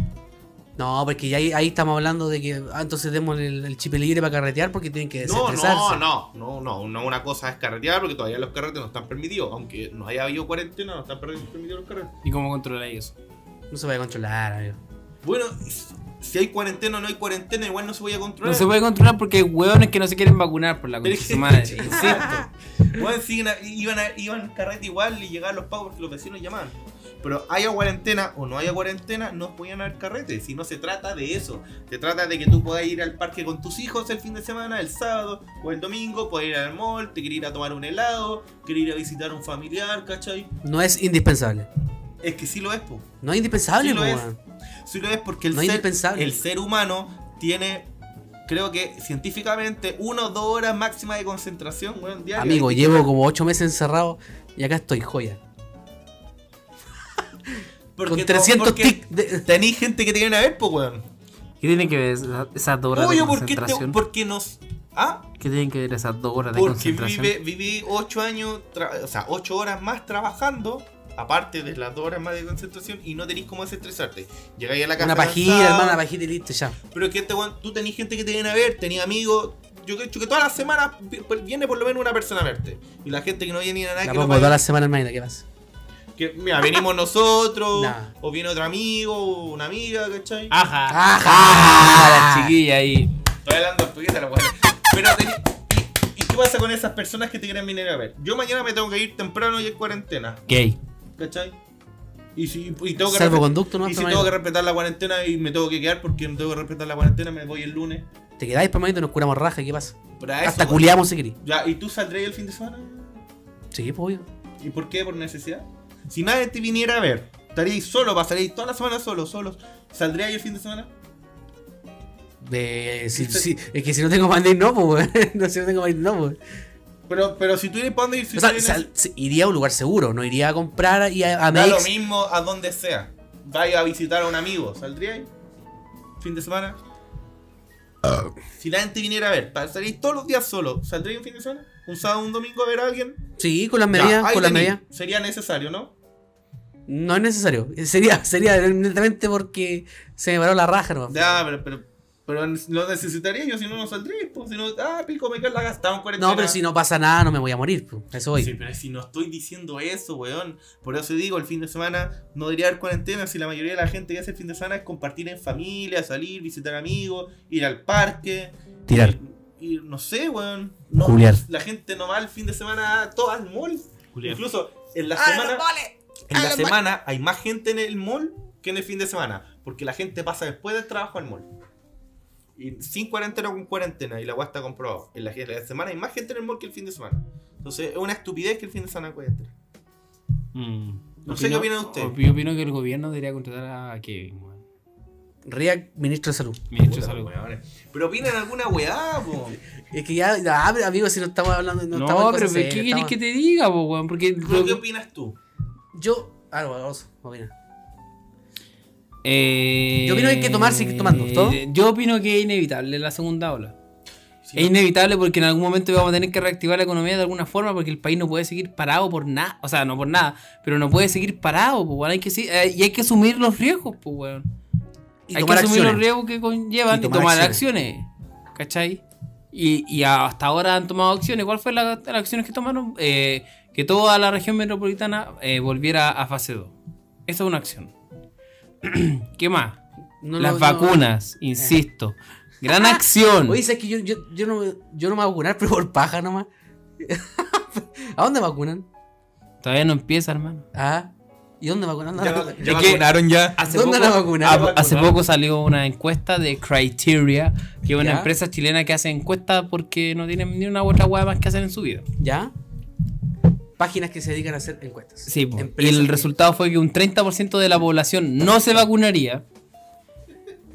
No, porque ya ahí, ahí estamos hablando de que ah, entonces demos el, el chip libre para carretear porque tienen que No, desestresarse. no, no, no, no, no. Una cosa es carretear porque todavía los carretes no están permitidos. Aunque no haya habido cuarentena, no están permitidos los carretes. ¿Y cómo controláis eso? No se puede controlar, amigo. Bueno, si hay cuarentena o no hay cuarentena, igual no se voy a controlar. No se puede controlar porque hay hueones que no se quieren vacunar por la Pero concha es de (laughs) su que- madre. Exacto. (laughs) Bueno, siguen a- iban, a, iban al carrete igual y llegaban los pagos porque los vecinos llamaban. Pero haya cuarentena o no haya cuarentena, no podían haber carrete. Si no se trata de eso, se trata de que tú puedas ir al parque con tus hijos el fin de semana, el sábado o el domingo, puedes ir al mall, te quieres ir a tomar un helado, quieres ir a visitar a un familiar, ¿cachai? No es indispensable. Es que sí lo es, po. No es indispensable, Sí lo po, es. weón. Sí lo es porque el, No es ser, indispensable. el ser humano tiene, creo que científicamente, una o dos horas máxima de concentración, weón, diaria. Amigo, llevo como ocho meses encerrado y acá estoy joya. Porque Con to- 300 porque tic. de- Tenéis gente que te viene a ver, pues, weón. ¿Qué tienen que ver esa- esas dos horas de Obvio, porque, te- concentración? porque nos. Ah, ¿Qué tienen que ver esas dos horas de porque concentración? vive, viví 8 años, tra- o sea, 8 horas más trabajando, aparte de las 2 horas más de concentración, y no tenéis cómo desestresarte. Llegáis a la casa. Una pajita, cansado, hermano, una pajita y listo, ya. Pero es que este weón, tú tenés gente que te viene a ver, tenés amigos. Yo creo que todas las semanas vi- pues, viene por lo menos una persona a verte. Y la gente que no viene ni a La nada, que no pongo toda vaya- la semana, hermanita, ¿qué pasa? que, Mira, venimos (laughs) nosotros, Nah. o viene otro amigo, o una amiga, ¿cachai? Ajá. Ah, Ah, ¡Ajá! la chiquilla ahí. Estoy hablando puñeta la weá. Pero teni- ¿Y y qué pasa con esas personas que te quieren venir a ver? Yo mañana me tengo que ir temprano y es cuarentena, Gay. ¿cachai? Y si y tengo que respetar- Salvoconducto, ¿no? y si hermanito? tengo que respetar la cuarentena y me tengo que quedar porque me tengo que respetar la cuarentena, me voy el lunes. Te quedáis, permanente, nos curamos raja, ¿qué pasa? Para eso, Hasta culiamos si querís. ya, ¿Y tú saldrías el fin de semana? Sí, pues, obvio. ¿Y por qué? ¿Por necesidad? Si nadie te viniera a ver, estaríais solo, pasaríais toda la semana solo, solos. ¿Saldríais el fin de semana? De, si, Usted- si- es que si no tengo para ir, no, pues, weón. (laughs) no, si no tengo para ir, no, pues. Pero, pero si tú eres para dónde ir, si O sea, tú eres- sal- se- iría a un lugar seguro, no iría a comprar y a, a Da lo Mex. mismo a donde sea. Vaya a visitar a un amigo. ¿Saldríais? ¿Fin de semana? Ah. Si la gente viniera a ver, salís todos los días solo, ¿saldríais un fin de semana? ¿Un sábado, un domingo a ver a alguien? Sí, con las Ya, medidas, ahí con las tení. medidas. Sería necesario, ¿no? No es necesario. Sería, sería netamente porque se me paró la raja, hermano. Ya, pero, pero, pero lo necesitaría yo, si no, no saldría. Pues, si no, ah, pico, me cae la gastaba en cuarentena. No, pero si no pasa nada, no me voy a morir, pues. a Eso voy. Sí, pero si no estoy diciendo eso, weón. Por eso digo, el fin de semana no debería haber cuarentena si la mayoría de la gente que hace el fin de semana es compartir en familia, salir, visitar amigos, ir al parque. eh, Tirar. Ir, no sé, weón. No, Culiar. La gente no va el fin de semana a todo al mall. Incluso en la ¡Ah, semana, en la semana hay más gente en el mall que en el fin de semana. Porque la gente pasa después del trabajo al mall. Y sin cuarentena o con cuarentena, y la guasta está comprobado. En la, en la semana hay más gente en el mall que el fin de semana. Entonces es una estupidez que el fin de semana cuarentena. No sé qué opina usted. Mm. Yo opino que el gobierno debería contratar a Kevin, weón. Riak, ministro de salud. Ministro de Puta, Salud. weones. Pero opinan alguna weá, (laughs) po. Es que ya, ya, amigos, si no estamos hablando, no, No, estamos en pero cosas ¿qué serias, quieres estamos- que te diga, po, weón? Porque. Pero, ¿Qué opinas tú? Yo. Ah, no, vamos, opina. Eh, Yo opino que hay que tomar, seguir tomando, ¿todo? Yo opino que es inevitable la segunda ola. Sí. Es inevitable porque en algún momento vamos a tener que reactivar la economía de alguna forma porque el país no puede seguir parado por nada, o sea, no por nada, pero no puede seguir parado, pues, weón. Hay que, sí- eh, y hay que asumir los riesgos, pues, weón. Y hay que tomar asumir los acciones. riesgos que conllevan y Y tomar, tomar acciones. ¿Cachai? Y, y hasta ahora han tomado acciones. ¿Cuál fue la, las acciones que tomaron? Eh, que toda la región metropolitana eh, volviera a fase 2. Esa es una acción. (clears throat) ¿Qué más? No, no, las no. vacunas, insisto. (laughs) Gran acción. Oye, ¿sabes que yo, yo, yo no, me- yo no me voy a vacunar, (laughs) pero por paja nomás. ¿A dónde vacunan? Todavía no empieza, hermano. Ah, ¿y dónde vacunan? Ya va- ya Es va que- con- Vacunaron ya. Hace ¿Dónde poco- la vacunaron? Ah, Hace vacunaron. poco salió una encuesta de Criteria, que es una Ya. empresa chilena que hace encuestas porque no tienen ni una u otra hueá más que hacer en su vida. ¿Ya? Páginas que se dedican a hacer encuestas. Sí, po. y Empresas el que- resultado fue que un 30% de la población no se vacunaría.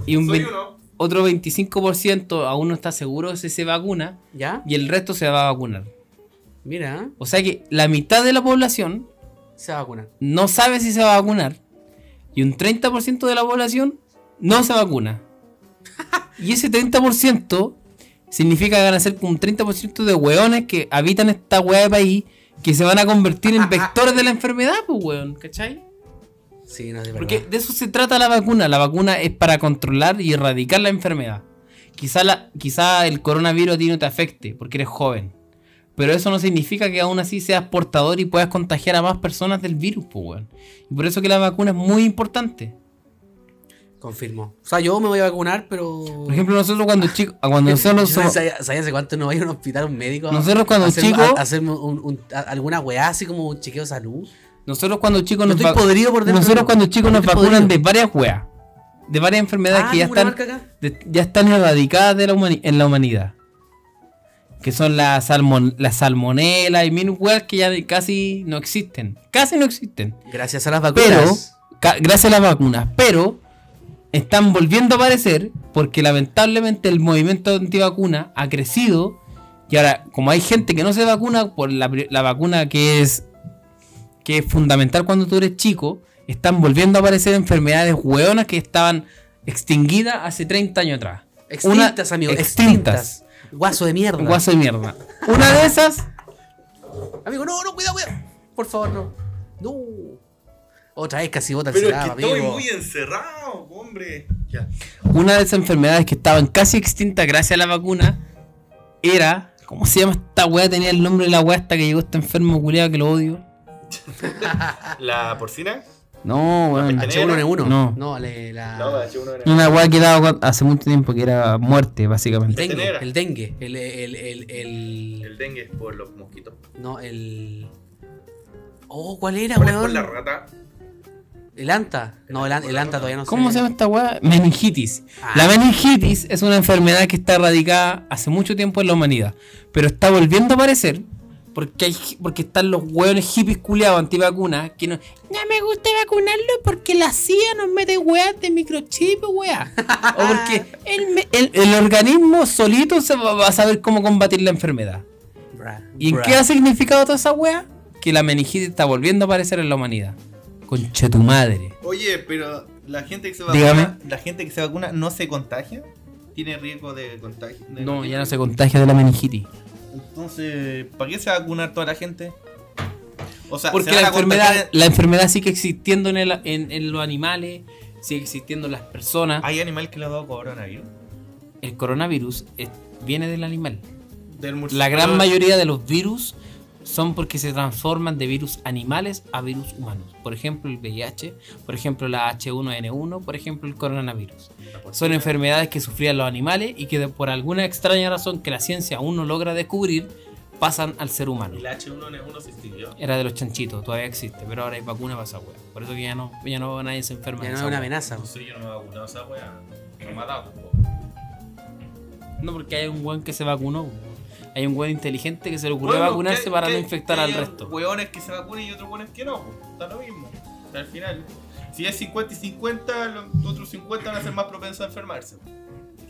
Y un Soy vein- uno. otro 25% aún no está seguro si se vacuna. ¿Ya? Y el resto se va a vacunar. Mira, ¿eh? O sea que la mitad de la población se va a vacunar. no sabe si se va a vacunar. Y un 30% de la población no se vacuna. Y ese 30% significa que van a ser como un 30% de hueones que habitan esta hueá de país que se van a convertir en vectores de la enfermedad, pues hueón, ¿cachai? Sí, no, de verdad. Porque de eso se trata la vacuna. La vacuna es para controlar y erradicar la enfermedad. Quizá, la, quizá el coronavirus a ti no te afecte porque eres joven. Pero eso no significa que aún así seas portador y puedas contagiar a más personas del virus, pues, weón. Y por eso que la vacuna es muy importante. Confirmo. O sea, yo me voy a vacunar, pero. Por ejemplo, nosotros cuando chicos. Cuando (laughs) Yo nosotros no somos- sabía, sabía hace cuánto no voy a un hospital, un médico. a- Nosotros cuando a hacer- chicos- a- a hacerme un- un- a- alguna weá, así como un chequeo de salud. nosotros cuando chicos Yo nos estoy va- podrido por dentro. Nosotros cuando chicos nos Estoy vacunan de podrido. varias weas. De varias enfermedades Ah, que ya ¿tengo una están. marca acá? de- ya están erradicadas de la humani- en la humanidad. Que son las salmon la salmonela y mil weas que ya de- casi no existen. Casi no existen. Gracias a las Pero, vacunas. ca- gracias a las vacunas, pero están volviendo a aparecer porque lamentablemente el movimiento antivacuna ha crecido. Y ahora, como hay gente que no se vacuna por la, pri- la vacuna que es, que es fundamental cuando tú eres chico, están volviendo a aparecer enfermedades hueonas que estaban extinguidas hace 30 años atrás. extintas, amigo. Extintas. extintas. Guaso de mierda. Un guaso de mierda. Una de esas, Amigo, no, no, cuidado, cuidado. Por favor, no. No. Otra vez casi bota el Pero es Sedap, que estoy amigo. muy encerrado, hombre. Ya. una de esas enfermedades que estaban casi extintas gracias a la vacuna era. ¿Cómo se llama esta weá? Tenía el nombre de la weá hasta que llegó este enfermo culiado que lo odio. ¿La porcina? No, Ah, weón. H1N1. No. No, le- la. No, la H1N1. Una weá que daba cu- hace mucho tiempo que era muerte, el básicamente. dengue. Tetenera. El dengue. El, el, el, el- El dengue es por los mosquitos. No, el. Oh, ¿cuál era, ¿Cuál es por la weón? rata? El anta. No, el, an- el anta todavía no ¿Cómo ve. se llama esta weá? Meningitis. Ah. La meningitis es una enfermedad que está erradicada hace mucho tiempo en la humanidad, pero está volviendo a aparecer porque, hay, porque están los hueones hippies culiados antivacunas que no. No me gusta vacunarlo porque la CIA nos mete weas de microchip, weá. o porque el, me- el- el organismo solito se va, va a saber cómo combatir la enfermedad. Bra, ¿Y en bra. qué ha significado toda esa wea? Que la meningitis está volviendo a aparecer en la humanidad. Conche tu madre. Oye, pero la gente que se Dígame. vacuna, la gente que se vacuna no se contagia, tiene riesgo de contagio. de- No, ya no se contagia de la meningitis. Entonces, ¿para qué se va a vacunar toda la gente? O sea, Porque se van la a enfermedad, contagiar- la enfermedad sigue existiendo en, el- en- en los animales, sigue existiendo en las personas. Hay animal que le ha dado coronavirus. El coronavirus es- viene del animal. Del La murciélago. gran mayoría de los virus son porque se transforman de virus animales a virus humanos. Por ejemplo, el VIH, por ejemplo, la H1N1, por ejemplo, el coronavirus. Son enfermedades que sufrían los animales y que de- por alguna extraña razón que la ciencia aún no logra descubrir, pasan al ser humano. El H1N1 se extinguió. Era de los chanchitos, todavía existe, pero ahora hay vacuna para esa wea. Por eso que ya no, ya no nadie se enferma. Ya de no es esa una wea. amenaza. No sé, yo no me he vacunado esa weá. No me ha dado. po. No, porque hay un weón que se vacunó. Hay un weón inteligente que se le ocurrió Bueno, vacunarse que- para que- no infectar que al haya resto. Hueones que se vacunen y otros hueones que no. po. Está lo mismo. Está al final. Si es 50 y 50, los otros 50 van a ser más propensos a enfermarse. po.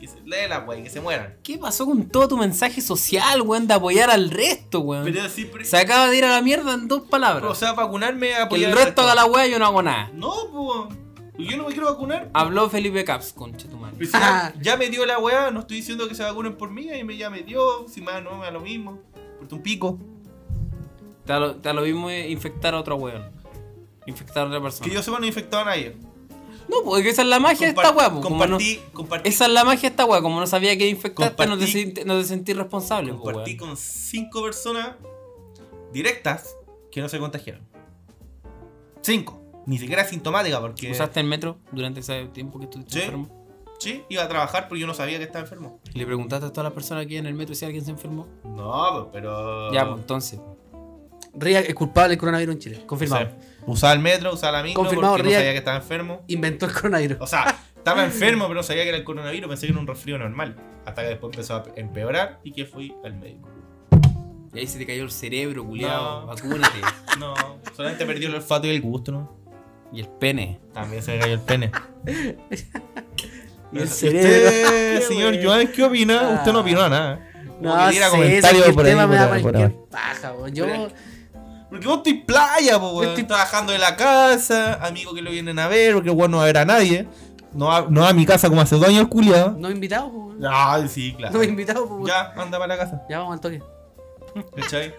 Que se lee la wea y que se mueran. ¿Qué pasó con todo tu mensaje social, weón, de apoyar al resto, weón? Pero sí, pero- Se acaba de ir a la mierda en dos o palabras. sea, vacunarme a Que apoyar el al resto haga la wea yo no hago nada. No, po. Pues Yo no me quiero vacunar. Habló Felipe Caps, conche tu madre. Pues si ya, ya me dio la weá, no estoy diciendo que se vacunen por mí, ahí me, ya me dio, si más no me da lo mismo. Por un pico. Te da lo, te da lo mismo eh, infectar a otro weón. Infectar a otra persona. Que yo sepa no he infectado a nadie. No, porque esa es la magia de esta weá. po, como no- compartí, compartí, Esa es la magia de esta weá. Como no sabía que infectaste, no te, Compartí- sentí, no te sentí responsable. po, compartí weón. con cinco personas directas que no se contagiaron. Cinco. Ni siquiera sintomática porque... ¿Usaste el metro durante ese tiempo que estuviste Sí. enfermo? Sí, iba a trabajar pero yo no sabía que estaba enfermo. ¿Le preguntaste a todas las personas que iban en el metro si alguien se enfermó? No, pero. Ya, pues entonces. Ría es culpable del coronavirus en Chile. Confirmado. O sea, usaba el metro, usaba la micro Confirmado, porque no real. sabía que estaba enfermo. Inventó el coronavirus. O sea, estaba enfermo pero no sabía que era el coronavirus, pensé que era un resfrío normal. Hasta que después empezó a empeorar y que fui al médico. Y ahí se te cayó el cerebro, culiado. No. Vacúnate. No, solamente perdió el olfato y el gusto, ¿no? y el pene. También se le cayó el pene. Y el ¿Y cerebro. (laughs) Ah. usted, señor Joan, ¿qué opina? Usted no opinó nada. como No que sé, ese diera comentario es que el por ahí, tema me da por ahí, por cualquier paja, weón. Yo, Pero- Porque vos estoy playa, po, weón. Estoy trabajando de la casa, amigos que lo vienen a ver, porque weón no va a ver a nadie. No va, no va a mi casa como hace dos años, culiado. no he invitado, weón. Ay, sí, claro. No he invitado, weón. Ya. Ya, anda para la casa. vamos al toque. (laughs) ¿Cachai?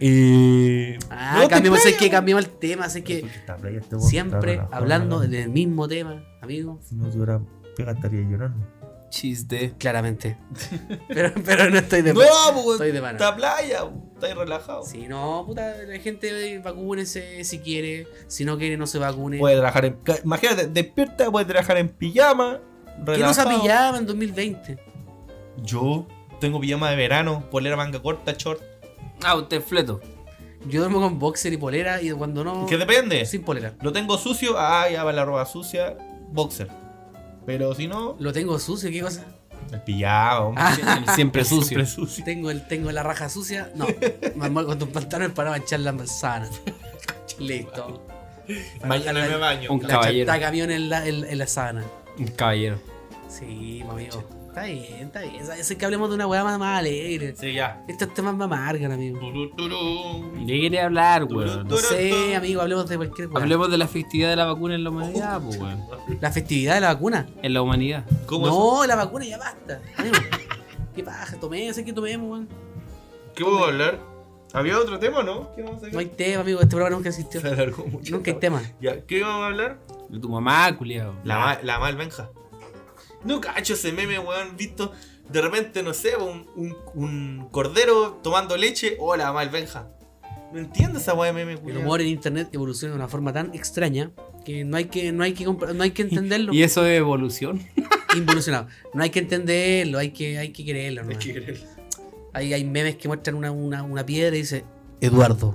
Y. Ah, No te cambiamos, es creo. que cambiamos el tema, es que Está playa este weón, siempre está relajado, hablando relajado. del mismo tema, amigo. Si no llora, pega estaría llorando. Chiste. Claramente. (laughs) Pero, pero no estoy de No, po, weón. Estoy de pana. Está playa, po. Está relajado. Si no, puta, la gente eh, vacúnense si quiere. Si no quiere, no se vacune. Puede trabajar en. Ca- Imagínate, despierta, puedes trabajar en pijama. ¿Qué nos ha relajado. pillado en 2020? Yo tengo pijama de verano, polera manga corta, short. Ah, usted es fleto. Yo duermo con boxer y polera y cuando no. Que depende. Sin polera. Lo tengo sucio, ah, ya va la ropa sucia, boxer. Pero si no, Lo tengo sucio, ¿qué cosa? el pijama, hombre. El Ah, Ah, siempre sucio. (laughs) Siempre sucio. Tengo, el, tengo la raja sucia. No, me muevo con tus pantalones para manchar la (laughs) manzana. Listo. Para Mañana dejar me la- baño. Un La caballero. chanta camión en la, en, en la sábana. Un caballero. Sí, pues, amigo. Está bien, está bien. Es es que hablemos de una weá más, más alegre. Sí, ya. Estos temas me amargan, amigo. Turu, turu. ¿De qué quiere hablar, Turu, weón? No sé, amigo, hablemos de cualquier weá. Hablemos de la festividad de la vacuna en la humanidad, pues, weón. La festividad de la vacuna. En la humanidad. ¿Cómo no, la vacuna ya basta. Amigo. (laughs) ¿Qué paja? Tomé, sé que tomemos, weón. es? ¿Qué puedo hablar? ¿Había otro tema, no? ¿Qué vamos a No hay hacer? tema, amigo. Este programa nunca existió. (laughs) Se alargó mucho. Nunca hay tema. Ya, ¿Qué vamos a hablar? De tu mamá, culiado. La, ma- la mal venja. No cacho ese meme, weón, visto. De repente, no sé, un, un, un cordero tomando leche o la mal venja. No entiendo esa weá de meme, El culiao. humor en internet evoluciona de una forma tan extraña que no hay que, no hay que, compre- no hay (laughs) que entenderlo. Y eso es evolución. Involucionado. No hay que entenderlo, hay que, hay que quererlo. Hay nomás. que creerlo. Hay, hay memes que muestran una, una, una piedra y dice Eduardo.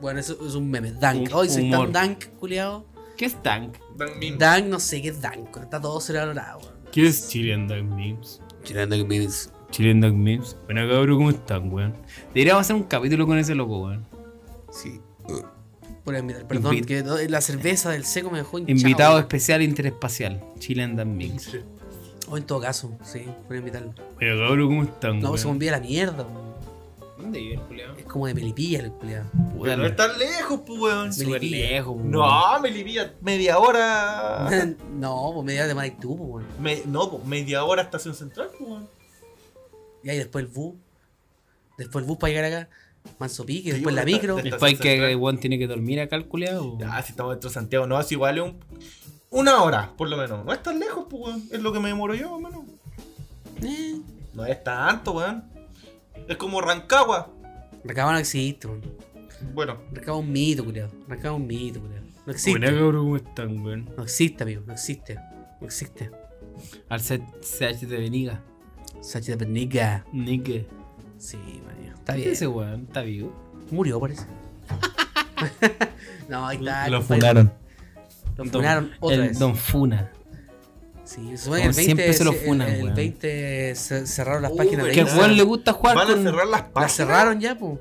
Bueno, eso es un meme. Dank. Hu- Hoy soy tan humor. dank, culiado. ¿Qué es Tank? Dan meme. Dank, no sé qué es dank. Está todo sobrevalorado. weón. ¿Qué es Chilean Dank Memes? Tirando que me dice, Chilean Dank Memes. Bueno, cabrón, ¿cómo están, weón? Deberíamos hacer un capítulo con ese loco, weón. Sí. Por invitar, perdón, Invit- que do- la cerveza del seco me dejó hinchado. Invitado especial interespacial. Chilean Dank Memes. O en todo caso, sí, por invitarlo. Bueno, cabrón, ¿cómo No, están, Mm, pues, weón? se me olvida la mierda, weón. ¿Dónde vive el culiado? Es como de melipilla el culiado. Pero no es tan lejos, pues, weón. Súper Melipilla. lejos, weón. No, me libía media hora. (laughs) no, pues media de Maracaibo, pues, weón. Me- no, pues media hora estación central, pues, weón. Y ahí después el bus. Después el bus para llegar acá. Manso pique, Sí, después la porque está- micro. está- Después hay que, weón, tiene que dormir acá el culiado. Ya, si estamos dentro de Santiago, no, es igual es un- una hora, por lo menos. No es tan lejos, pues, weón. Es lo que me demoro yo, hermano. Eh, No es tanto, weón. Es como Rancagua. Recaba no existe, weón. Bueno, Recaba un mito, culiado. Recaba un mito, culiado. No existe. Bueno, cabrón, ¿cómo están, weón? No existe, amigo. No existe. No existe. Al CH de Beniga. Sachi de Pernica. Nique. Sí, manío. Está ¿Qué bien. ese weón? ¿Está vivo? Murió, parece. (laughs) no, ahí está. pues, Lo compadre. funaron. Lo Don- funaron otra el vez. Don Funa. Sí, se supone que Como el 20, siempre se lo el- funan, el, weón. 20 se- cerraron las Uh, páginas pero de Que al Van a- weón le gusta jugar van a con... cerrar las Las páginas. cerraron ya, po.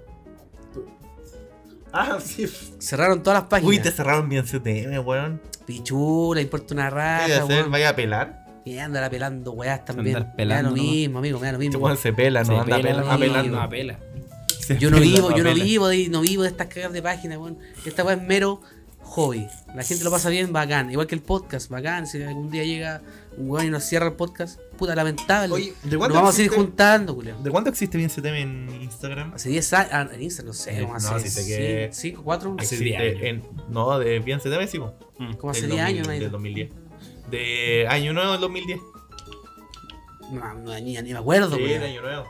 Ah, sí. Cerraron todas las páginas. Uy, te cerraron bien CTM, weón. Pichula, importa una ¿Qué voy a raja, hacer? weón. ¿Vaya a pelar? Y andará pelando weás también. Andar Me da pelando lo nomás. mismo, amigo, me da lo Este mismo. weón se pela, Se no anda pela, pela- no, apelando. no apela. Se Yo no pela, vivo, yo no apela. vivo de, no vivo de estas cagas de páginas, weón. Esta weá es mero hobby. La gente lo pasa bien, bacán. Igual que el podcast, bacán. Si algún día llega un weón y nos cierra el podcast, puta lamentable. Oye, ¿de nos cuánto vamos a seguir existe- juntando, Julio. ¿De cuánto existe bien ese tema en Instagram? Hace 10 años, ah, en Instagram, no sé, como Eh, No, hace si te quedé- 5, 4, Hace Existe 10 años. en- no, de bien se tema hicimos. Mm. como hace Del 10 años, 2000, me Del 2010. De año nuevo del 2010. No, no, ni, ni me acuerdo, Sí, güey. de año nuevo.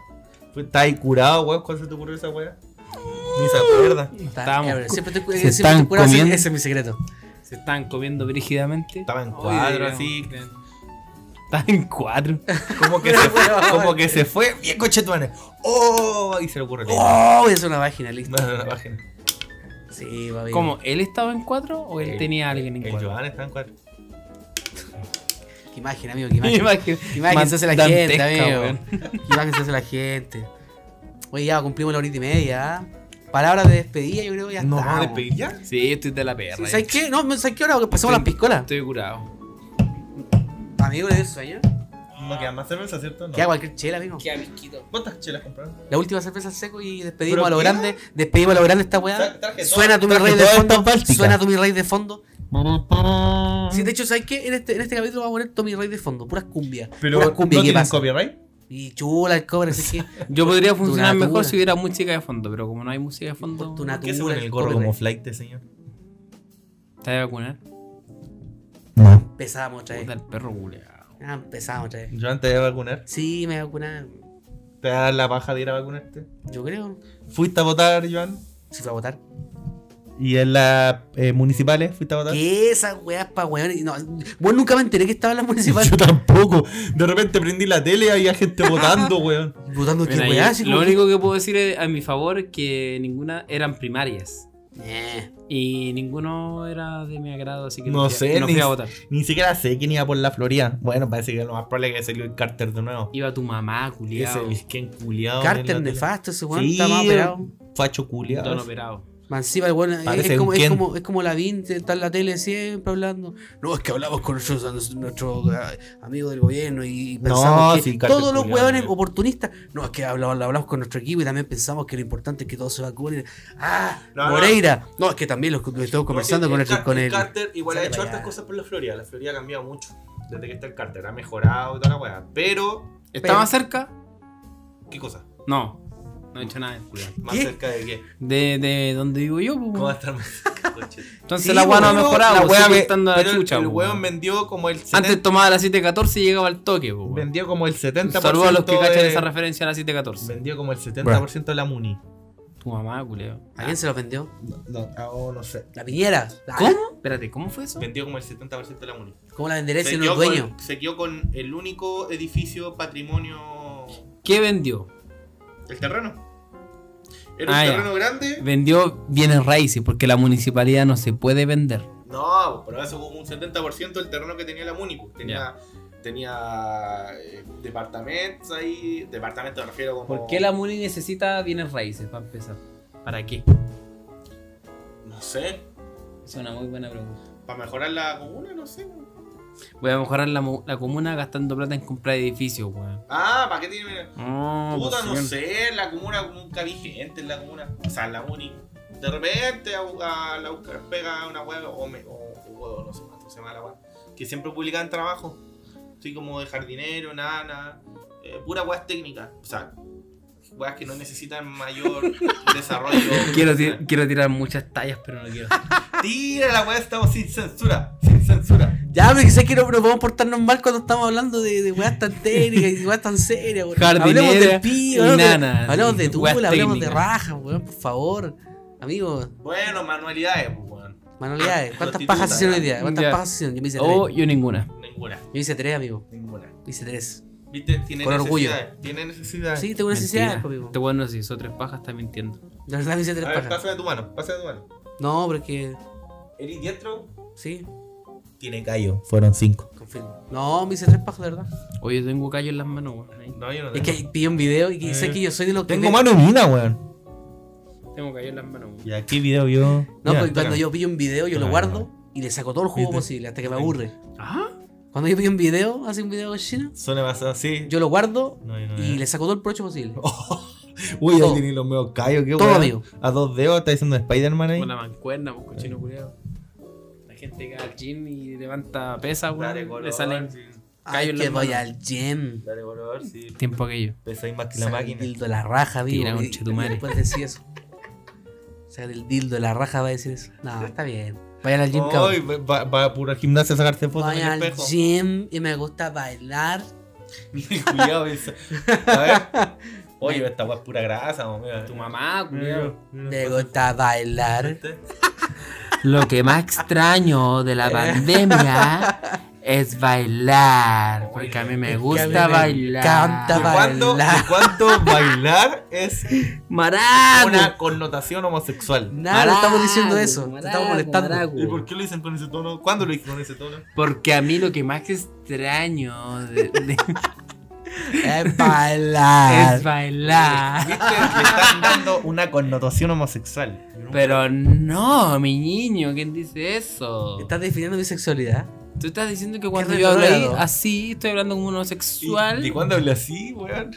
Fue- Está ahí curado, weón. ¿Cuándo se te ocurrió esa weá? Ni se acuerda. Está- Estábamos eh, Siempre te, se siempre están te curaba, ese- comiendo. ese es mi secreto. Se estaban comiendo brígidamente. Estaba en Oye, cuadro, digamos, así. Estaban en cuatro. Como que se fue. como que se fue. Bien cochetuanes. ¡Oh! Y se le ocurre. la ¡Oh! Voy a hacer una página, listo. No, no, no, bajen. Sí, va bien. ¿Cómo? ¿Él estaba en cuatro o él El- tenía a alguien en El cuatro? Joan está en cuadro. Qué imagen, amigo, qué (laughs) imagen. (laughs) Imagínate. Qué imagen se hace la gente, Dantesca, amigo. weón. Qué imagen se hace la gente. Oye, ya cumplimos la horita y media. ¿ah? Palabras de despedida, yo creo que ya ¿Nos estamos. vamos a despedir Ah, ya? Sí, estoy de la perra. Sí, ¿Sabes qué? No, ¿sabes qué ahora? Que pasemos las piscolas. Estoy curado. Amigo, ¿le dio sueño? No queda más cerveza, ¿cierto? No. Queda cualquier chela, amigo. ¿Cuántas chelas compraron? La última cerveza al seco y despedimos ¿Pero a lo qué? grande. Despedimos a lo grande esta Tra- weá. traje todo- Suena tu mi traje rey de todas fondo. estas bálticas. Suena tu mi rey de fondo. Sí, de hecho, ¿sabes qué? En este, en este capítulo vamos a poner Tommy Rey de fondo, puras cumbias. Pero puras no cumbias que tienen pasan. copyright. Y chula el cobre, así que. Yo podría funcionar Tuna, mejor tuna. si hubiera música de fondo, pero como no hay música de fondo. Tuna, ¿Qué se tuna, pone el gorro copyright. como flight, señor? ¿Te vas a vacunar? No. Empezamos otra vez. Puta, el perro culeado. Ah, empezamos otra vez. Joan, ¿te vas a vacunar? Sí, me vacunaron. ¿Te vas a dar la paja de ir a vacunarte? Yo creo. ¿Fuiste a votar, Joan? Si fue a votar. ¿Y en las eh, municipales fuiste a ¿Ah? votar? (laughs) ¿Qué esas weas pa' weones? No, vos nunca me enteré que estaba en la (laughs) municipal. Yo Tampoco. De repente prendí la tele y había gente votando, weón. Votando qué Mira, weá, yo- así lo como que- único que puedo decir es- a mi favor es que ninguna eran primarias. Eh, Y ninguno era de mi agrado, así que No fui a- sé, no ni- fui a votar. Ni siquiera sé quién iba por la Florida. Bueno, parece que lo más probable es que salió el Carter de nuevo. Iba tu mamá, Ese culiado. Vilken culiado. Carter en la tele. nefasto, ese weón Sí, eh, está más operado. Facho Don culiado. operado. Manciba, el weón. es- Parece Es como, un es, Ken. como, es como la Vin, está en la tele siempre hablando. No, es que hablamos con nuestros, nuestros eh, amigos del gobierno y pensamos que sí, Carter todos los culiao, huevones eh. oportunistas. No, es que hablamos, hablamos con nuestro equipo y también pensamos que lo importante es que todos se vacunen. Ah, No, no. Moreira. No, es que también lo lo estuvo conversando con, el, Car- con él. Carter igual ha Sale hecho para hartas allá. cosas por la Florida. La Florida ha cambiado mucho desde que está el Carter. Ha mejorado y toda la weá. Pero, ¿Está más cerca? ¿qué cosa? No. No he hecho nada, culiao. ¿Más ¿Qué? cerca de qué? De, de donde vivo yo, pues, ¿Cómo va a weón. estar más cerca? Conche. Entonces Sí, (laughs) la weá no ha pues, weón, mejorado, la weón, weá sigue me- estando a la Pero el- chucha, el weón. weón vendió como el Antes 70%. tomaba la 714 y llegaba al toque, pues, weón. Vendió como el 70%. Saludos a los que cachan de- esa referencia a la 714. Vendió como el 70% de la Muni. Tu mamá, culeo. ¿A quién se lo vendió? No, no, no sé. La piñera. Ah, ¿Cómo? Espérate, ¿cómo fue eso? Vendió como el 70% de la muni. ¿Cómo la venderé si no es quedó dueño? con, se quedó con el único edificio patrimonio. ¿Qué vendió? El terreno. Era Ah, un ya. terreno grande. Vendió bienes raíces porque la municipalidad no se puede vender. No, pero eso fue un 70% del terreno que tenía la muni. pues. Tenía, tenía eh, departamentos ahí. Departamentos me refiero como. ¿Por qué la MUNI necesita bienes raíces para empezar? ¿Para qué? No sé. Es una muy buena pregunta. Para mejorar la comuna, no sé. Voy a mejorar la, mu- la comuna gastando plata en comprar edificios, weón. Ah, ¿para qué tiene.? Oh, No, Puta, pues, no señor. sé, la comuna nunca vi gente en la comuna. O sea, en la uni. De repente a, a la buscar pega una web o, me, o, o no sé cuánto se llama la web. Que siempre publicaban trabajo. Así como de jardinero, nana. Eh, pura weas técnicas. O sea, weas que no necesitan mayor desarrollo. Quiero, ti- quiero tirar muchas tallas, pero no quiero. Tira la wea, estamos sin censura. Sin censura. Ya, pero que sé que no, no podemos portarnos mal cuando estamos hablando de, de weas tan técnicas y weas tan serias, weón. Jardinera Hablemos del y pío, hablemos de- nanas, hablemos de y weas tula, hablemos de técnicas. rajas, weón, por favor. Amigo, Bueno, manualidades, pues, weón. manualidades, ¿cuántas Prostituta, pajas se hicieron hoy ya. día? ¿Cuántas Ya. pajas se hicieron? Yo me hice tres. Oh, yo ninguna. Ninguna, Yo me hice tres, amigo. ninguna. Me hice tres. ¿Viste? Tiene Con orgullo. necesidades. Tiene necesidades. Sí, tengo necesidad, pues, amigo. Te bueno si hizo tres pajas, está mintiendo. La verdad me hice tres A ver, pajas. pásame tu mano, pásame tu mano. No, pero es que. ¿Eres diestro? Sí, Tiene callo. Fueron cinco. confirmo. No, me hice tres pajas, de verdad. Oye, tengo callo en las manos, weón. ahí. No, yo no Es que pillé un video y que- Eh, sé que yo soy de los que. Tengo ve- mano mina, weón. Tengo callo en las manos, weón. ¿Y aquí video yo? No, Ya. porque cuando espérame. yo pillo un video, yo lo Ah, guardo y le saco todo el jugo ¿Viste? posible hasta que me aburre. ¿Ah? Cuando yo pillo un video, hace un video con China, Suena más así. yo lo guardo No, yo no y veo. le saco todo el provecho posible. Uy, todo. ahí tiene los medios callos. Qué todo, weón. amigo. A dos dedos está diciendo Spider-Man ahí. Con la mancuerna, pues, cochino culiado. gente que va al gym y levanta pesas, Dale weón. color, Le salen sí. Ay, callos en que las voy manos. al gym. Dale color, sí. Tiempo aquello. Pues Pesáis más que la Saca el máquina. dildo de la raja, vivo. Tira, y- conchetumare. y Después decir eso. Saca el dildo de la raja, va a decir eso. No, está bien. Vayan al gym, Ay, cabrón. va, va a pura gimnasia a sacarse fotos en Vayan al el espejo. (laughs) gym y me gusta bailar. Cuidado, esa. A (laughs) ver. Oye, esta weá es pura grasa, mamá. mira. Tu mamá, Mira, culiao. mira, Me pasa- gusta bailar. Lo que más extraño de Eh. la pandemia es bailar. Porque a mí me gusta me bailar. encanta ¿De cuánto, Bailar. de (laughs) cuánto bailar es Maraco. una connotación homosexual? Ah, Nada, no estamos Maraco, diciendo eso. Te estamos maraco, molestando. maraco. ¿Y por qué lo dicen con ese tono? ¿Cuándo lo dicen con ese tono? Porque a mí lo que más extraño de- (laughs) de- (laughs) Es bailar. es Ah. bailar. ¿Viste? Le están dando Una connotación homosexual. Pero no, mi niño, ¿quién dice eso? Estás definiendo mi sexualidad. Tú estás diciendo que cuando yo hablo retrógrado. ahí, así, estoy hablando como un homosexual. ¿Y, y cuándo habla así, weón?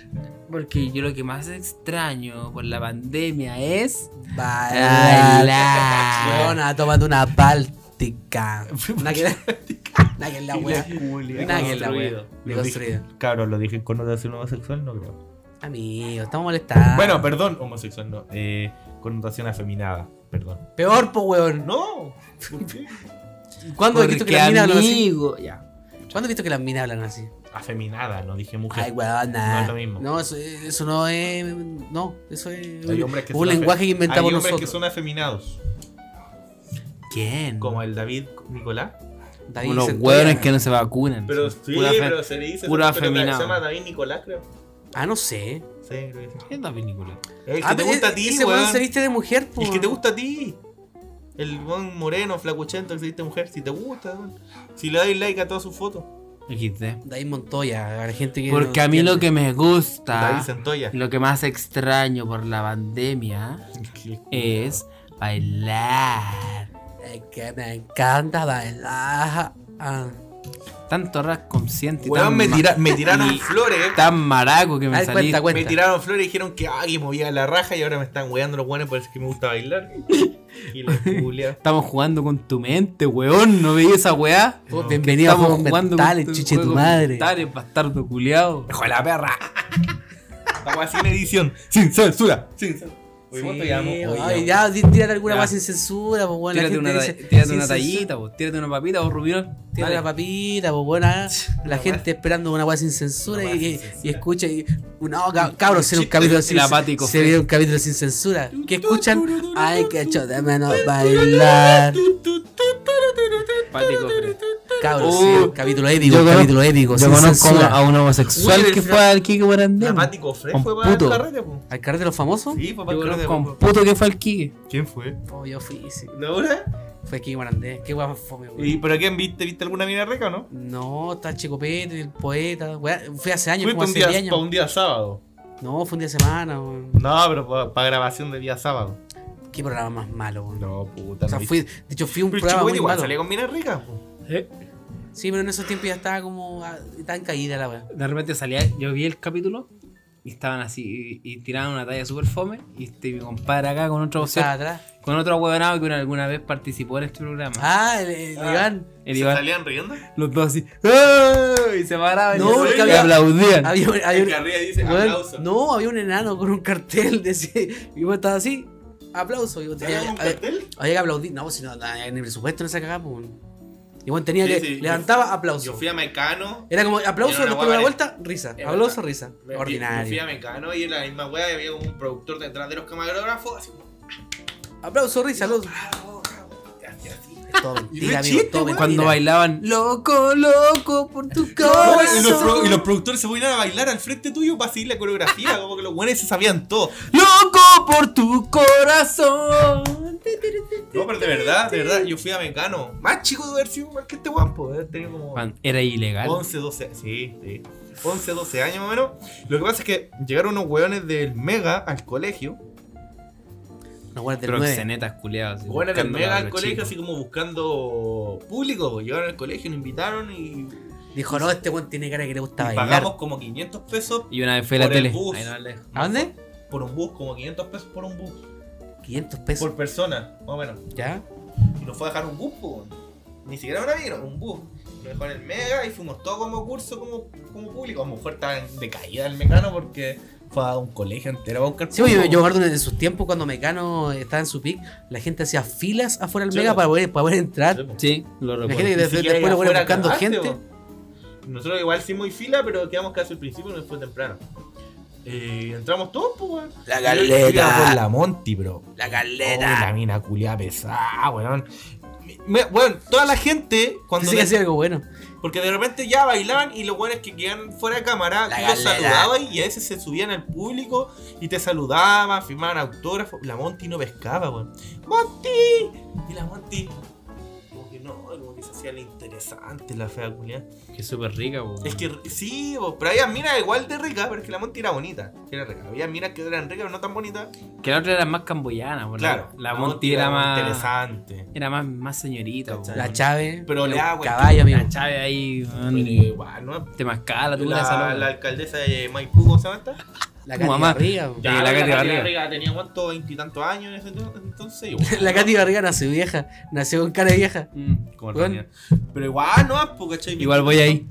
Porque yo lo que más extraño por la pandemia es Bailar. Bailar. Chona, tómate una báltica. Nada que nada que la wea. Nada que la wea. Lo Deconstruido. dije- Cabros, lo dije en connotación homosexual, no creo. Amigo, estamos molestando. Bueno, perdón, homosexual, no. Eh, connotación afeminada, perdón. peor, po, weón. No. ¿Por qué? ¿Cuándo he visto que porque las minas hablan así? amigo, ya. ¿Cuándo he visto que las minas hablan así? Afeminada, no dije mujer. Ay, weón, No es lo mismo. No, eso, eso no es. No, eso es. Hay hombres que un son lenguaje que Hay inventamos hombres nosotros. que son afeminados, ¿Quién? como el David Nicolás. David Como los Centurión. hueones que no se vacunan. Pero sí, Pura fe- pero se le dice. pura pero se afeminado. llama David Nicolás, creo. Ah, no sé. Sí, creo que sí. ¿Qué es la película? El que ah, te pero gusta a ese- ti, ese weón weón. se viste de mujer, po. El que te gusta a ti. El buen moreno, flacuchento que se viste mujer, si te gusta, weón. Si le dais like a todas sus fotos. Dijiste. David Montoya, a la gente que. Porque a mí lo que me David gusta, Centolla. lo que más extraño por la pandemia es bailar. Es que me encanta bailar. Ah. Tanto rap consciente y Weón, tan, me, ma- tira- me tiraron flores, eh. tan maraco que me Ay, salí. cuenta, cuenta. Me tiraron flores y dijeron que ay, que movía la raja y ahora me están weando los weones por eso que me gusta bailar. Y los culiados. Estamos jugando con tu mente, weón. ¿No veía esa weá? Oh, bienvenido a Juegos Mentales, chiche tu madre. Mentales, bastardo culiao. ¡Hijo de la perra! Estamos sin edición, sin censura, sin censura. Oye, ¿cuánto Sí, llevamos? Oye, ay, llevamos- ya, di- tírate alguna Ya. más sin censura, pues bueno. Tírate una, la ta- gente dice, tírate sin una censura, tallita, vos. Tírate una papita, vos, Rubirón. Tírate Dale. una papita, pues bueno. ah, La Una gente esperando una weá sin censura Una y, weá sin y- censura. y escucha y. No, cab- cabros, se ve un capítulo sin El apático Se fue. ve un capítulo sin censura. Que escuchan. Ay, que echo de menos bailar. Pático, pero- Cabros, Oh, se ve un capítulo épico, yo un cono- capítulo épico, Yo sin conozco censura. a un homosexual Oye, que el fue al Kike La Guarandema. Pati Cofré Con fue para el puto. carrete, po. ¿Al carrete de los famosos? Sí, fue para Yo el carrete. conozco a un po. puto que fue al Kike. ¿Quién fue? Oh, yo fui, sí. ¿No, una? Fue Kiki Guarandés. Qué guapa fome, weón. ¿Y pero quién viste? ¿Viste alguna mina rica o no? No, está Chico Pete, el poeta. weá, Fui hace años, Fuiste como un hace día, 10 años. pa' un día sábado. No, fue un día de semana, weón. No, pero para grabación de día sábado. Qué programa más malo, weón. No, puta. O sea, no fui, de hecho, fui a un Pero el programa Chihuahua muy igual malo. salía con minas ricas. po. Eh, Sí, pero en esos tiempos ya estaba como ah, tan caída la weá. De repente salía, yo vi el capítulo y estaban así, y, y tiraban una talla super fome. Y este, mi compadre acá con otro, Estaba atrás. con otro huevonado que una- alguna vez participó en este programa. Ah, el, el Ah. Iván. El ¿Se Iván, salían riendo? los dos así, ¡ah! y se paraban No, y, porque y había- aplaudían. Había, un- había El un- que arriba dice weón, aplauso. no, había un enano con un cartel. (laughs) Decía, y vos estabas así. Aplauso. Y vos tenías- ¿Tenemos un había, cartel? había que aplaudir. No, si no, no había ni presupuesto en esa cagada, pues. Y bueno, tenía Sí, que. sí, yo- levantaba aplauso. Yo fui a Mecano. Era como Era aplauso, una después de una guava, vuelta, risa. Es Aplauso, risa. Eh, Yo fui a Ordinario. Mecano y en la misma wea había como un productor detrás de los camarógrafos. Así como. "Ah, Aplauso, (laughs) risa, aplauso. Todo mentira, amigo. Todo mentira. Cuando bailaban, loco, loco, por tu y, los pro- y corazón. los productores se ponían a bailar al frente tuyo para seguir la coreografía. como que los buenos se sabían todo. Loco por tu corazón. No, pero de verdad, de verdad, yo fui a Mecano. Más chico de haber sido más que este guapo. Tenía como Juan, Era ilegal. 11, 12. Sí, sí. 11, 12 años más o menos. Lo que pasa es que llegaron unos weones del Mega al colegio. No, bueno, del nueve. Proxenetas culiados. así, Weones del buscando Mega a al los colegio, chicos. así como buscando público. Llegaron al colegio, nos invitaron y, Dijo, no, este weón tiene cara que le gusta y bailar. pagamos como 500 pesos Y una vez fue a la Por el tele. bus. Ahí no le- ¿A dónde? por un bus, como 500 pesos por un bus. 500 pesos. Por persona, más o menos. ¿Ya? Y nos fue a dejar un bus, po, weón. ni siquiera un avión, un bus. Nos dejó en el Mega y fuimos todos como curso, como, como público. A lo mejor estaba de caída el mecano porque fue a un colegio entero a buscar Sí, yo, público. yo guardo en sus tiempos cuando Mecano estaba en su pic, la gente hacía filas afuera del Sí, Mega po. para poder, para poder entrar. Sí, lo La recuerdo. gente que Ni de- siquiera después lo fueron afuera buscando cagaste, gente. po. Nosotros igual sí muy fila, pero quedamos casi al principio y nos fue temprano. Eh, entramos todos, pues, weón. La Iba por la Monty, bro. La Oh, la mina culiada pesada, weón. Me- Bueno, toda la gente, cuando Pensé que de- hacía algo bueno. Porque de repente ya bailaban y los buenos que quedaban fuera de cámara, La tú los galera. saludaban y a veces se subían al público y te saludaban, firmaban autógrafos. La Monty no pescaba, weón. ¡Monty! Y la Monty. Como que no, como que se hacía la interesante, la fea culiada. Que es súper rica, po. Es que sí, vos, pero había minas igual de ricas, pero es que la Monty era bonita. que Era rica. Había minas que eran ricas, pero no tan bonitas. Que la otra era más camboyana, po. La- Claro, La, Monty era más. interesante. Era más, más señorita, po. ¿Cachai? La Chávez. Pero le los da, güey. Caballo, amigo. La Chávez ahí. Pero man, igual, ¿no? Te mascaba la tuya, esa La, loca. la alcaldesa de Maipú, ¿cómo se llama esta? La Tu Katy mamá. Barriga. Ya, la Katy Barriga. tenía cuánto, veintitantos años en ese ento- entonces. (laughs) Igual, (laughs) La Katy Barriga nació vieja. Nació con cara de vieja. Mm. Como el Bueno. Daniel. Pero igual, ¿no? Pues, ¿cachai? Igual voy ahí.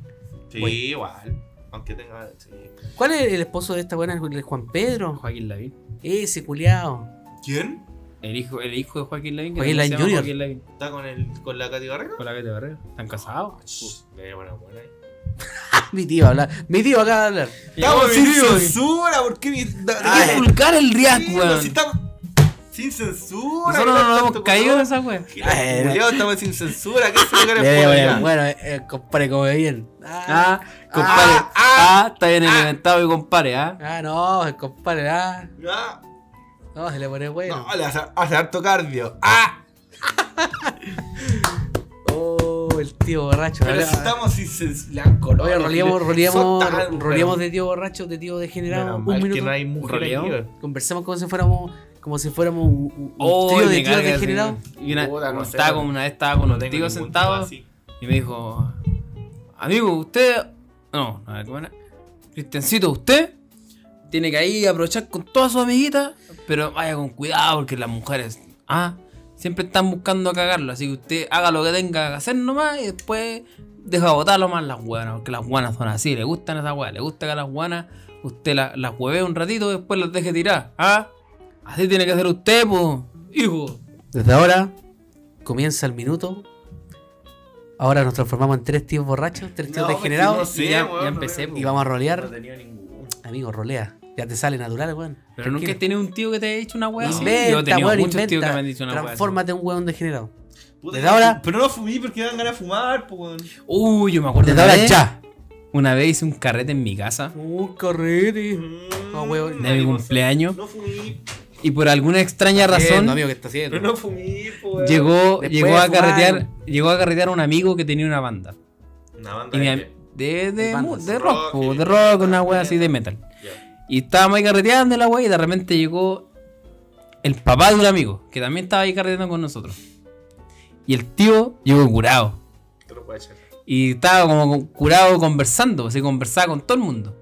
Sí, voy. igual. Aunque tenga. Sí. ¿Cuál es el esposo de esta buena? ¿El Juan Pedro? Joaquín Lavín. Ese culiao. ¿Quién? El hijo, el hijo de Joaquín Lavín. que Joaquín Lavín también se llama Jr.. Joaquín Lavín. ¿Está con, el, con la Katy Barriga? Con la que te barrera. ¿Están casados? Eh, bueno, bueno. ahí. Mi tío habla. Mi tío acaba de hablar. Estamos sin Llegó mi tío. censura, ¿por qué? mi- da- Hay que Ah, Sí, vulgar el riac, pues, Ah, eh. weón. si estamos sin censura. Nosotros no nos hemos caído en esa Ah, weón. Eh, no. Julio, estamos sin censura. (laughs) ¿Qué se le Eh, quiere bueno, bueno, eh, compadre, come bien. Ah, Ah, compadre. Ah, ah, ah, está bien alimentado mi compadre, ah. ah, no, el compadre, ah. Ah, No, se le pone bueno. No, le hace, hace harto cardio. ¡Ah! Oh, el tío borracho. Pero Ahora- si estamos sin censura. Oye, roleamos, roleamos, Son tan- roleamos de tío borracho, de tío degenerado. Menos Un mal que minuto. no hay mujeres Roleo. aquí, weón. Conversamos como si fuéramos, como si fuéramos un, un- un Oh, trío de me tíos carga, degenerados. sí. Y una, Puta, no sé, estaba no- con una vez estaba con No un tengo tío ningún sentado tipo así. y me dijo, amigo, usted, no, a ver, ¿cómo era? Cristiancito, usted tiene que ahí aprovechar con todas sus amiguitas, pero vaya con cuidado porque las mujeres, ah, siempre están buscando cagarlo, así que usted haga lo que tenga que hacer nomás y después deja botarlo más las guanas, porque las guanas son así, le gustan esas guanas, le gusta que a las guanas usted la- las huevee un ratito y después las deje tirar, ah, así tiene que hacer usted, pues, hijo. Desde ahora comienza el minuto. Ahora nos transformamos en tres tíos borrachos, tres tíos No, degenerados. pues, sí, y ya- weón, ya no empecé, tengo- Y vamos a No rolear. tenía ningún. Amigo, rolea. Ya te sale natural, weón. Pero nunca he Tranquilo. tenido un tío que te haya dicho una wea así. Yo he Inventa, tenido weón, muchos tíos que inventa. me han dicho una wea así. Transfórmate en un weón degenerado. Puta, Desde ahora- Pero no fumí porque dan ganas de fumar, pues, weón. Uy, yo me acuerdo Desde una ahora vez, ya. una vez hice un carrete en mi casa Un carrete. No, weón, de mi cumpleaños Mm. No fumí, y por alguna extraña razón Haciendo, amigo, ¿qué está haciendo? pero no fumí, pues. weón. llegó Después llegó a de fumar. carretear llegó a carretear un amigo que tenía una banda Una banda Y mi de- am- de, de, De bandas. mu- de rock, Rock, po, y- de rock, una wea así de metal. Ya. Y estábamos ahí carreteando la wea y de repente llegó el papá de un amigo que también estaba ahí carreteando con nosotros. Y el tío llegó curado. Te lo puedo echar. Y estaba como con- curado conversando, se conversaba con todo el mundo.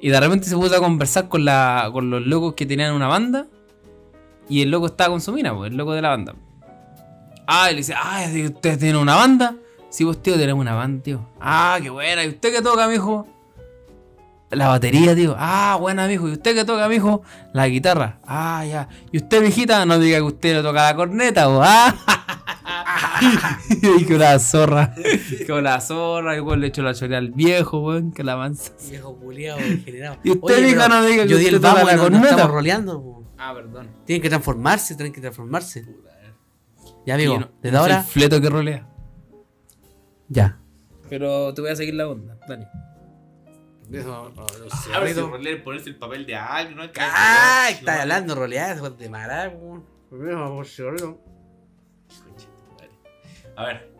Y de repente se puso a conversar con, la, con los locos que tenían una banda. Y el loco estaba con su mina, pues, el loco de la banda. Ah, y le dice, ah, ¿sí ¿ustedes tienen una banda? Sí, pues tío, tenemos una banda, tío. Ah, qué buena. ¿Y usted qué toca, mijo? La batería, tío. Ah, buena, mijo. ¿Y usted qué toca, mijo? La guitarra. Ah, ya. ¿Y usted, mijita? No diga que usted no toca la corneta, o ah. (laughs) Y yo dije una (laughs) zorra. Que una zorra, igual le echo la chorea al viejo, weón, que la avanza. Viejo culiao degenerado. Y usted, Oye, mija, pero no diga que Yo di usted el toca vamos, la no, no corneta. estamos roleando. po. Ah, perdón. Tienen que transformarse, tienen que transformarse. Ya, Amigo, amigo, desde ahora, fleto que rolea. ya. Pero te voy a seguir la onda, Dani. A ver si Ah, rolear, ponerse el papel de alguien, ¿no? Ah, No, está no, hablando roleadas de mará, po. Concha tu madre. A ver.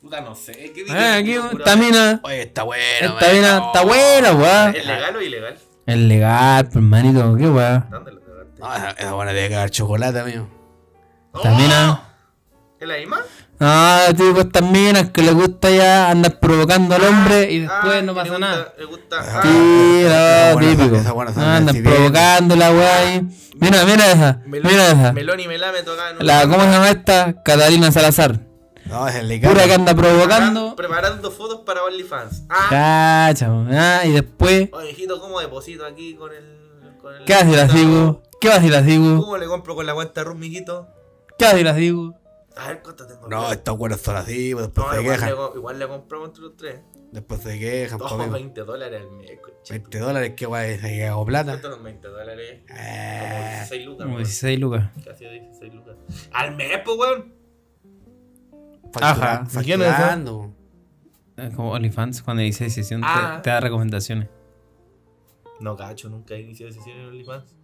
Puta, no sé. ¿Qué dices? Ah, aquí, Juro, esta mina. Oye, está bueno. Esta mina, está buena, weón. ¿Es legal o ilegal? Es legal, hermanito, qué weón. Dándole, adelante. Es buena de cagar chocolate, amigo. Esta mina. ¿Es la misma? Ah, tipo estas minas que le gusta ya andar provocando al hombre y después Ah, no que le pasa gusta- nada. Le gusta. Ah. ah, Sí, Esa buena no, son- típico. esa buena son Andan del civil. provocando la weá ahí. Mira, mira esa. melón, Mira esa. Melón y melame tocaban. La, ¿Cómo se llama esta? Catalina Salazar. No, es el Licano. Pura que anda Preparando, provocando. preparando fotos para OnlyFans. Ah, Cacha, weón. ah, y después. oye, hijito, ¿cómo deposito aquí con el. Con el ¿Qué haces las digo? ¿Qué vas y las digo? ¿Cómo le compro con la cuenta RUM, mijito? ¿Qué vas y las digo? A ver cuánto tengo. No, estos buenos son así, pues, después No, se igual, quejan. le, co- igual le compramos entre los tres. Después se quejan, Todos pa' mí. 20 dólares al mes, coche. 20 pues, dólares, qué guay, ahí hago plata. ¿Cuánto son 20 dólares? Como Eh, 16 lucas, Ah, Como weón. 16 lucas. Casi 16 lucas. Al mes, pues, weón. factura- Ajá, ¿quién es ese? facturando. Eh, Como OnlyFans, cuando inicias sesión, te- Ah. te, da recomendaciones. No, cacho, nunca he iniciado sesión en OnlyFans.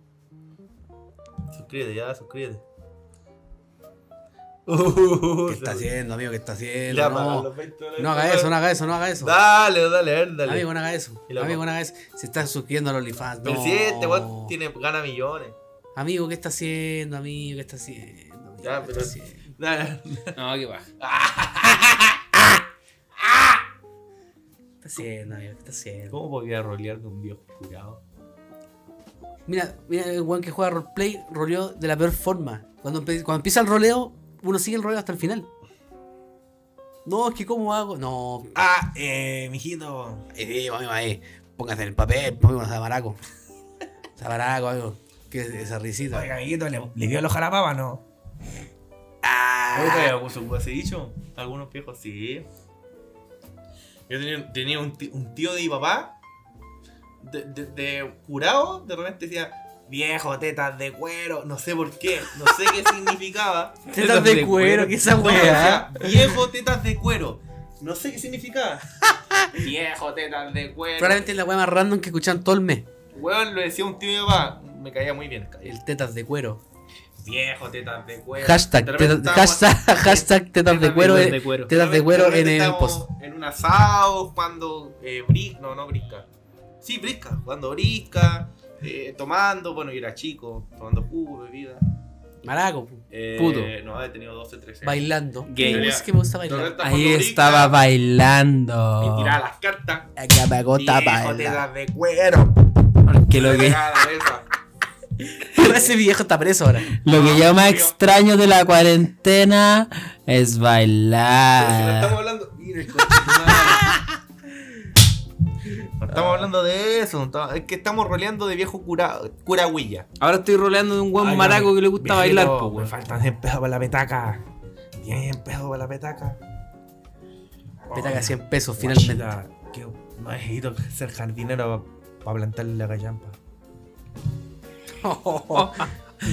Suscríbete, ya, suscríbete. (laughs) Uh, ¿Qué está haciendo, amigo? ¿Qué está Le haciendo? apagaron No, los 20 dólares. no haga eso, no haga eso, no haga eso. Dale, dale, a ver, dale. Amigo, no haga eso. Y la Amigo, pa- no haga eso. Se está suscribiendo al OnlyFans. Pero no. si este weón tiene, gana millones. Amigo, ¿qué está haciendo, amigo? ¿Qué está haciendo? amigo? Ya, ¿Qué está pero- haciendo? Dale. No, qué (laughs) baja. ¿Qué está haciendo, amigo? ¿Qué está haciendo? (laughs) ¿Cómo podía rolear de un viejo curado? Mira, mira, el weón que juega roleplay roleó de la peor forma. Cuando, empe- cuando empieza el roleo, uno sigue el roleo hasta el final. No, es que ¿cómo hago? No, Ah, eh, mijito. ahí, sí, amigo, ahí. Póngase en el papel, póngase sabaraco. (laughs) Sabaraco, amigo. ¿Qué es esa risita? Oiga, amiguito, ¿le, le dio el ojo a la pava o no? Oye, ¿algunos se dicho? Algunos viejos sí. Yo tenía, tenía un, ti- un tío de mi papá, de, de, de curado, de repente decía, viejo, tetas de cuero, no sé por qué, no sé (laughs) qué significaba. Tetas de cuero, que esa No, decía, weá. viejo, tetas de cuero, no sé qué significaba. (laughs) viejo, tetas de cuero. Probablemente es la weá más random que escuchan todo el mes. Weón, lo decía un tío de mi papá, me caía muy bien. caía. El tetas de cuero. Viejo, tetas de cuero. Hashtag, De tetas- repente estábamos- (laughs) hashtag, hashtag tetas de cuero. eh, cuero. Tetas de cuero en Realmente el estábamos post. En un asado, cuando eh, bris- no, no brisca. Sí, brisca, cuando brisca, eh, tomando, bueno, yo era chico, tomando jugo, bebida. Maraco, pu, Eh, Puto. No, he tenido 12, 13 años. bailando. Gay. Uy, es que me gusta De repente bailar. cuando Ahí brisca, estaba Y bailando. tiraba las cartas. Acá me agota Viejo, bailar. tetas de cuero. Que lo que, Pegada (laughs) de esa. Ese viejo está preso ahora. lo que yo más Obvio. extraño de la cuarentena es Pero si no estamos bailar. hablando. Mira el coche de tu (laughs) madre. No estamos hablando de eso. no estamos- Es que estamos roleando de viejo cura, curahuilla. Ahora estoy roleando de un Ay, buen maraco que le gusta Viejito, bailar, po, Me weón. faltan 100 pesos para la petaca. 100 pesos para la petaca. Petaca Ay, 100 pesos finalmente. guachita, Qué no he ido a ser jardinero para plantarle la gallampa. (laughs)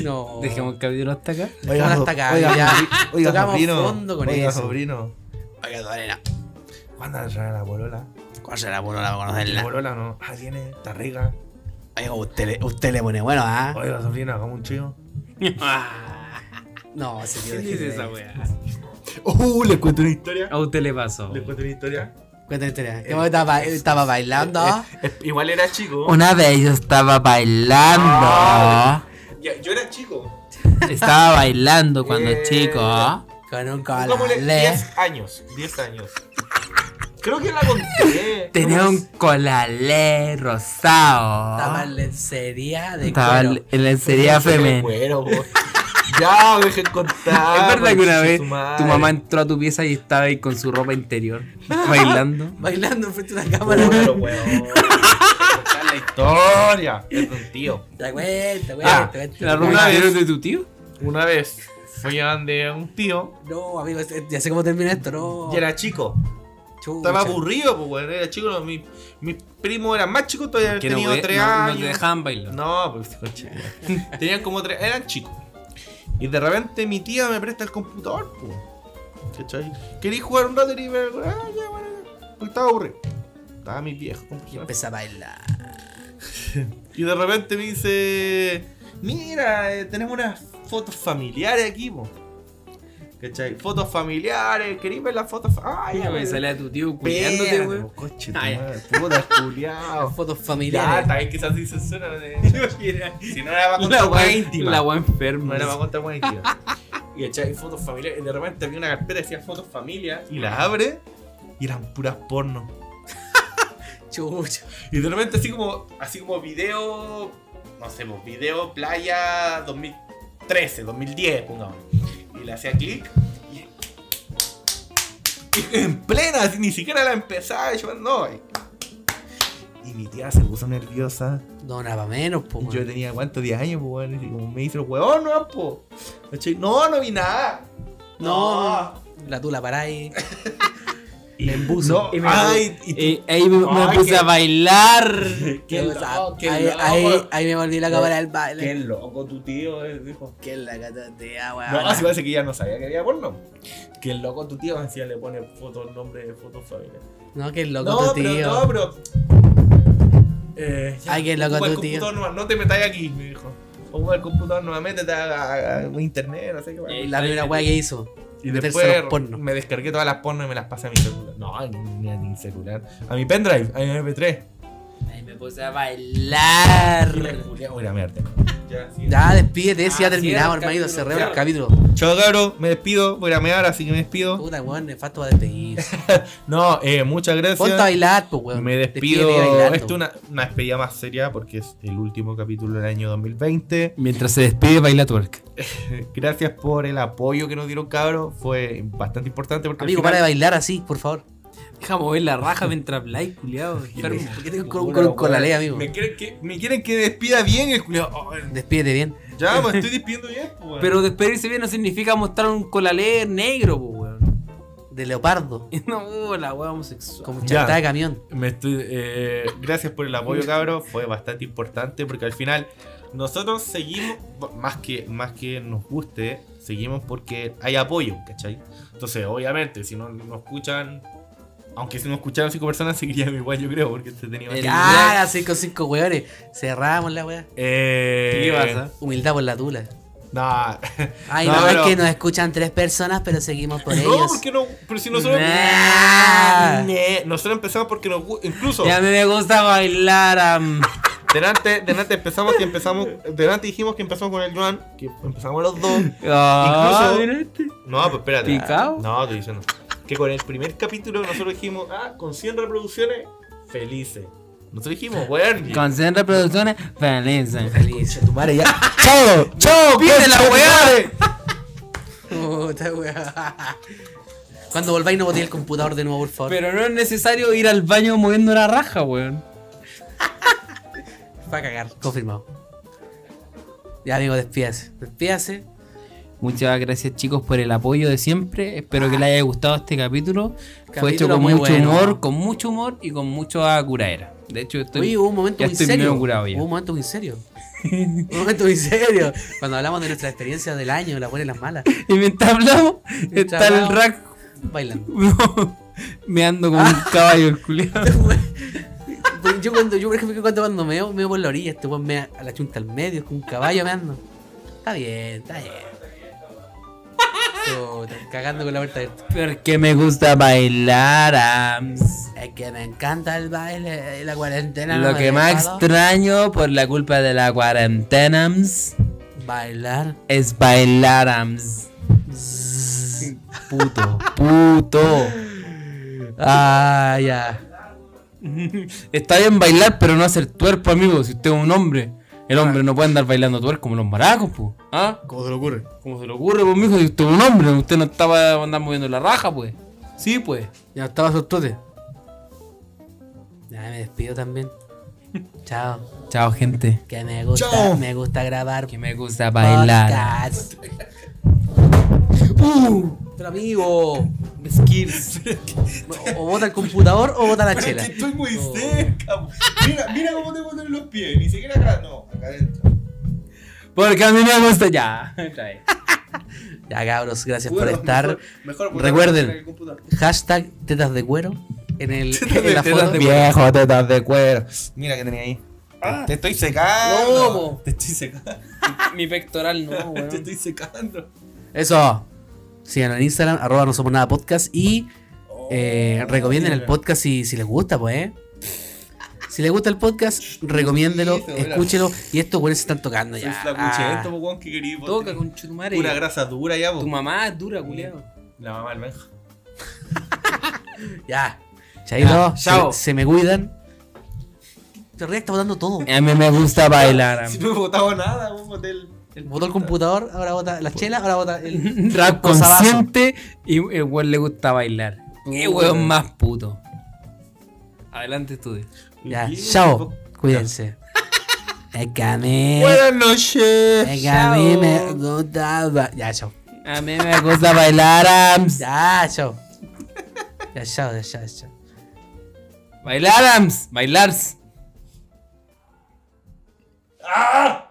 No. Dejemos el capítulo hasta acá. Ahora so- hasta acá, oiga, ya. sobri- oiga, Tocamos sobrino, fondo con oiga, eso. sobrino. Oiga, Dorena, ¿Cuándo va a traer a la bolola? ¿cuál será bueno la va a La conocerla? bolola no. Ah, viene, está rica. Oiga, usted le, usted le pone bueno, ¿ah? Oiga, sobrino, hagamos un chivo. (laughs) No, ese tío ¿Quién de dice esa esa weá? Uh, les cuento una historia. A usted le pasó. Les cuento una historia. Cuéntame historia. ¿Qué momento estaba, estaba bailando? Eh, Igual era chico. Una vez yo estaba bailando. Ya, Yo era chico. Estaba bailando cuando Eh, chico. Con un Pongámosle colale. 10 años. 10 años. Creo que la conté. Tenía un colalé rosado. Estaba en lencería de Estaba cuero. en la lencería femenina. Bueno, ya, me dejé contar. Es verdad que una conche vez su tu madre. mamá entró a tu pieza y estaba ahí con su ropa interior (laughs) bailando. Bailando frente a una (laughs) Bueno, cámara. weón. Contar la historia. Es de un tío. La cuenta, Ah, cuenta, cuenta. ¿La ropa Una vez. interior de tu tío? Una vez fui a donde un tío. No, amigo, este- ya sé cómo termina esto, no. Y era chico. Chucha. Estaba aburrido, pues, weón. Era chico. no, mi- Mis primos eran más chicos, todavía Que no, tenido podía- 3 no- años. no te dejaban bailar. No, pues (laughs) coche. Tenían como tres. Eran chicos. Y de repente mi tía me presta el computador, pues. ¿Cachai? Quería jugar un rato y ver algo. Ah, ya, bueno. ya. Porque estaba aburrido. Estaba mi viejo Y computador. empecé a bailar. Y de repente me dice. Mira, eh, tenemos unas fotos familiares aquí, po. ¿Cachai? Fotos familiares, ¿queréis ver las fotos? fa- Ah, ya, Ya me pues. salía tu tío culiándote, Espérate, güey. po, Coche, tu Ah, ya. madre, puta, culiao. Fotos Ya, familiares. tal vez quizás sí se suena. de- Si no era para La contar más guay, íntima. la guay enferma. No era para contar más íntima. (laughs) Y echáis fotos familiares. Y de repente había una carpeta que decía fotos familia. Y las abre y eran puras porno. Chucha. Y de repente así como, así como video, no sé, pues, video playa 2013, 2010, pongamos. Y le hacía clic y en plena, así, ni siquiera la empezaba, yo no. Y, y mi tía se puso nerviosa. Donaba menos, po. Yo weón. tenía cuánto, 10 años, pues, weón. Y como me dice, weón, no, po. ¿Cachai? No, no vi nada. No, la tula para ahí. Le embuso. No, ay, y tú- (laughs) Eh, ahí me, me Ay, puse qué- (laughs) a bailar. Qué loco, cosa- qué ahí, loco. ahí- ahí me volví la cámara del Qué baile. loco tu tío, eh, dijo. Qué la catotea, Ah, No, weón. así parece que ya no sabía que había porno. Que el loco tu tío me decía le pone fotos, nombre de fotos familiares. No, qué loco No, tu pero, tío. no, pero. Eh, Ay, qué loco ocupa el tu tío. computador nomás, no te metáis aquí, me dijo. Ocupa el computador nuevamente, te a, a- a internet, no sé qué. Eh, la primera weá que hizo. Y meterse después a los pornos. me descargué todas las pornos y me las pasé a mi celular. No, ni, ni a mi celular. A mi pendrive, a mi MP3. Ahí me puse a bailar. Y me culié, voy a ir a mearte. (laughs) Ya, sí. Ya, despídete, si ya Ah, terminamos, cierto, hermanito. capítulo, Cerremos el cierto. capítulo. Chao, cabro, me despido, voy a ir a mear, así que me despido. Puta, weón, nefasto va a (laughs) despedir. No, eh, muchas gracias. Ponte a bailar, pues, weón. Me Despídete despido. bailando. Esto es una, una despedida más seria porque es el último capítulo del año 2020. Mientras se despide, baila twerk. Gracias por el apoyo que nos dieron, cabros. Fue bastante importante porque. al Amigo, final- para de bailar así, por favor. Deja mover la raja mientras bailas, culiado. Enfermo. ¿Por qué tengo con, Bueno, con- con la ley, amigo? Me quieren que, me quieren que despida bien el culiao. Ay, Despídete bien. (laughs) ya, me estoy despidiendo bien, pues, weón. Pero despedirse bien no significa mostrar un colalé negro, po, weón. De (laughs) leopardo. No, uh, la weá homosexual. Como Ya. chantada de camión. Me estoy- eh, gracias por el apoyo, cabros. Fue bastante importante porque al final nosotros seguimos, más que, más que nos guste, seguimos porque hay apoyo, ¿cachai? Entonces, obviamente, si no nos escuchan, aunque si nos escucharon cinco personas, seguirían igual, yo creo, porque este tenía El- bastante- Ya, 5 5 weones. Cerramos la weá. Eh, ¿Qué pasa? Humildad por la tula. nah. Ay, No, no, pero- es que nos escuchan tres personas, pero seguimos por (laughs) No, ellos. porque no. Pero si nosotros. Nah. Nah. Nosotros empezamos porque nos gu- Incluso. Ya me gusta bailar. am. Delante, delante empezamos que empezamos. Delante dijimos que empezamos con el Joan. Que empezamos los dos. Ah, Incluso- mira este. No, pues espérate. ¿Picao? No, estoy diciendo. Que con el primer capítulo nosotros dijimos, ah, con 100 reproducciones, felices. Nosotros dijimos, weón. Con 100 reproducciones, felices. Feliz. Tu madre ya. ¡Chao! ¡Chao! ¡Viene la concha weá! de tu madre! (laughs) Puta weá. Cuando volváis no botéis el computador de nuevo, por favor. Pero no es necesario ir al baño moviendo la raja, weón. Va a cagar. Confirmado. Ya, amigo, despídase. Despídase. Muchas gracias chicos por el apoyo de siempre. Espero que les haya gustado este capítulo. Fue hecho Capítulo con muy mucho bueno. humor, con mucho humor y con mucha curadera. De hecho, estoy Oye, hubo un momento ya muy estoy serio. medio curado ya. Hubo un momento muy serio. un momento muy serio. Cuando hablamos de nuestras experiencias del año, las buenas y las malas, Y mientras hablamos, Mientras está el hablamos. rack bailando. me ando como un caballo el culiado. Pues yo cuando, yo por ejemplo, cuando, cuando meo, meo por la orilla, este weón mea a la chunta al medio, con un caballo meando. Está bien, está bien. Puta, cagando con la puerta abierta. Porque me gusta bailar. ams. Es que me encanta el baile, la cuarentena. no Lo me que ha más dejado extraño por la culpa de la cuarentena ams, Bailar. es bailar. ams. Puto, puto. Ah, ya. Está bien bailar, pero no hacer tuerpo, amigo. Si usted es un hombre, el Ah. hombre no puede andar bailando tuerpo como los maracos, pues. ¿Ah? ¿Cómo se le ocurre? Como se le ocurre, pues, mijo, si usted es un hombre, usted no estaba andando moviendo la raja, pues. Sí, pues. Ya estaba sortote. Ya me despido también. Chao. Chao, gente. Que me gusta, Chao. me gusta grabar. Que me gusta bailar. podcast. Pero amigo. Skills. O bota el computador o bota la chela. Estoy muy Oh. cerca. Mira, mira cómo te ponen los pies. Ni siquiera acá, no, acá adentro. Porque a mí me gusta ya. Otra vez. Ya cabros, gracias Bueno, por estar. mejor- mejor apuntar Recuerden. en el computador. Hashtag tetas de cuero en, el, en la tetas foto. de Viejo, tetas de cuero. Mira que tenía ahí. Ah. Te estoy secando. No, po. (laughs) Te estoy secando. Mi pectoral no, Te weón. estoy secando. Eso. Síganos en Instagram, arroba no somos nada podcast y Oh, eh, Oh, recomienden el podcast si, si les gusta, pues. ¿eh? Si les gusta el podcast, recomiéndelo, Eso, mira. escúchelo. Y estos güeyes se están tocando Soy ya. flacuchento, Ah, po, weón, que querido. Toca con chutumare. Pura grasa dura ya, po. Tu mamá es dura, culiao. La mamá del Benja. Eh, ya. Chaito, Ya, chao. Se, se me cuidan. Te ríes, está botando todo. A mí me gusta bailar. Si no he votado nada, un hotel. Botó el computador, (laughs) ahora bota la chela, ahora bota el. Rap Posavasos. consciente y el weón le gusta bailar. Qué weón más puto. Adelante, estudio. Ya, Oye, chao. (laughs) Cuídense. Es que a Eh, mí. Buenas noches. Es que a mí me gustaba. Ya, chao. A mí me gusta bailar, Ams. Ya, chao. Ya, chao, ya, chao, ya, chao. Bailar, Ams. Bailars. ¡Ah!